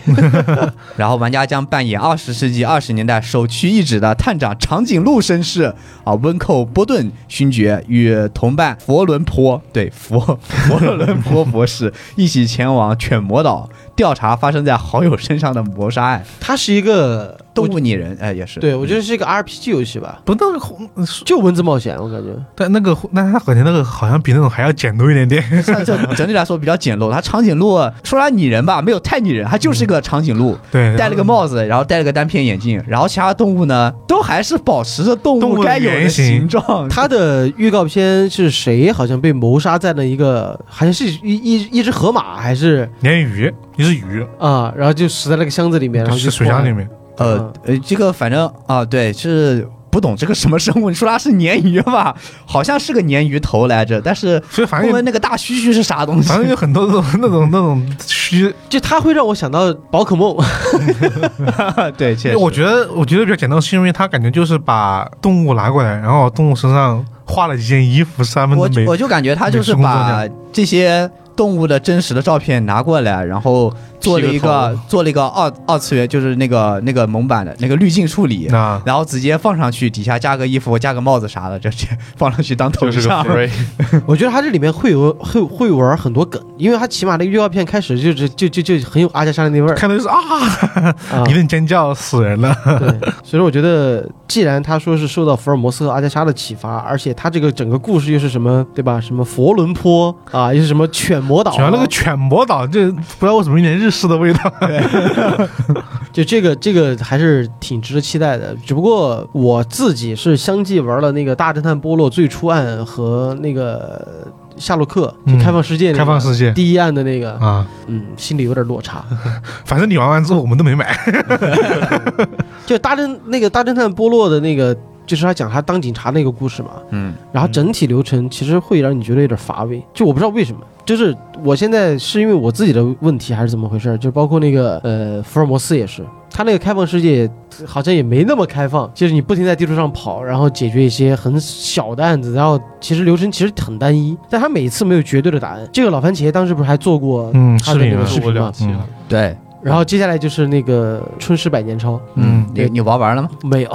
然后玩家将扮演二十世纪二十年代首屈一指的探长长颈鹿绅士啊，温寇波顿勋爵与同伴佛伦坡对佛佛伦坡博士一起前往犬魔岛调查发生在好友身上的谋杀案。它是一个动物拟人哎也是对，我觉得是一个 RPG 游戏吧，不，那个红，就文字冒险，我感觉。但那个那他感觉那个好像比那种还要简陋一点点。 算就整体来说比较简陋。它长颈鹿说它拟人吧，没有太拟人，它就是个长颈鹿。对，戴了个帽子，然后戴了个单片眼镜，然后其他动物呢，都还是保持着动动物物的该有的原型形状。它的预告片是谁好像被谋杀在了一个，好像是一一一只河马还是鲶鱼，一只鱼，啊，然后就死在那个箱子里面，然后就是水箱里面。呃嗯呃，这个反正啊，对，是不懂这个什么生物。你说它是鲶鱼吧？好像是个鲫鱼头来着，但是所以反后正有面那个大须须是啥东西反？正有很多那种 那种那种虚。就它会让我想到宝可梦， 对，确实，我觉得我觉得比较简单，是因为他感觉就是把动物拿过来，然后动物身上画了几件衣服，是他们我的美我就感觉它就是把这些动物的真实的照片拿过来，然后做了一个做了一个二二次元，就是那个那个蒙版的那个滤镜处理。啊。然后直接放上去，底下加个衣服、加个帽子啥的，这些放上去当头就是个 像。 free，我觉得它这里面会有会会玩很多梗，因为它起码那个预告片开始就是就就就很有阿加莎的那味儿看到就是啊，啊一。顿尖叫，死人了。对，所以说我觉得，既然他说是受到福尔摩斯和阿加莎的启发，而且他这个整个故事又是什么，对吧？什么佛伦坡啊，又是什么犬魔岛， 主要那个犬魔岛，这不知道为什么有点日式的味道。就这个这个还是挺值得期待的。只不过我自己是相继玩了那个《大侦探波洛最初案》和那个《夏洛克》嗯就开放世界、那个开放世界第一案的那个，啊，嗯，心里有点落差。反正你玩完之后我们都没买。就大侦那个大侦探波洛的那个，就是他讲他当警察那个故事嘛，嗯，然后整体流程其实会让你觉得有点乏味，就我不知道为什么。就是我现在是因为我自己的问题还是怎么回事儿？就包括那个呃福尔摩斯也是，他那个开放世界好像也没那么开放，就是你不停在地图上跑，然后解决一些很小的案子，然后其实流程其实很单一，但他每次没有绝对的答案。这个老番茄当时不是还做过嗯他的那个视视做过频两吗？期了，对，然后接下来就是那个春诗百年抄，嗯你你玩完了吗？没有，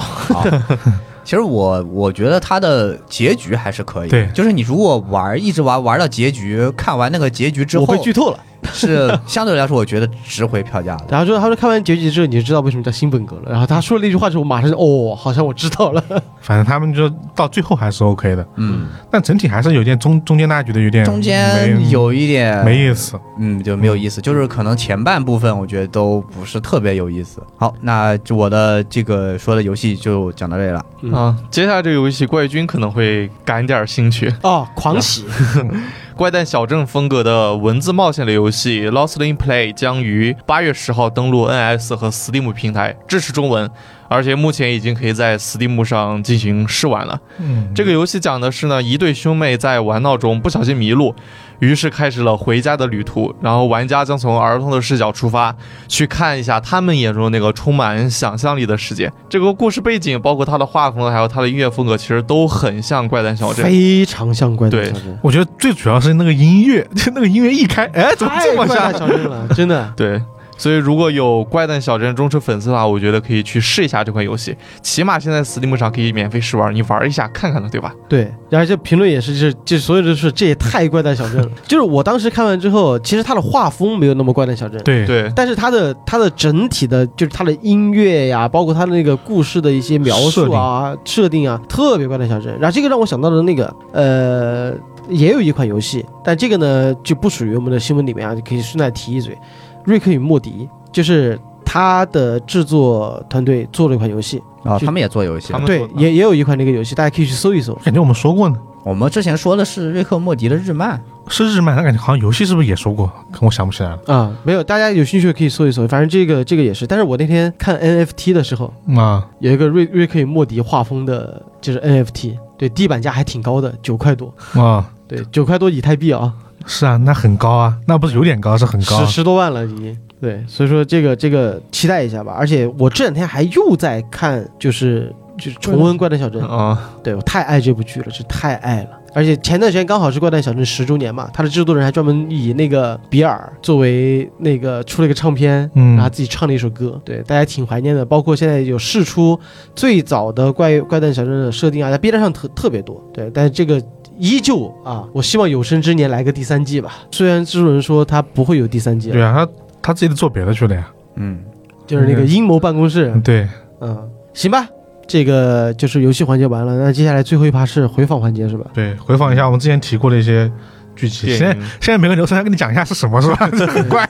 其实我我觉得它的结局还是可以，对就是你如果玩一直玩玩到结局，看完那个结局之我后被，剧 透了。是相对来说我觉得值回票价 的。然后就他说看完结局之后，你就知道为什么叫新本格了。然后他说了一句话之后，我马上就哦，好像我知道了。反正他们就到最后还是 OK 的，嗯，但整体还是有点中中间那局的有点中没间有一点没意思。嗯，就没有意思，就是可能前半部分我觉得都不是特别有意思。好，那就我的这个说的游戏就讲到这里了。嗯啊，接下来这个游戏怪君可能会感点儿兴趣。哦，狂喜， 怪诞小镇风格的文字冒险类游戏《Lost in Play》将于八月十号登陆 NS 和 Steam 平台，支持中文，而且目前已经可以在 Steam 上进行试玩了。嗯，这个游戏讲的是呢，一对兄妹在玩闹中不小心迷路，于是开始了回家的旅途。然后玩家将从儿童的视角出发，去看一下他们眼中那个充满想象力的世界。这个故事背景，包括它的画风，还有它的音乐风格，其实都很像《怪诞小镇》。非常像怪诞对小镇，我觉得最主要是那个音乐， 就那个音乐一开，哎，怎么这么太怪像诞？小镇了，真的。对，所以如果有《怪诞小镇》忠实粉丝的话，我觉得可以去试一下这款游戏，起码现在 Steam 上可以免费试玩，你玩一下看看的，对吧？对，而且评论也是，就是这所有都是这也太怪诞小镇了。就是我当时看完之后，其实它的画风没有那么怪诞小镇，对，对，但是它的它的整体的，就是它的音乐呀，包括它的那个故事的一些描述啊、设定啊，特别怪诞小镇。然后这个让我想到了那个呃，也有一款游戏，但这个呢就不属于我们的新闻里面啊，就可以顺带提一嘴，《瑞克与莫迪》就是。它的制作团队做了一款游戏，啊，就他们也做游戏他。们对做，的也也有一款那个游戏，大家可以去搜一搜。感觉我们说过呢，我们之前说的是瑞克莫迪的日漫，是日漫，但感觉好像游戏是不是也说过？可我想不起来了。啊、没有，大家有兴趣可以搜一搜，反正这个这个也是。但是我那天看 NFT 的时候，啊，有一个瑞瑞克与莫迪画风的，就是 NFT，对，地板价还挺高的，九块多，啊，对，九块多以太币啊，是啊，那很高啊，那不是有点高，是很高啊十。十多万了已经。对，所以说这个这个期待一下吧。而且我这两天还又在看，就是就是重温《怪诞小镇》啊、对我太爱这部剧了，是太爱了。而且前段时间刚好是《怪诞小镇》十周年嘛，他的制作人还专门以那个比尔作为那个出了一个唱片，嗯然后他自己唱了一首歌，对大家挺怀念的。包括现在有试出最早的怪怪诞小镇的设定啊，在 B 站上特特别多，对，但是这个。依旧啊，我希望有生之年来个第三季吧。虽然制作人说他不会有第三季了，对啊，他他自己都做别的去了呀。嗯，就是那个阴谋办公室，对，嗯，行吧，这个就是游戏环节完了。那接下来最后一趴是回访环节是吧？对，嗯回放一下我们之前提过的一些剧集，电现在影现在每个流程要跟你讲一下是什么，是 吧？这很怪，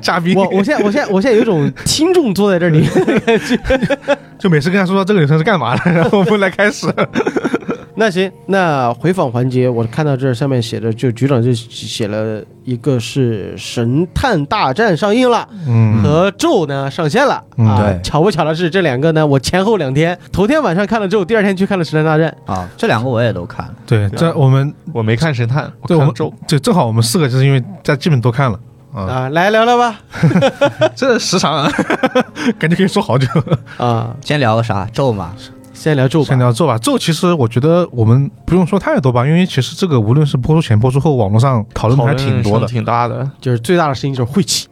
嘉宾我我现在我现在我现在有一种听众坐在这里。 就每次跟他说到这个流程是干嘛的， 然后我们来开始。 那行，那回访环节，我看到这儿上面写的，就局长就写了一个是《神探大战》上映了，嗯和《咒》呢上线了、嗯啊对。巧不巧的是，这两个呢，我前后两天，头天晚上看了《咒》，第二天去看了《神探大战啊，这两个我也都看了。对，这我们我没看神探，我对我看们咒。对正好我们四个就是因为在基本都看了》啊，啊，来聊聊吧。 这时长啊 感觉可以说好久。啊，先聊个啥？咒嘛，先聊《咒》嗯先吧。聊咒吧，咒其实我觉得我们不用说太多吧，因为其实这个无论是播出前播出后，网络上讨论的还挺多的。挺大的，就是最大的声音就是晦气，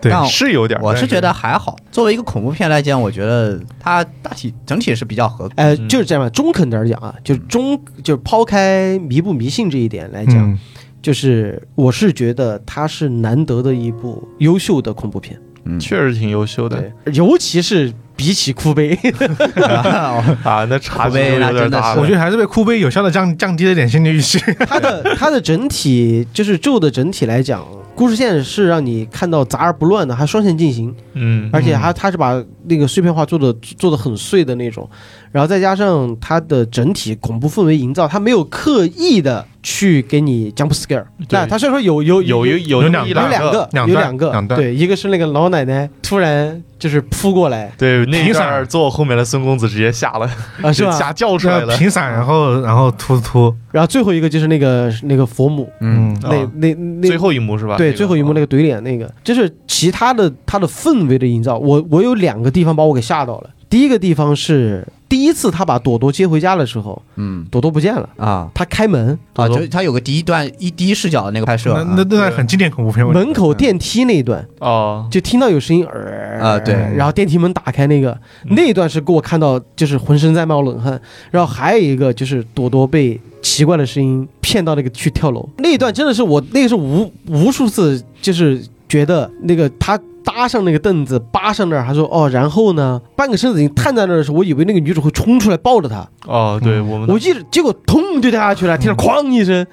对但是有点儿。哦我是但觉得还好。作为一个恐怖片来讲，我觉得它大体整体是比较合格。呃，嗯就是这样吧，中肯点儿讲啊，就是中，就是抛开迷不迷信这一点来讲，嗯，就是我是觉得它是难得的一部优秀的恐怖片，嗯，确实挺优秀的，尤其是比起哭悲， 哦啊，那差距口碑有那点真的大是了。我觉得还是被哭悲有效的降降低了一点心理预期。 它的它的整体就是咒的整体来讲，故事线是让你看到杂而不乱的，还双线进行，嗯，而且还它是把那个碎片化做的做的很碎的那种，然后再加上它的整体恐怖氛围营造，它没有刻意的去给你 jump scare，但它虽然说有有嗯有有有有那么一有两个，个，两段有两个两，段对，一个是那个老奶奶突然就是扑过来对，那一凭啥段儿坐我后面的孙公子直接吓了， 啊，是吧？吓叫出来了。平散， 然后然后突突，然后最后一个就是那个那个佛母，嗯，啊那那那最后一幕是吧？对那个最后一幕那个怼脸那个，就是其他的它的氛围的营造，我我有两个地方把我给吓到了。第一个地方是第一次他把朵朵接回家的时候，嗯朵朵不见了，啊他开门啊，就它有个第一段一第一视角的那个拍摄那啊，那那段很经典恐怖片。我觉得门口电梯那一段哦，就听到有声音，呃啊对然后电梯门打开那个嗯那一段是给我看到就是浑身在冒冷汗，然后还有一个就是朵朵被奇怪的声音骗到那个去跳楼那一段真的是我那个是无无数次就是觉得那个他。搭上那个凳子，扒上那儿，他说：“哦，然后呢？”半个身子已经探在那儿的时候，我以为那个女主会冲出来抱着他，哦，对我们嗯我一直结果咚就掉下去了，听着嗯哐一声，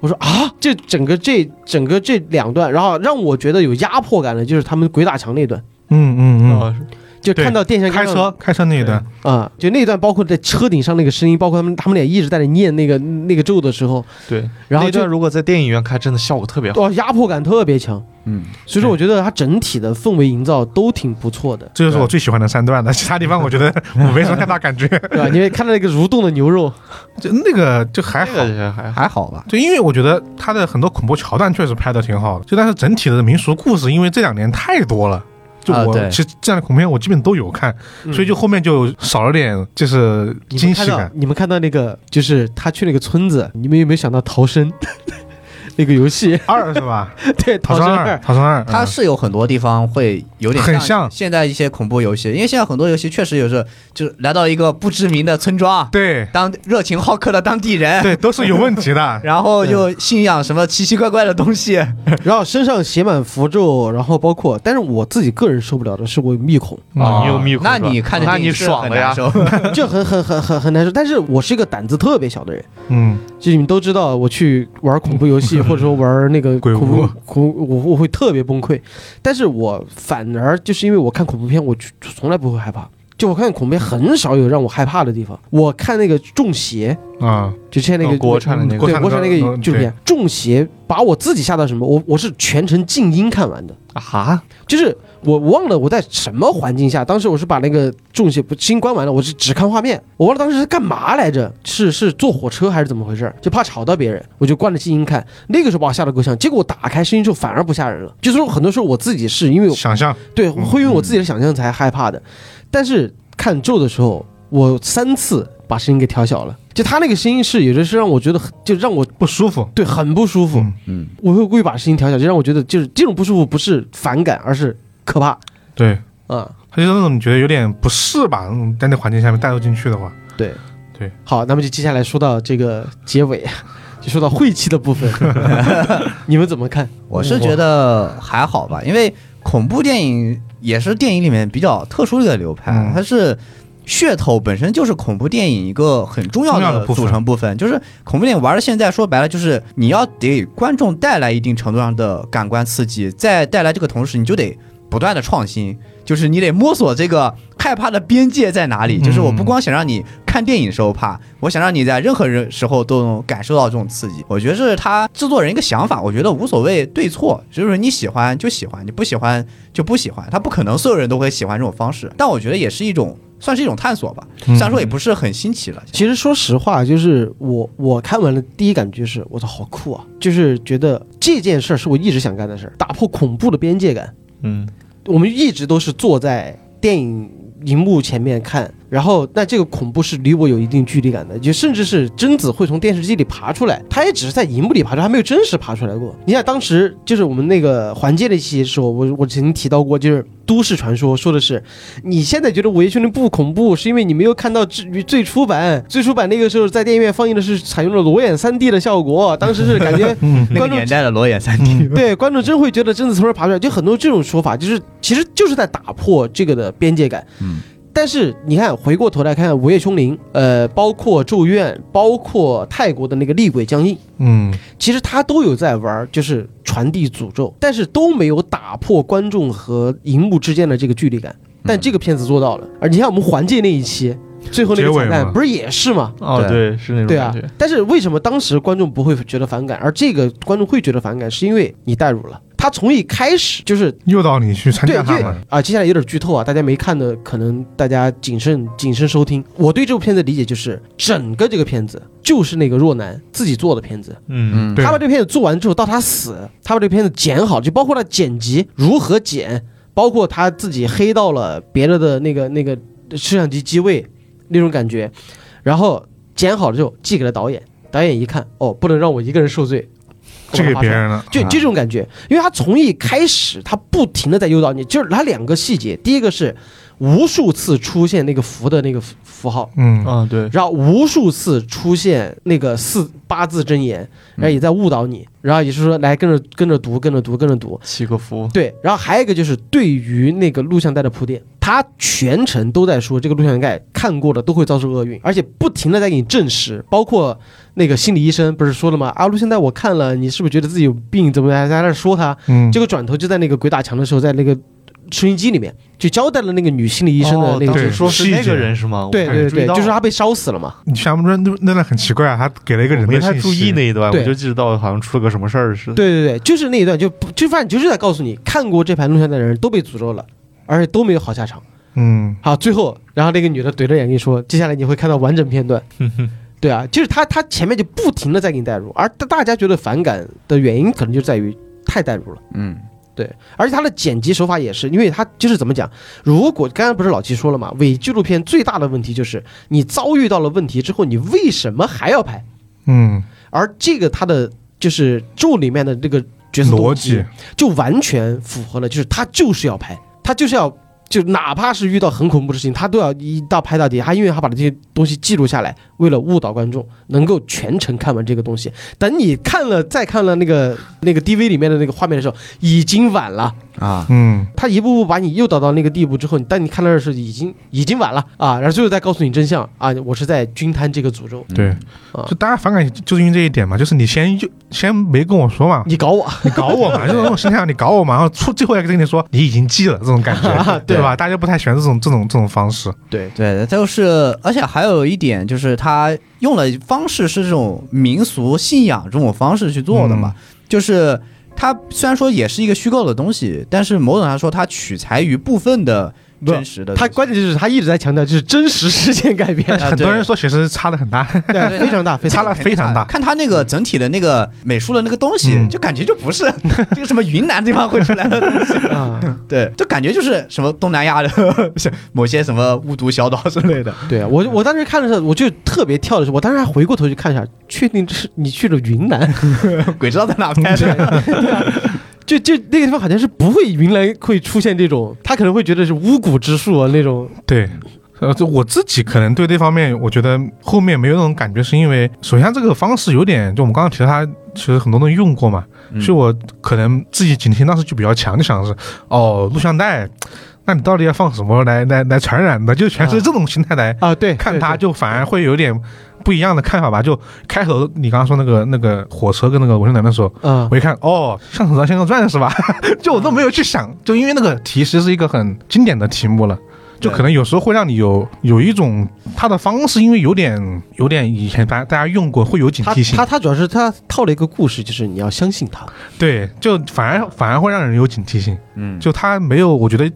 我说啊，这整个这整个这两段，然后让我觉得有压迫感的就是他们鬼打墙那段，嗯嗯嗯，哦就对看到电线杆开上车开车那一段，啊、就那一段，包括在车顶上那个声音，包括他们他们俩一直在那念那个那个咒的时候，对，然后那就段如果在电影院看，真的效果特别好。哇压迫感特别强。嗯，所以说我觉得它整体的氛围营造都挺不错的，这就是我最喜欢的三段了。其他地方我觉得我没什么太大感觉， 对吧？你会看到那个蠕动的牛肉，就那个就还这好个。也还好。还好吧。对，因为我觉得他的很多恐怖桥段确实拍的挺好的，就但是整体的民俗故事，因为这两年太多了。就啊我、对其实这样的恐怖片我基本都有看，所以就后面就少了点就是嗯你惊们看喜到感。你们看到那个就是他去那个村子，你们有没有想到逃生 那个游戏？二是 吧？对，逃逃生生二，二。逃生二，它嗯是有很多地方会有点很像像现在一些恐怖游戏，因为现在很多游戏确实有时候就是来到一个不知名的村庄，对当热情好客的当地人，对，都是有问 题的。然后又信仰什么奇奇怪怪的东西，然后身上写满符咒，然后包括，但是我自己个人受不了的是我有密恐，嗯啊，你有密恐那是吧，你看着那电你影是爽很了呀难！受就很很很很很难受。但是我是一个胆子特别小的人，嗯，就你们都知道，我去玩恐怖游戏或者说玩那 个鬼屋恐怖恐，我我会特别崩溃。但是我反而就是因为我看恐怖片，我就从来不会害怕。就我看恐怖片很少有让我害怕的地方。我看那个《中邪啊，》，就现在那个、哦国产的那哦个国对产国产那个嗯就是对片《中邪》，把我自己吓到什么？我我是全程静音看完的。啊，就是我忘了我在什么环境下，当时我是把那个重邪不新关完了，我是只看画面，我忘了当时是干嘛来着，是是坐火车还是怎么回事？就怕吵到别人，我就关了静音看。那个时候把我吓得够呛，结果我打开声音之后反而不吓人了。就是说很多时候我自己是因为我想象对会用我自己的想象才害怕的，但是看咒的时候，我三次把声音给调小了。就他那个声音是，有的是让我觉得很，就让我不舒服。对很不舒服。嗯嗯，我会故意把声音调小，就让我觉得就是这种不舒服不是反感，而是可怕对，啊。他就是那种你觉得有点不适吧，那种在那环境下面带入进去的话，对对，好，那么就接下来说到这个结尾，就说到晦气的部分， 你们怎么看？我是觉得还好吧，因为恐怖电影也是电影里面比较特殊的一个流派，嗯它是噱头本身就是恐怖电影一个很重要重要的的部分组成部分。就是恐怖电影玩到现在，说白了就是你要给观众带来一定程度上的感官刺激，在带来这个同时，你就得不断的创新。就是你得摸索这个害怕的边界在哪里。嗯就是我不光想让你看电影时候怕，我想让你在任何人时候都能感受到这种刺激。我觉得这是他制作人一个想法，我觉得无所谓对错，就是你喜欢就喜欢，你不喜欢就不喜欢。他不可能所有人都会喜欢这种方式，但我觉得也是一种算是一种探索吧。嗯虽然说也不是很新奇了，其实说实话，就是我我看完了第一感觉是，我操，好酷啊！就是觉得这件事儿是我一直想干的事儿，打破恐怖的边界感。嗯，我们一直都是坐在电影荧幕前面看，然后那这个恐怖是离我有一定距离感的，就甚至是贞子会从电视机里爬出来，她也只是在荧幕里爬出来，还没有真实爬出来过。你想当时就是我们那个环界的一期时候，我我曾经提到过，就是都市传说说的是，你现在觉得《午夜凶铃》不恐怖，是因为你没有看到至于最初版，最初版那个时候在电影院放映的是采用了裸眼3 D 的效果，当时是感觉嗯那嗯个观众嗯年代的裸眼三 D， 对，观众真会觉得贞子从这儿爬出来，就很多这种说法，就是其实就是在打破这个的边界感。嗯。但是你看，回过头来看《午夜凶铃》，呃，包括《咒怨》，包括泰国的那个《厉鬼僵硬》，嗯，其实它都有在玩，就是传递诅咒，但是都没有打破观众和荧幕之间的这个距离感。但嗯这个片子做到了，而你看我们环界那一期，最后那结个尾彩嘛蛋不是也是吗？哦，对，是那种对感啊觉。，但是为什么当时观众不会觉得反感，而这个观众会觉得反感，是因为你代入了。他从一开始就是诱导你去参对，加因他为们，啊，接下来有点剧透啊，大家没看的可能大家谨慎谨慎收听。我对这部片子的理解就是，整个这个片子就是那个若男自己做的片子，嗯，对他把这片子做完之后，到他死，他把这片子剪好，就包括他剪辑如何剪，包括他自己黑到了别的的那个那个摄像机机位那种感觉，然后剪好了之后寄给了导演，导演一看，哦，不能让我一个人受罪，这给别人啊了，就就这种感觉，因为他从一开始他不停的在诱导你，就是他两个细节，第一个是无数次出现那个符的那个符符号，嗯，啊，对，然后无数次出现那个四八字真言，嗯然后也在误导你，然后也是说来跟着跟着读，跟着读，跟着读。七个符，对，然后还有一个就是对于那个录像带的铺垫，他全程都在说这个录像带看过的都会遭受厄运，而且不停的在给你证实，包括那个心理医生不是说了吗？啊，录像带我看了，你是不是觉得自己有病？怎么还在那儿说他？嗯，结果转头就在那个鬼打墙的时候，在那个收音机里面，就交代了那个女心理医医生的那个对故哦当事。时说细是那节个人是吗？对对对，就是他他被烧死了嘛。你想不说那那段很奇怪啊，他给了一个人的没太信注息意那一段，对我就记得到好像出了个什么事儿似的。对对对，就是那一段，就不就反正就是在告诉你，看过这盘录像带的人都被诅咒了，而且都没有好下场。嗯，好，最后，然后那个女的怼着眼跟你说，接下来你会看到完整片段。对啊，就是他他前面就不停的在给你带入，而大大家觉得反感的原因，可能就在于太带入了。嗯，对，而且他的剪辑手法也是，因为他就是怎么讲，如果刚刚不是老七说了嘛，伪纪录片最大的问题就是你遭遇到了问题之后，你为什么还要拍？嗯，而这个他的就是咒里面的这个角色逻动辑机，就完全符合了，就是他就是要拍，他就是要就哪怕是遇到很恐怖的事情，他都要一到拍到底，他因为他把这些东西记录下来，为了误导观众能够全程看完这个东西。等你看了再看了那个那个 DV 里面的那个画面的时候，已经晚了。啊，嗯，他一步步把你诱导到那个地步之后，你当你看到的时候，已经已经晚了啊，然后最后再告诉你真相啊，我是在均摊这个诅咒，对，嗯啊就大家反感就是因为这一点嘛，就是你先就先没跟我 说嘛，你搞我，你搞我嘛，就是那种心态，你搞我嘛，然后出最后一个跟你说你已经记了这种 感觉，对吧？大家不太喜欢这种这种这种方式，对对，就是，而且还有一点就是，他用了方式是这种民俗信仰这种方式去做的嗯嘛，就是它虽然说也是一个虚构的东西，但是某种来说，它取材于部分的不真实的东西。他关键就是他一直在强调就是真实事件改 编，啊很多人说其实差的很大，对非常大，非差常大。了非常大。看他那个整体的那个美术的那个东西，嗯就感觉就不是 这个什么云南地方会出来的东西， 啊，对，就感觉就是什么东南亚的 是某些什么巫毒小岛之类的。 对啊，我我当时看的时候，我就特别跳的是，我当时还回过头去看一下，确定这是你去了云南，鬼知道在哪拍的。就就那个地方好像是不会云南会出现这种，他可能会觉得是巫蛊之术啊那种，对，呃，这我自己可能对这方面，我觉得后面没有那种感觉，是因为首先它这个方式有点，就我们刚刚提到它，其实很多人用过嘛，嗯所以我可能自己警惕当时就比较强，就想的是哦，录像带，那你到底要放什么来来来传染的？就全是这种心态来啊，嗯对，看对它，对就反而会有点不一样的看法吧。就开头你刚刚说那个那个火车跟那个文秀男的时候，啊我一看，哦，像手上像个钻是吧？ 就我都没有去啊想，就因为那个题其实是一个很经典的题目了。就可能有时候会让你有有一种它的方式，因为有点有点以前大家大家用过，会有警他惕性他。他主要是他套了一个故事，就是你要相信他。对，就反而反而会让人有警惕性。嗯，就它没有，我觉得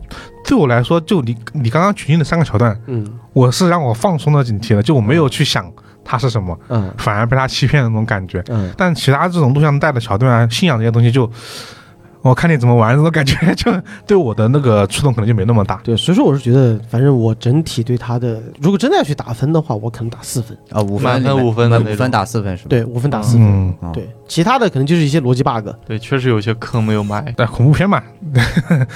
对我来说，就你你刚刚举例的三个桥段，嗯我是让我放松的警惕了，就我没有去想它是什么，嗯反而被它欺骗的那种感觉。嗯，但其他这种录像带的桥段啊、信仰这些东西就，我看你怎么玩，这种感觉 就对我的那个触动可能就没那么大。对，所以说我是觉得，反正我整体对他的，如果真的要去打分的话，我可能打四分，啊，五满分里分面五分的那五分种打四分是吧？对，五分打四分。嗯，啊，对，其他的可能就是一些逻辑 bug，对，确实有些坑没有埋。但恐怖片 嘛，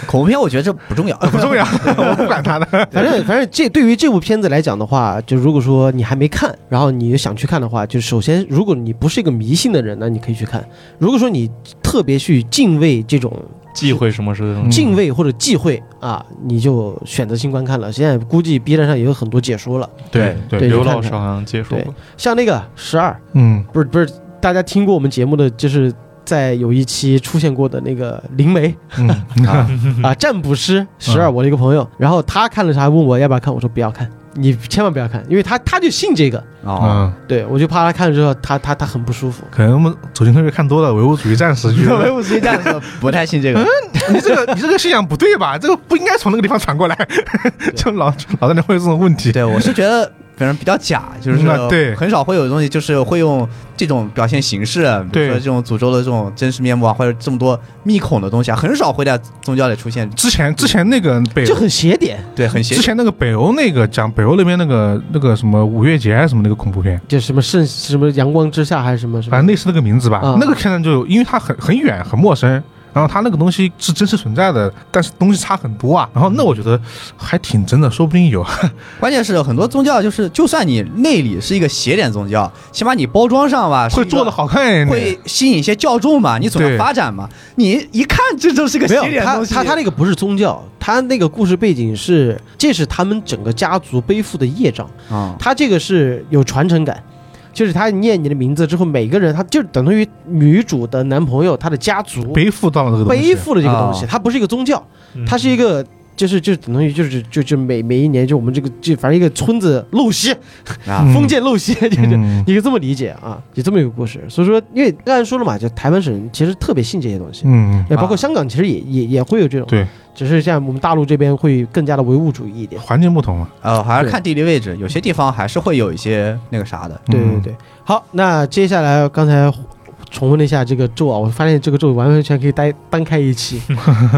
恐怖片我觉得这 不重要，不重要， 我不管它的。反正反正这对于这部片子来讲的话，就如果说你还没看，然后你想去看的话，就首先如果你不是一个迷信的人，那你可以去看；如果说你特别去敬畏这种忌讳什么事情？嗯敬畏或者忌讳啊，你就选择性观看了。现在估计 B 站上也有很多解说了，对对刘去看老师看好像接受对过，像那个十二，嗯，不是不是，大家听过我们节目的，就是在有一期出现过的那个灵媒 嗯啊啊，占卜师十二，我的一个朋友，然后他看了啥，还问我要不要看，我说不要看，你千万不要看，因为他他就信这个， 啊 哦，嗯，对我就怕他看了之后，他他他很不舒服。可能我们走进科学看多了，唯物主义战士就觉得唯物主义战士不太信这嗯个， 你这个你这个信仰不对吧？这个不应该从那个地方传过来， 就老老在那会有这种问题。对我是觉得。反正比较假，就是那对很少会有东西，就是会用这种表现形式，比对如说这种诅咒的这种真实面目啊，或者这么多密孔的东西啊，很少会在宗教里出现。之前之前那个北就很邪点，对，很邪之前那个北欧那个讲北欧那边那个那个什么五月节还是啊什么那个恐怖片，就什么圣什么阳光之下还是什么什反么正类似那个名字吧。啊嗯那个片段就因为它很很远很陌生，然后它那个东西是真实存在的，但是东西差很多啊。然后那我觉得还挺真的，说不定有。关键是很多宗教就是，就算你内里是一个邪典宗教，起码你包装上吧，是一会个做的好看一点。会吸引一些教众嘛，你总要对发展嘛。你一看这就是个没有邪，典他东西，他他那个不是宗教，他那个故事背景是，这是他们整个家族背负的业障，啊他这个是有传承感。就是他念你的名字之后，每个人他就等同于女主的男朋友，他的家族背负到了这个东背西负了这个东西，啊它不是一个宗教，嗯它是一个。就是就等于就是就就每每一年就我们这个就反正一个村子陋习啊封建陋习，就就嗯你可以这么理解啊，有这么一个故事。所以说，因为刚才说了嘛，就台湾省其实特别信这些东西，嗯，也包括啊香港其实也也也会有这种，对，只是像我们大陆这边会更加的唯物主义一点。环境不同嘛，呃，还是看地理位置，有些地方还是会有一些那个啥的。对对嗯对，好，那接下来刚才重温了一下这个咒啊，我发现这个咒完完全可以单单开一 期，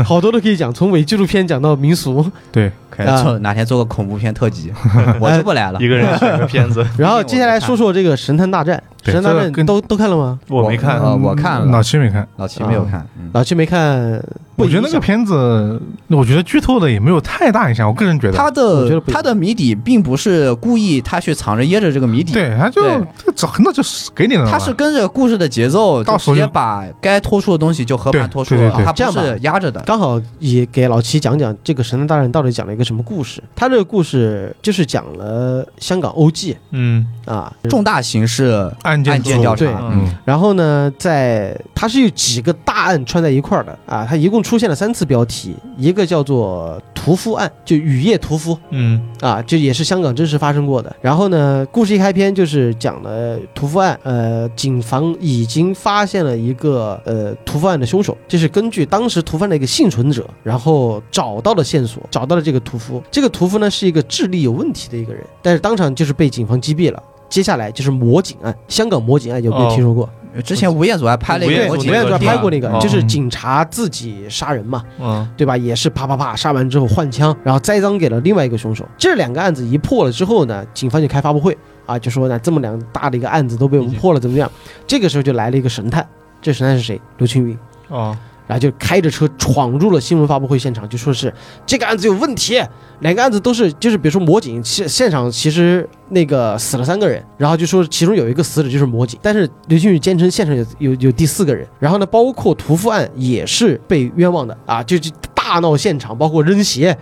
好多都可以讲，从伪纪录片讲到民俗，对，可以啊做哪天做个恐怖片特 辑，我就不来了一。个人选个片子，然后接下来说说这个《神探大战》，《对神探大这战个》跟都都看了吗？ 我没看，呃我看了老七没看。老齐没有看，嗯老七没看，不我觉得影那响个片子，我觉得剧透的也没有太大影响。我个人觉得，他我觉得的不一样他的谜底并不是故意他去藏着掖着这个谜底，对，他就对这早那就是给你的了嘛。他是跟着故事的节奏，到就时候直接就把该脱出的东西就和盘对托出对了对对，他这不样吧是压着的。刚好也给老七讲讲这个《神探大战》到底讲了一个什么故事。他这个故事就是讲了香港欧记嗯，啊，重大刑事案件案件调调对查，嗯，然后呢，在它是有几个大案串在一块儿的啊，它一共出现了三次标题，一个叫做屠夫案，就雨夜屠夫嗯啊，这也是香港真实发生过的。然后呢，故事一开篇就是讲了屠夫案，呃，警方已经发现了一个呃屠夫案的凶手，这是根据当时屠夫案的一个幸存者，然后找到了线索，找到了这个屠夫。这个屠夫呢是一个智力有问题的一个人，但是当场就是被警方击毙了。接下来就是魔警案，香港魔警案有没有听说过？之前吴彦祖还拍了一对个对，我我国记际前得段是拍过那吧个哦，就是警察自己杀人嘛，嗯对吧？也是啪啪啪杀完之后换枪，然后栽赃给了另外一个凶手。这两个案子一破了之后呢，警方就开发布会啊，就说呢这么两大的一个案子都被我们破了，怎么样？这个时候就来了一个神探，这神探是谁？刘青云。哦，然后就开着车闯入了新闻发布会现场，就说是这个案子有问题，两个案子都是就是比如说魔警现现场其实那个死了三个人，然后就说其中有一个死者就是魔警，但是刘青宇坚称现场有有有第四个人，然后呢包括屠夫案也是被冤枉的啊，就就大闹现场，包括扔鞋、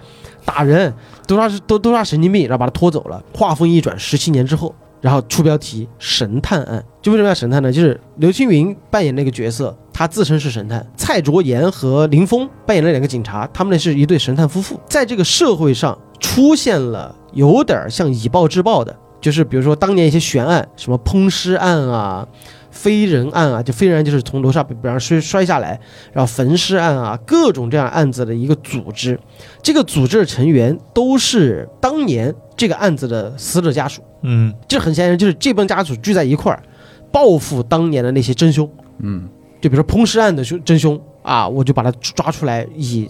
打人，都杀都都杀神经病，然后把他拖走了。话锋一转，十七年之后。然后出标题“神探案”，就为什么叫神探呢？就是刘青云扮演那个角色，他自称是神探；蔡卓妍和林峰扮演了两个警察，他们那是一对神探夫妇。在这个社会上出现了有点像以暴制暴的，就是比如说当年一些悬案，什么烹尸案啊、飞人案啊，就飞人案就是从楼上比方摔摔下来，然后焚尸案啊，各种这样案子的一个组织。这个组织的成员都是当年这个案子的死者家属。嗯这很显然就是这帮家属聚在一块儿，报复当年的那些真凶。嗯，就比如说烹尸案的凶真凶啊，我就把他抓出来，以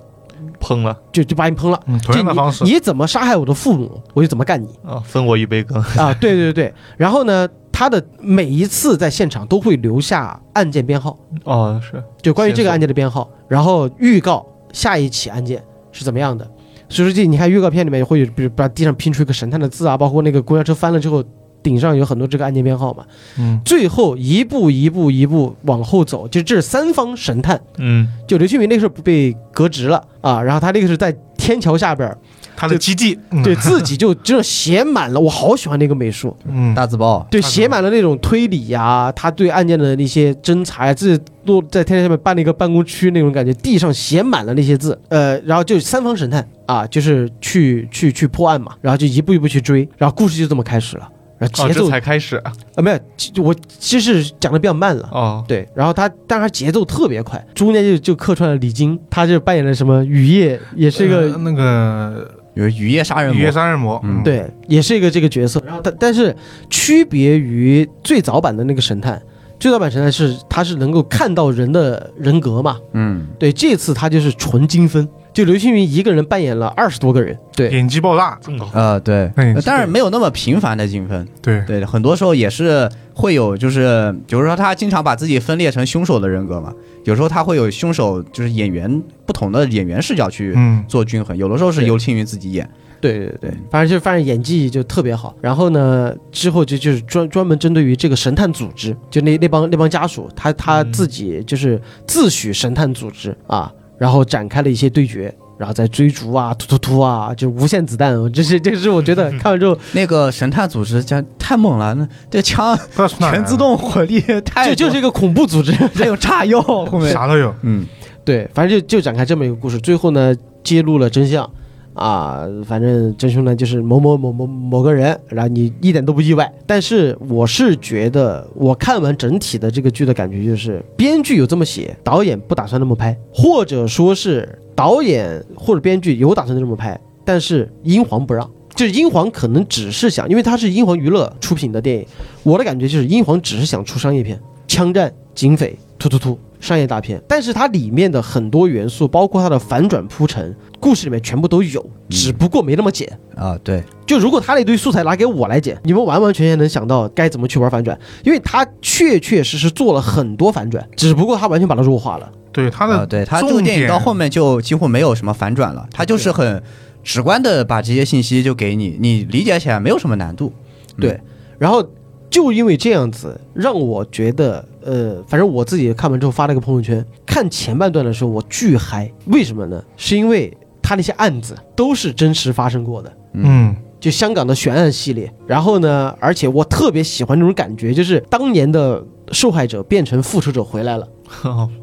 烹了就就把你烹了。嗯，同样的就你方式，你怎么杀害我的父母，我就怎么干你 啊，分我一杯羹，啊！对对对，然后呢，他的每一次在现场都会留下案件编号，哦是，就关于这线个索案件的编号，然后预告下一起案件是怎么样的。所以说，这你看预告片里面会有，比如把地上拼出一个神探的字啊，包括那个公交车翻了之后，顶上有很多这个案件编号嘛。嗯，最后一步一步一步往后走，就这是三方神探。嗯就刘青云那个时候不被革职了啊，然后他那个是在天桥下边儿，他的基地，嗯对，自己就真的写满了，我好喜欢那个美术，嗯，大字报，对，太棒写满了那种推理呀、他对案件的那些侦查呀、自己落在天台下面办了一个办公区那种感觉，地上写满了那些字，呃，然后就三方神探啊，就是去去去破案嘛，然后就一步一步去追，然后故事就这么开始了，然后哦节奏这才开始啊没有，其我其实讲的比较慢了。哦，对，然后他，但是他节奏特别快，中间就就客串了李菁，他就扮演了什么雨夜，也是一个、呃那个有雨夜杀人雨夜魔，杀人魔，嗯对，也是一个这个角色。然后但但是区别于最早版的那个神探，最早版神探是他是能够看到人的人格嘛，嗯，对，这次他就是纯精分，就刘青云一个人扮演了二十多个人，对，演技爆炸，这么高，呃，对那你，但是没有那么频繁的精分，对，对，很多时候也是会有，就是比如说他经常把自己分裂成凶手的人格嘛，有时候他会有凶手就是演员不同的演员视角去嗯，做均衡，有的时候是尤庆云自己演，对对对，反正就反正演技就特别好。然后呢，之后就就是专专门针对于这个神探组织，就那那帮那帮家属，他他嗯自己就是自诩神探组织啊，然后展开了一些对决。然后再追逐啊，突突突啊，就无限子弹，这是这是我觉得看完之后那个神探组织家太猛了，那这枪不知道从哪儿来全的自，动火力太就 就是一个恐怖组织，还有炸药后面，啥都有。嗯，对，反正就就展开这么一个故事，最后呢揭露了真相啊，反正真凶呢就是某某某某某个人，然后你一点都不意外。但是我是觉得，我看完整体的这个剧的感觉就是，编剧有这么写，导演不打算那么拍，或者说是导演或者编剧有打算这么拍，但是英皇不让。就是英皇可能只是想，因为它是英皇娱乐出品的电影，我的感觉就是英皇只是想出商业片，枪战、警匪、突突突商业大片，但是它里面的很多元素，包括它的反转铺陈，故事里面全部都有，只不过没那么剪。啊，对，就如果他那堆素材拿给我来剪，你们完完全全能想到该怎么去玩反转，因为他确确实实做了很多反转，只不过他完全把它弱化了。对他啊，的对，他这个重电影点到后面就几乎没有什么反转了，他就是很直观的把这些信息就给你，你理解起来没有什么难度。对，嗯然后就因为这样子，让我觉得，呃，反正我自己看完之后发了个朋友圈，看前半段的时候我巨嗨，为什么呢？是因为他那些案子都是真实发生过的。嗯，就香港的悬案系列。然后呢，而且我特别喜欢这种感觉，就是当年的受害者变成复仇者回来了，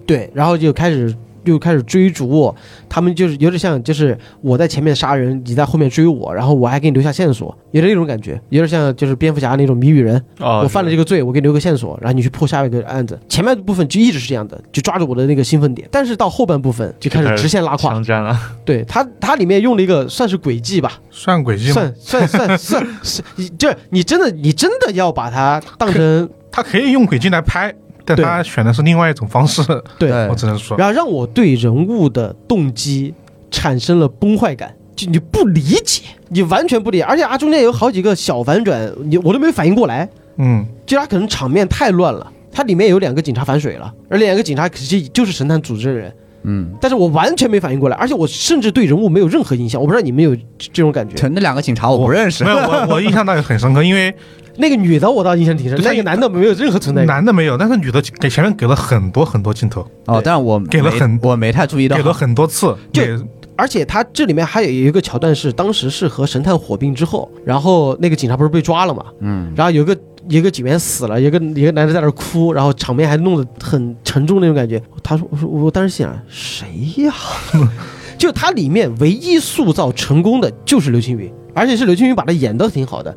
对，然后就开始。又开始追逐我，他们就是有点像，就是我在前面杀人，你在后面追我，然后我还给你留下线索，有点那种感觉，有点像就是蝙蝠侠那种谜语人，啊，我犯哦了这个，个罪，我给你留个线索，然后你去破下一个案子。前面部分就一直是这样的，就抓住我的那个兴奋点，但是到后半部分就开始直线拉胯。枪战了，对它，它里面用了一个算是轨迹吧，算轨迹吗？算算算算 是，你就是你真的你真的要把它当成他可以用轨迹来拍，但对他选的是另外一种方式，对，对我只能说，然后让我对人物的动机产生了崩坏感，就你不理解，你完全不理解，而且啊中间有好几个小反转，你我都没反应过来，嗯，就它可能场面太乱了。它里面有两个警察反水了，而两个警察其实就是神探组织的人，嗯，但是我完全没反应过来，而且我甚至对人物没有任何印象，我不知道你们有这种感觉。那两个警察我不认识没，有我我印象倒也很深刻，因为那个女的我倒印象挺深，对那个男的没有任何存在感。男的没有，但是女的给前面给了很多很多镜头，哦，但是我给了没很我没太注意到给，了很多次，就也而且他这里面还有一个桥段是，当时是和神探火并之后，然后那个警察不是被抓了嘛，嗯，然后有一个有一个警员死了，有一个有一个男的在那儿哭，然后场面还弄得很沉重那种感觉。他说：“我说我当时想，谁呀？” 就他里面唯一塑造成功的就是刘青云，而且是刘青云把他演得挺好的。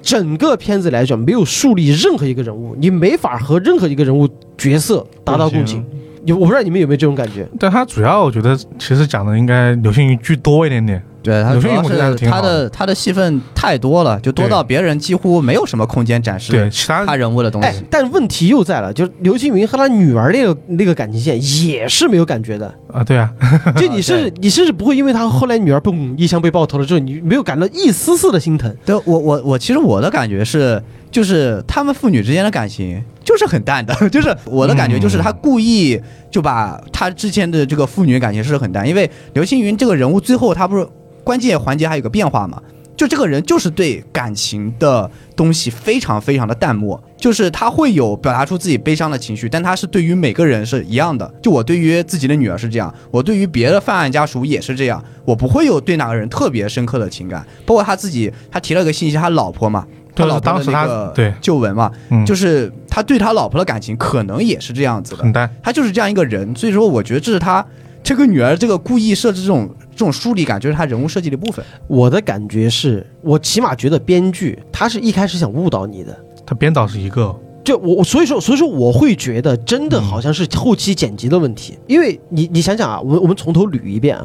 整个片子来讲，没有树立任何一个人物，你没法和任何一个人物角色达到共情。有我不知道你们有没有这种感觉？但他主要我觉得其实讲的应该流星雨居多一点点，对他有主些要我觉得还是是挺好他的他的戏份太多了，就多对到别人几乎没有什么空间展对，示其他他人物的东哎西。，但问题又在了，就是刘青云和他女儿那个那个感情线也是没有感觉 的，啊对啊，就你甚至你甚至不会因为他后来女儿嘣一枪被爆头了之后，你没有感到一丝丝的心疼。对，我我我其实我的感觉是，就是他们父女之间的感情就是很淡的， 就是我的感觉就是他故意就把他之前的这个父女感情是很淡，因为刘青云这个人物最后他不是关键环节还有个变化嘛，就这个人就是对感情的东西非常非常的淡漠，就是他会有表达出自己悲伤的情绪，但他是对于每个人是一样的。就我对于自己的女儿是这样，我对于别的犯案家属也是这样，我不会有对哪个人特别深刻的情感。包括他自己，他提了个信息，他老婆嘛，他对老婆当的时那他对个旧闻嘛，嗯，就是他对他老婆的感情可能也是这样子的。很淡，他就是这样一个人，所以说我觉得这是他这个女儿这个故意设置这种这种疏离感，就是他人物设计的一部分。我的感觉是我起码觉得编剧他是一开始想误导你的，他编导是一个，就我我所以说所以说我会觉得真的好像是后期剪辑的问题，因为你你想想啊，我们我们从头捋一遍啊，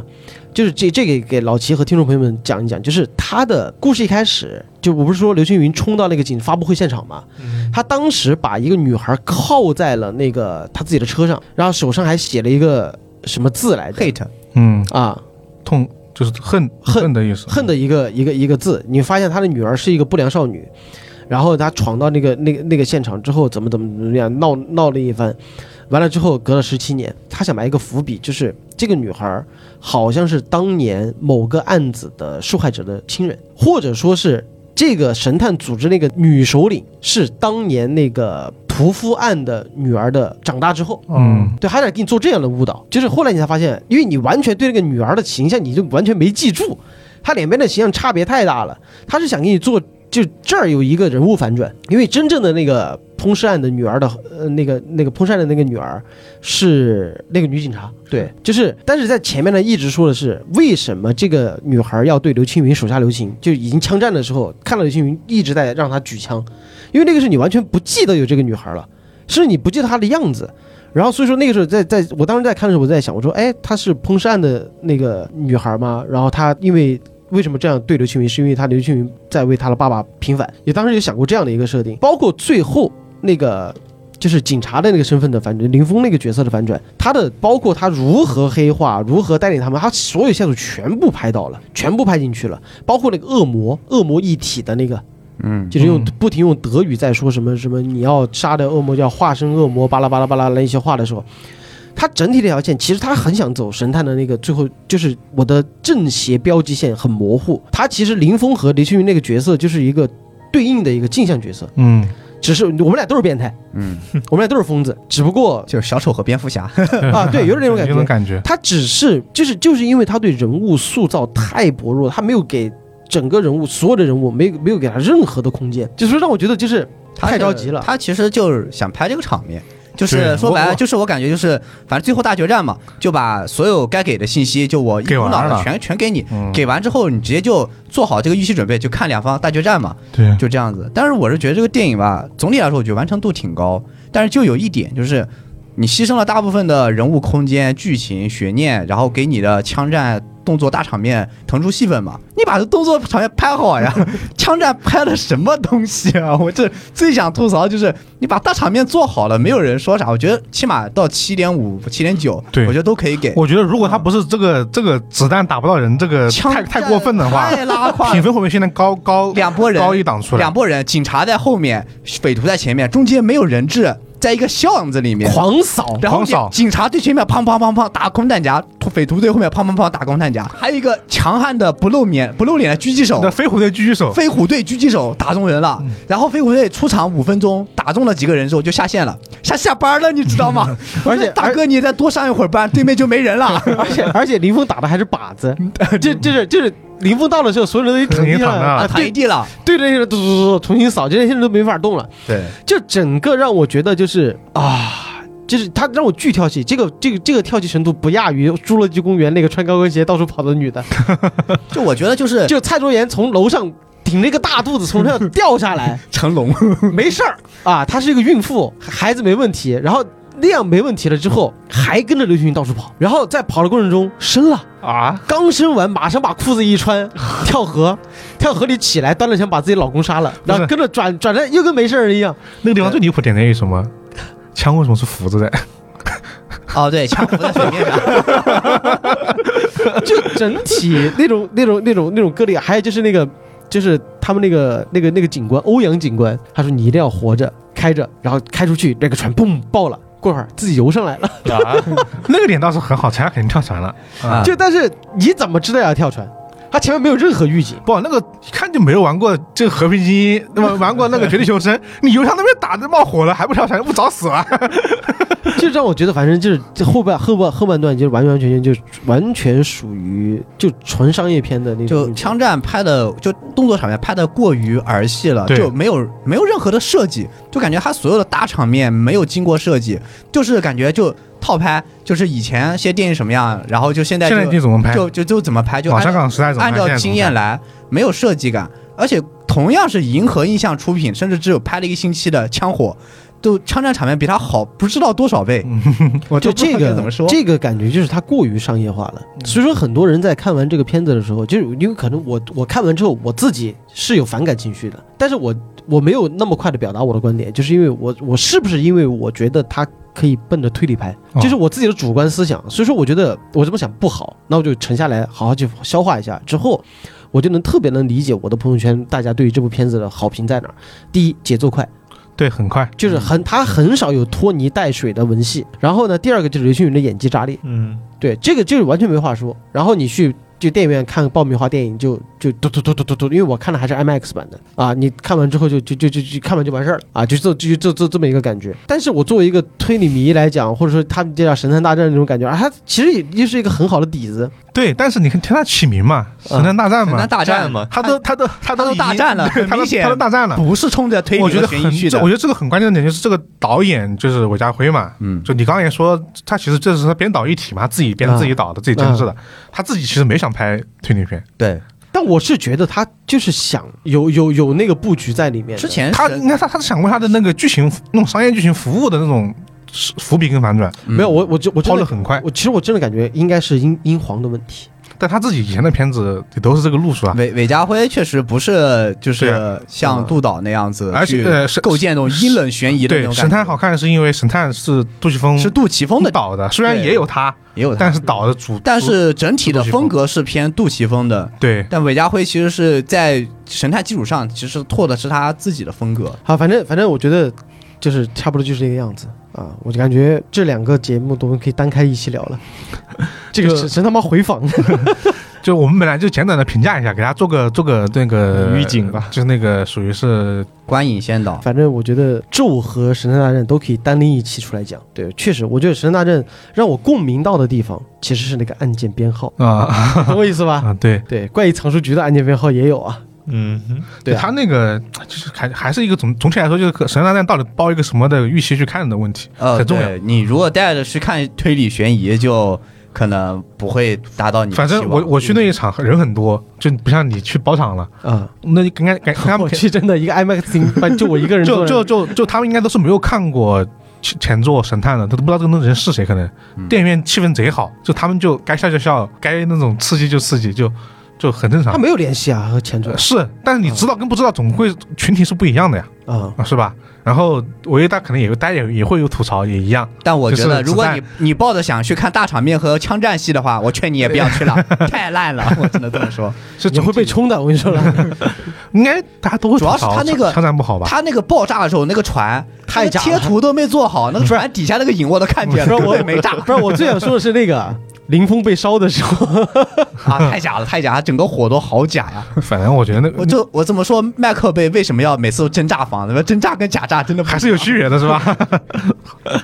就是这这个给老齐和听众朋友们讲一讲，就是他的故事一开始就我不是说刘青云冲到那个警发布会现场嘛，他当时把一个女孩铐在了那个他自己的车上，然后手上还写了一个什么字来着 hate 嗯，啊，痛就是恨恨的意思，恨的一个一个一个字。你发现他的女儿是一个不良少女，然后他闯到那个那个那个现场之后，怎么怎么怎么样闹闹了一番，完了之后隔了十七年，他想埋一个伏笔，就是这个女孩好像是当年某个案子的受害者的亲人，或者说是。这个神探组织那个女首领是当年那个屠夫案的女儿的长大之后，嗯，对，还得给你做这样的误导，就是后来你才发现，因为你完全对那个女儿的形象你就完全没记住，她两边的形象差别太大了。他是想给你做，就这儿有一个人物反转，因为真正的那个烹尸案的女儿的呃那个那个烹尸案的那个女儿是那个女警察，对，就是但是在前面呢一直说的是为什么这个女孩要对刘青云手下留情，就已经枪战的时候看到刘青云一直在让她举枪，因为那个是你完全不记得有这个女孩了，是你不记得她的样子。然后所以说那个时候在在我当时在看的时候，我在想，我说，哎，她是烹尸案的那个女孩吗？然后她因为为什么这样对刘青云，是因为她刘青云在为她的爸爸平反。也当时有想过这样的一个设定，包括最后那个。就是警察的那个身份的反转，林峰那个角色的反转，他的包括他如何黑化，如何带领他们，他所有线索全部拍到了，全部拍进去了，包括那个恶魔，恶魔一体的那个，嗯，就是用嗯不停用德语在说什么什么你要杀的恶魔叫化身恶魔巴拉巴拉巴拉那一些话的时候，他整体这条线其实他很想走神探的那个最后就是我的正邪标记线很模糊，他其实林峰和雷青云那个角色就是一个对应的一个镜像角色，嗯，只是我们俩都是变态，嗯，我们俩都是疯子，只不过就是小丑和蝙蝠侠，啊对，有点那种感觉有种，感觉，他只是就是就是因为他对人物塑造太薄弱，他没有给整个人物所有的人物没有没有给他任何的空间，就是让我觉得就是他太是着急了他其实就是想拍这个场面，就对是说我白我了，就是我感觉就是，反正最后大决战嘛，就把所有该给的信息，就我一给股完脑了的全全给你嗯，给完之后，你直接就做好这个预期准备，就看两方大决战嘛，对，就这样子。但是我是觉得这个电影吧，总体来说我觉得完成度挺高，但是就有一点就是。你牺牲了大部分的人物空间、剧情、悬念，然后给你的枪战、动作大场面腾出戏份嘛？你把这动作场面拍好 呀！枪战拍的什么东西啊？我这最想吐槽就是你把大场面做好了，没有人说啥。我觉得起码到七点五、七点九，对我觉得都可以给。我觉得如果他不是这个这个子弹打不到人，这个嗯枪太太过分的话，太拉胯了评分会不会现在高高两拨人高一档出来两？拨人，警察在后面，匪徒在前面，中间没有人质，在一个巷子里面。狂扫。然后狂扫警警察对前面砰砰砰砰打空弹夹，匪徒对后面砰砰砰打空弹夹，还有一个强悍的不露面不露脸的狙击手那，飞虎队狙击手， 飞虎队狙击手打中人了，然后飞虎队出场五分钟打中了几个人之后就下线了，下下班了，你知道吗？而且我说大哥，你再多上一会儿班，对面就没人了。而且而且林峰打的还是靶子，就就是就是林峰到了之后，所有人都已经躺地已经上躺那了，儿啊啊，躺一对地了，对着那些人嘟嘟嘟嘟重新扫，这些人都没法动了。对，就整个让我觉得就是啊，就是他让我巨跳戏，这个这个这个跳戏程度不亚于《侏罗纪公园》那个穿高跟鞋到处跑的女的，就我觉得就是就蔡卓妍从楼上顶着一个大肚子从上掉下来，成龙，没事儿啊，她是一个孕妇，孩子没问题，然后。那样没问题了之后，还跟着刘青云到处跑，然后在跑的过程中生了，啊，刚生完马上把裤子一穿，跳 河，跳河里起来，端着枪把自己老公杀了，然后跟着转转着又跟没事人一样，那个地方最离谱点在于什么？枪为什么是扶着的？ 哦对，枪不在水面上。就整体那 种那种那种那种割裂，还有就是那个就是他们那个那个那个警官欧阳警官，他说你一定要活着，开着，然后开出去，那个船嘣爆了，过会儿自己游上来了。那个点倒是很好，踩下肯定跳船了。啊就但是你怎么知道要跳船？他前面没有任何预警，不，那个一看就没有玩过这个和平精英，那么玩过那个绝地求生，你油箱那边打的冒火了，还不跳船，不早死了？ 就让我觉得反正就是这后半后半后半段就是完完全全就完全属于就纯商业片嗯的那种就运动枪战拍的，就动作场面拍的过于儿戏了，对就没有没有任何的设计，就感觉他所有的大场面没有经过设计，就是感觉就套拍，就是以前些电影什么样，然后就现在现在就你怎么拍？就就就怎么拍，就往按香照港时代怎么按拍？照现在怎么经验拍，来，没有设计感，而且同样是银河印象出品，甚至只有拍了一个星期的枪火。就枪战场面比他好不知道多少 倍，我就都不知这道个该怎么说？嗯这个感觉就是它过于商业化了。所以说，很多人在看完这个片子的时候，就是因为可能我我看完之后，我自己是有反感情绪的，但是我我没有那么快的表达我的观点，就是因为我我是不是因为我觉得它可以奔着推理拍，哦就是我自己的主观思想。所以说，我觉得我这么想不好，那我就沉下来好好去消化一下之后。我就能特别能理解我的朋友圈大家对于这部片子的好评在哪儿。第一，节奏快，对，很快。就是很他很少有拖泥带水的文戏。然后呢，第二个就是刘青云的演技炸裂，嗯，对，这个就是完全没话说。然后你去就电影院看爆米花电影就就嘟嘟嘟嘟嘟嘟，因为我看的还是 IMAX 版的啊，你看完之后就就就就就看完就完事儿了啊，就这就就这这么一个感觉。但是我作为一个推理迷来讲，或者说他们这叫神探大战那种感觉啊，它其实也也是一个很好的底子，对，但是你看听他起名嘛，《神探大战》那嘛，大战战嘛，他都他都他他都都大已经战了，对很他都明显他都大战了。不是冲着推理我觉和得悬很疑去，这的我。觉得这个很关键的点就是这个导演就是韦家辉嘛，嗯就你刚刚也说，他其实这是他编导一体嘛，他自己编的、啊自己导的、自己监嗯制的，他自己其实没想拍推理片，对，但我是觉得他就是想有有有那个布局在里面的。之前他是应该他他是想为他的那个剧情那种商业剧情服务的那种是伏笔跟反转，嗯没有我我就我真抛的的很快，我其实我真的感觉应该是英英皇的问题。但他自己以前的片子也都是这个路数啊。韦韦家辉确实不是就对啊是像杜导那样子，而且呃神构建那种阴冷悬疑的那对，种神感探觉。好看是因为神探是杜琪峰是杜琪峰的，导的，虽然对也有他，也有他，但是导的主，但主是整体的是杜琪峰风格是偏杜琪峰的。对但韦家辉其实是在神探基础上，其实拓的是他自己的风格。好，反正反正我觉得就是差不多就是这个样子啊。我就感觉这两个节目都可以单开一期聊 了。这个神神他妈回访， 就我们本来就简短的评价一下，给大家做个做个那个预警吧，就是那个属于是观影先导，反正我觉得咒和神探大战都可以单拎一期出来讲。对，确实，我觉得神探大战让我共鸣到的地方其实是那个案件编号，啊懂我意思吧？啊对，对，怪异藏书局的案件编号也有啊。嗯哼，对啊他那个就是还还是一个总总体来说就是可《神探大战》到底抱一个什么的预期去看的问题，呃，很重要。对你如果带着去看推理悬疑，就可能不会达到你的反期正望我我去那一场人很多，就不像你去包场了，啊，那你应该感他 我们去真的一个 IMAX 厅， 把就我一个人坐就那就就就他们应该都是没有看过前前作《神探》的，他都不知道这个人是谁，可能、嗯电影院气氛贼好，就他们就该笑就笑，该那种刺激就刺激，就就很正他常。没有联系啊和前作呃是，但是你知道跟不知道，总会群体是不一样的呀，啊。啊，是吧？然后我觉得大家可能也大家也也会有吐槽，也一样。但我觉就是得，如果子弹你你抱着想去看大场面和枪战戏的话，我劝你也不要去了，太烂了，我只能这么说。是你总会被体冲的，我跟你说了。应该大家都会吐槽主要是他那个枪战不好吧？他那个爆炸的时候，那个船太那个炸贴了图都没做好，那个船底下那个影我都看见了，不是我对没炸不是我最想说的是那 个林峰被烧的时候，啊，太假了，太假了，整个火都好假呀！反正我觉得那个我就我怎么说，麦克贝为什么要每次都真炸房子？真炸跟假炸真的不一样还是有区别的，是吧？哎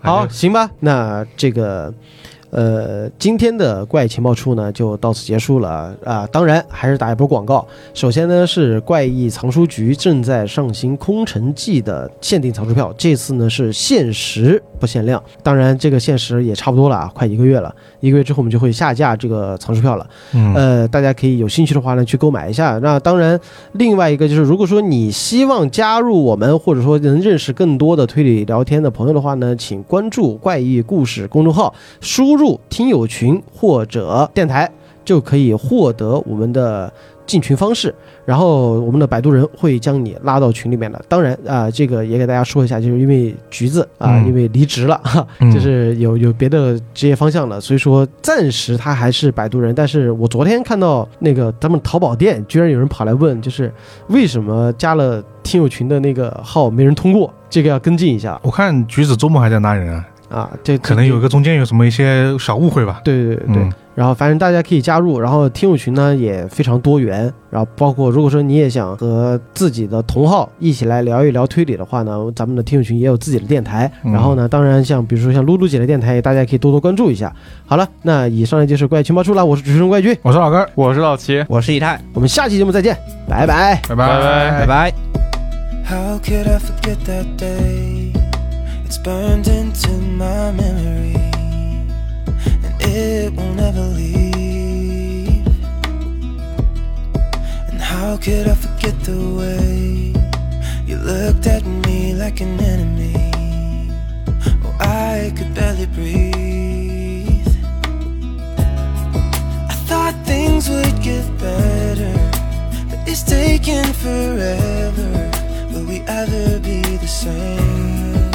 好，行吧，那这个。呃，今天的怪异情报处呢就到此结束了啊、当然还是打一波广告。首先呢是怪异藏书局正在上行《空城计》的限定藏书票，这次呢是限时不限量，当然这个限时也差不多了啊，快一个月了，一个月之后我们就会下架这个藏书票了。嗯，呃，大家可以有兴趣的话呢，去购买一下。那当然，另外一个就是，如果说你希望加入我们，或者说能认识更多的推理聊天的朋友的话呢，请关注“怪异故事”公众号，输入“听友群”或者“电台”，就可以获得我们的进群方式。然后我们的摆渡人会将你拉到群里面的。当然啊、这个也给大家说一下，就是因为橘子啊、嗯因为离职了，哈嗯就是有有别的职业方向了，所以说暂时他还是摆渡人。但是我昨天看到那个咱们淘宝店居然有人跑来问，就是为什么加了听友群的那个号没人通过，这个要跟进一下 我看橘子周末还在拉人啊，啊。这可能有一个中间有什么一些小误会吧。对对对对，嗯然后反正大家可以加入，然后听友群呢也非常多元，然后包括如果说你也想和自己的同好一起来聊一聊推理的话呢，咱们的听友群也有自己的电台，嗯然后呢，当然像比如说像露露姐的电台，大家可以多多关注一下。好了，那以上呢就是怪情报处了，我是主持人怪君，我是老根儿，我是老齐，我是以太，我们下期节目再见，拜拜。拜拜拜拜拜。 How could I forget that day? It's burned into my memory, and it will never leave. And how could I forget the way you looked at me like an enemy? Oh, I could barely breathe. I thought things would get better, but it's taken forever. Will we ever be the same?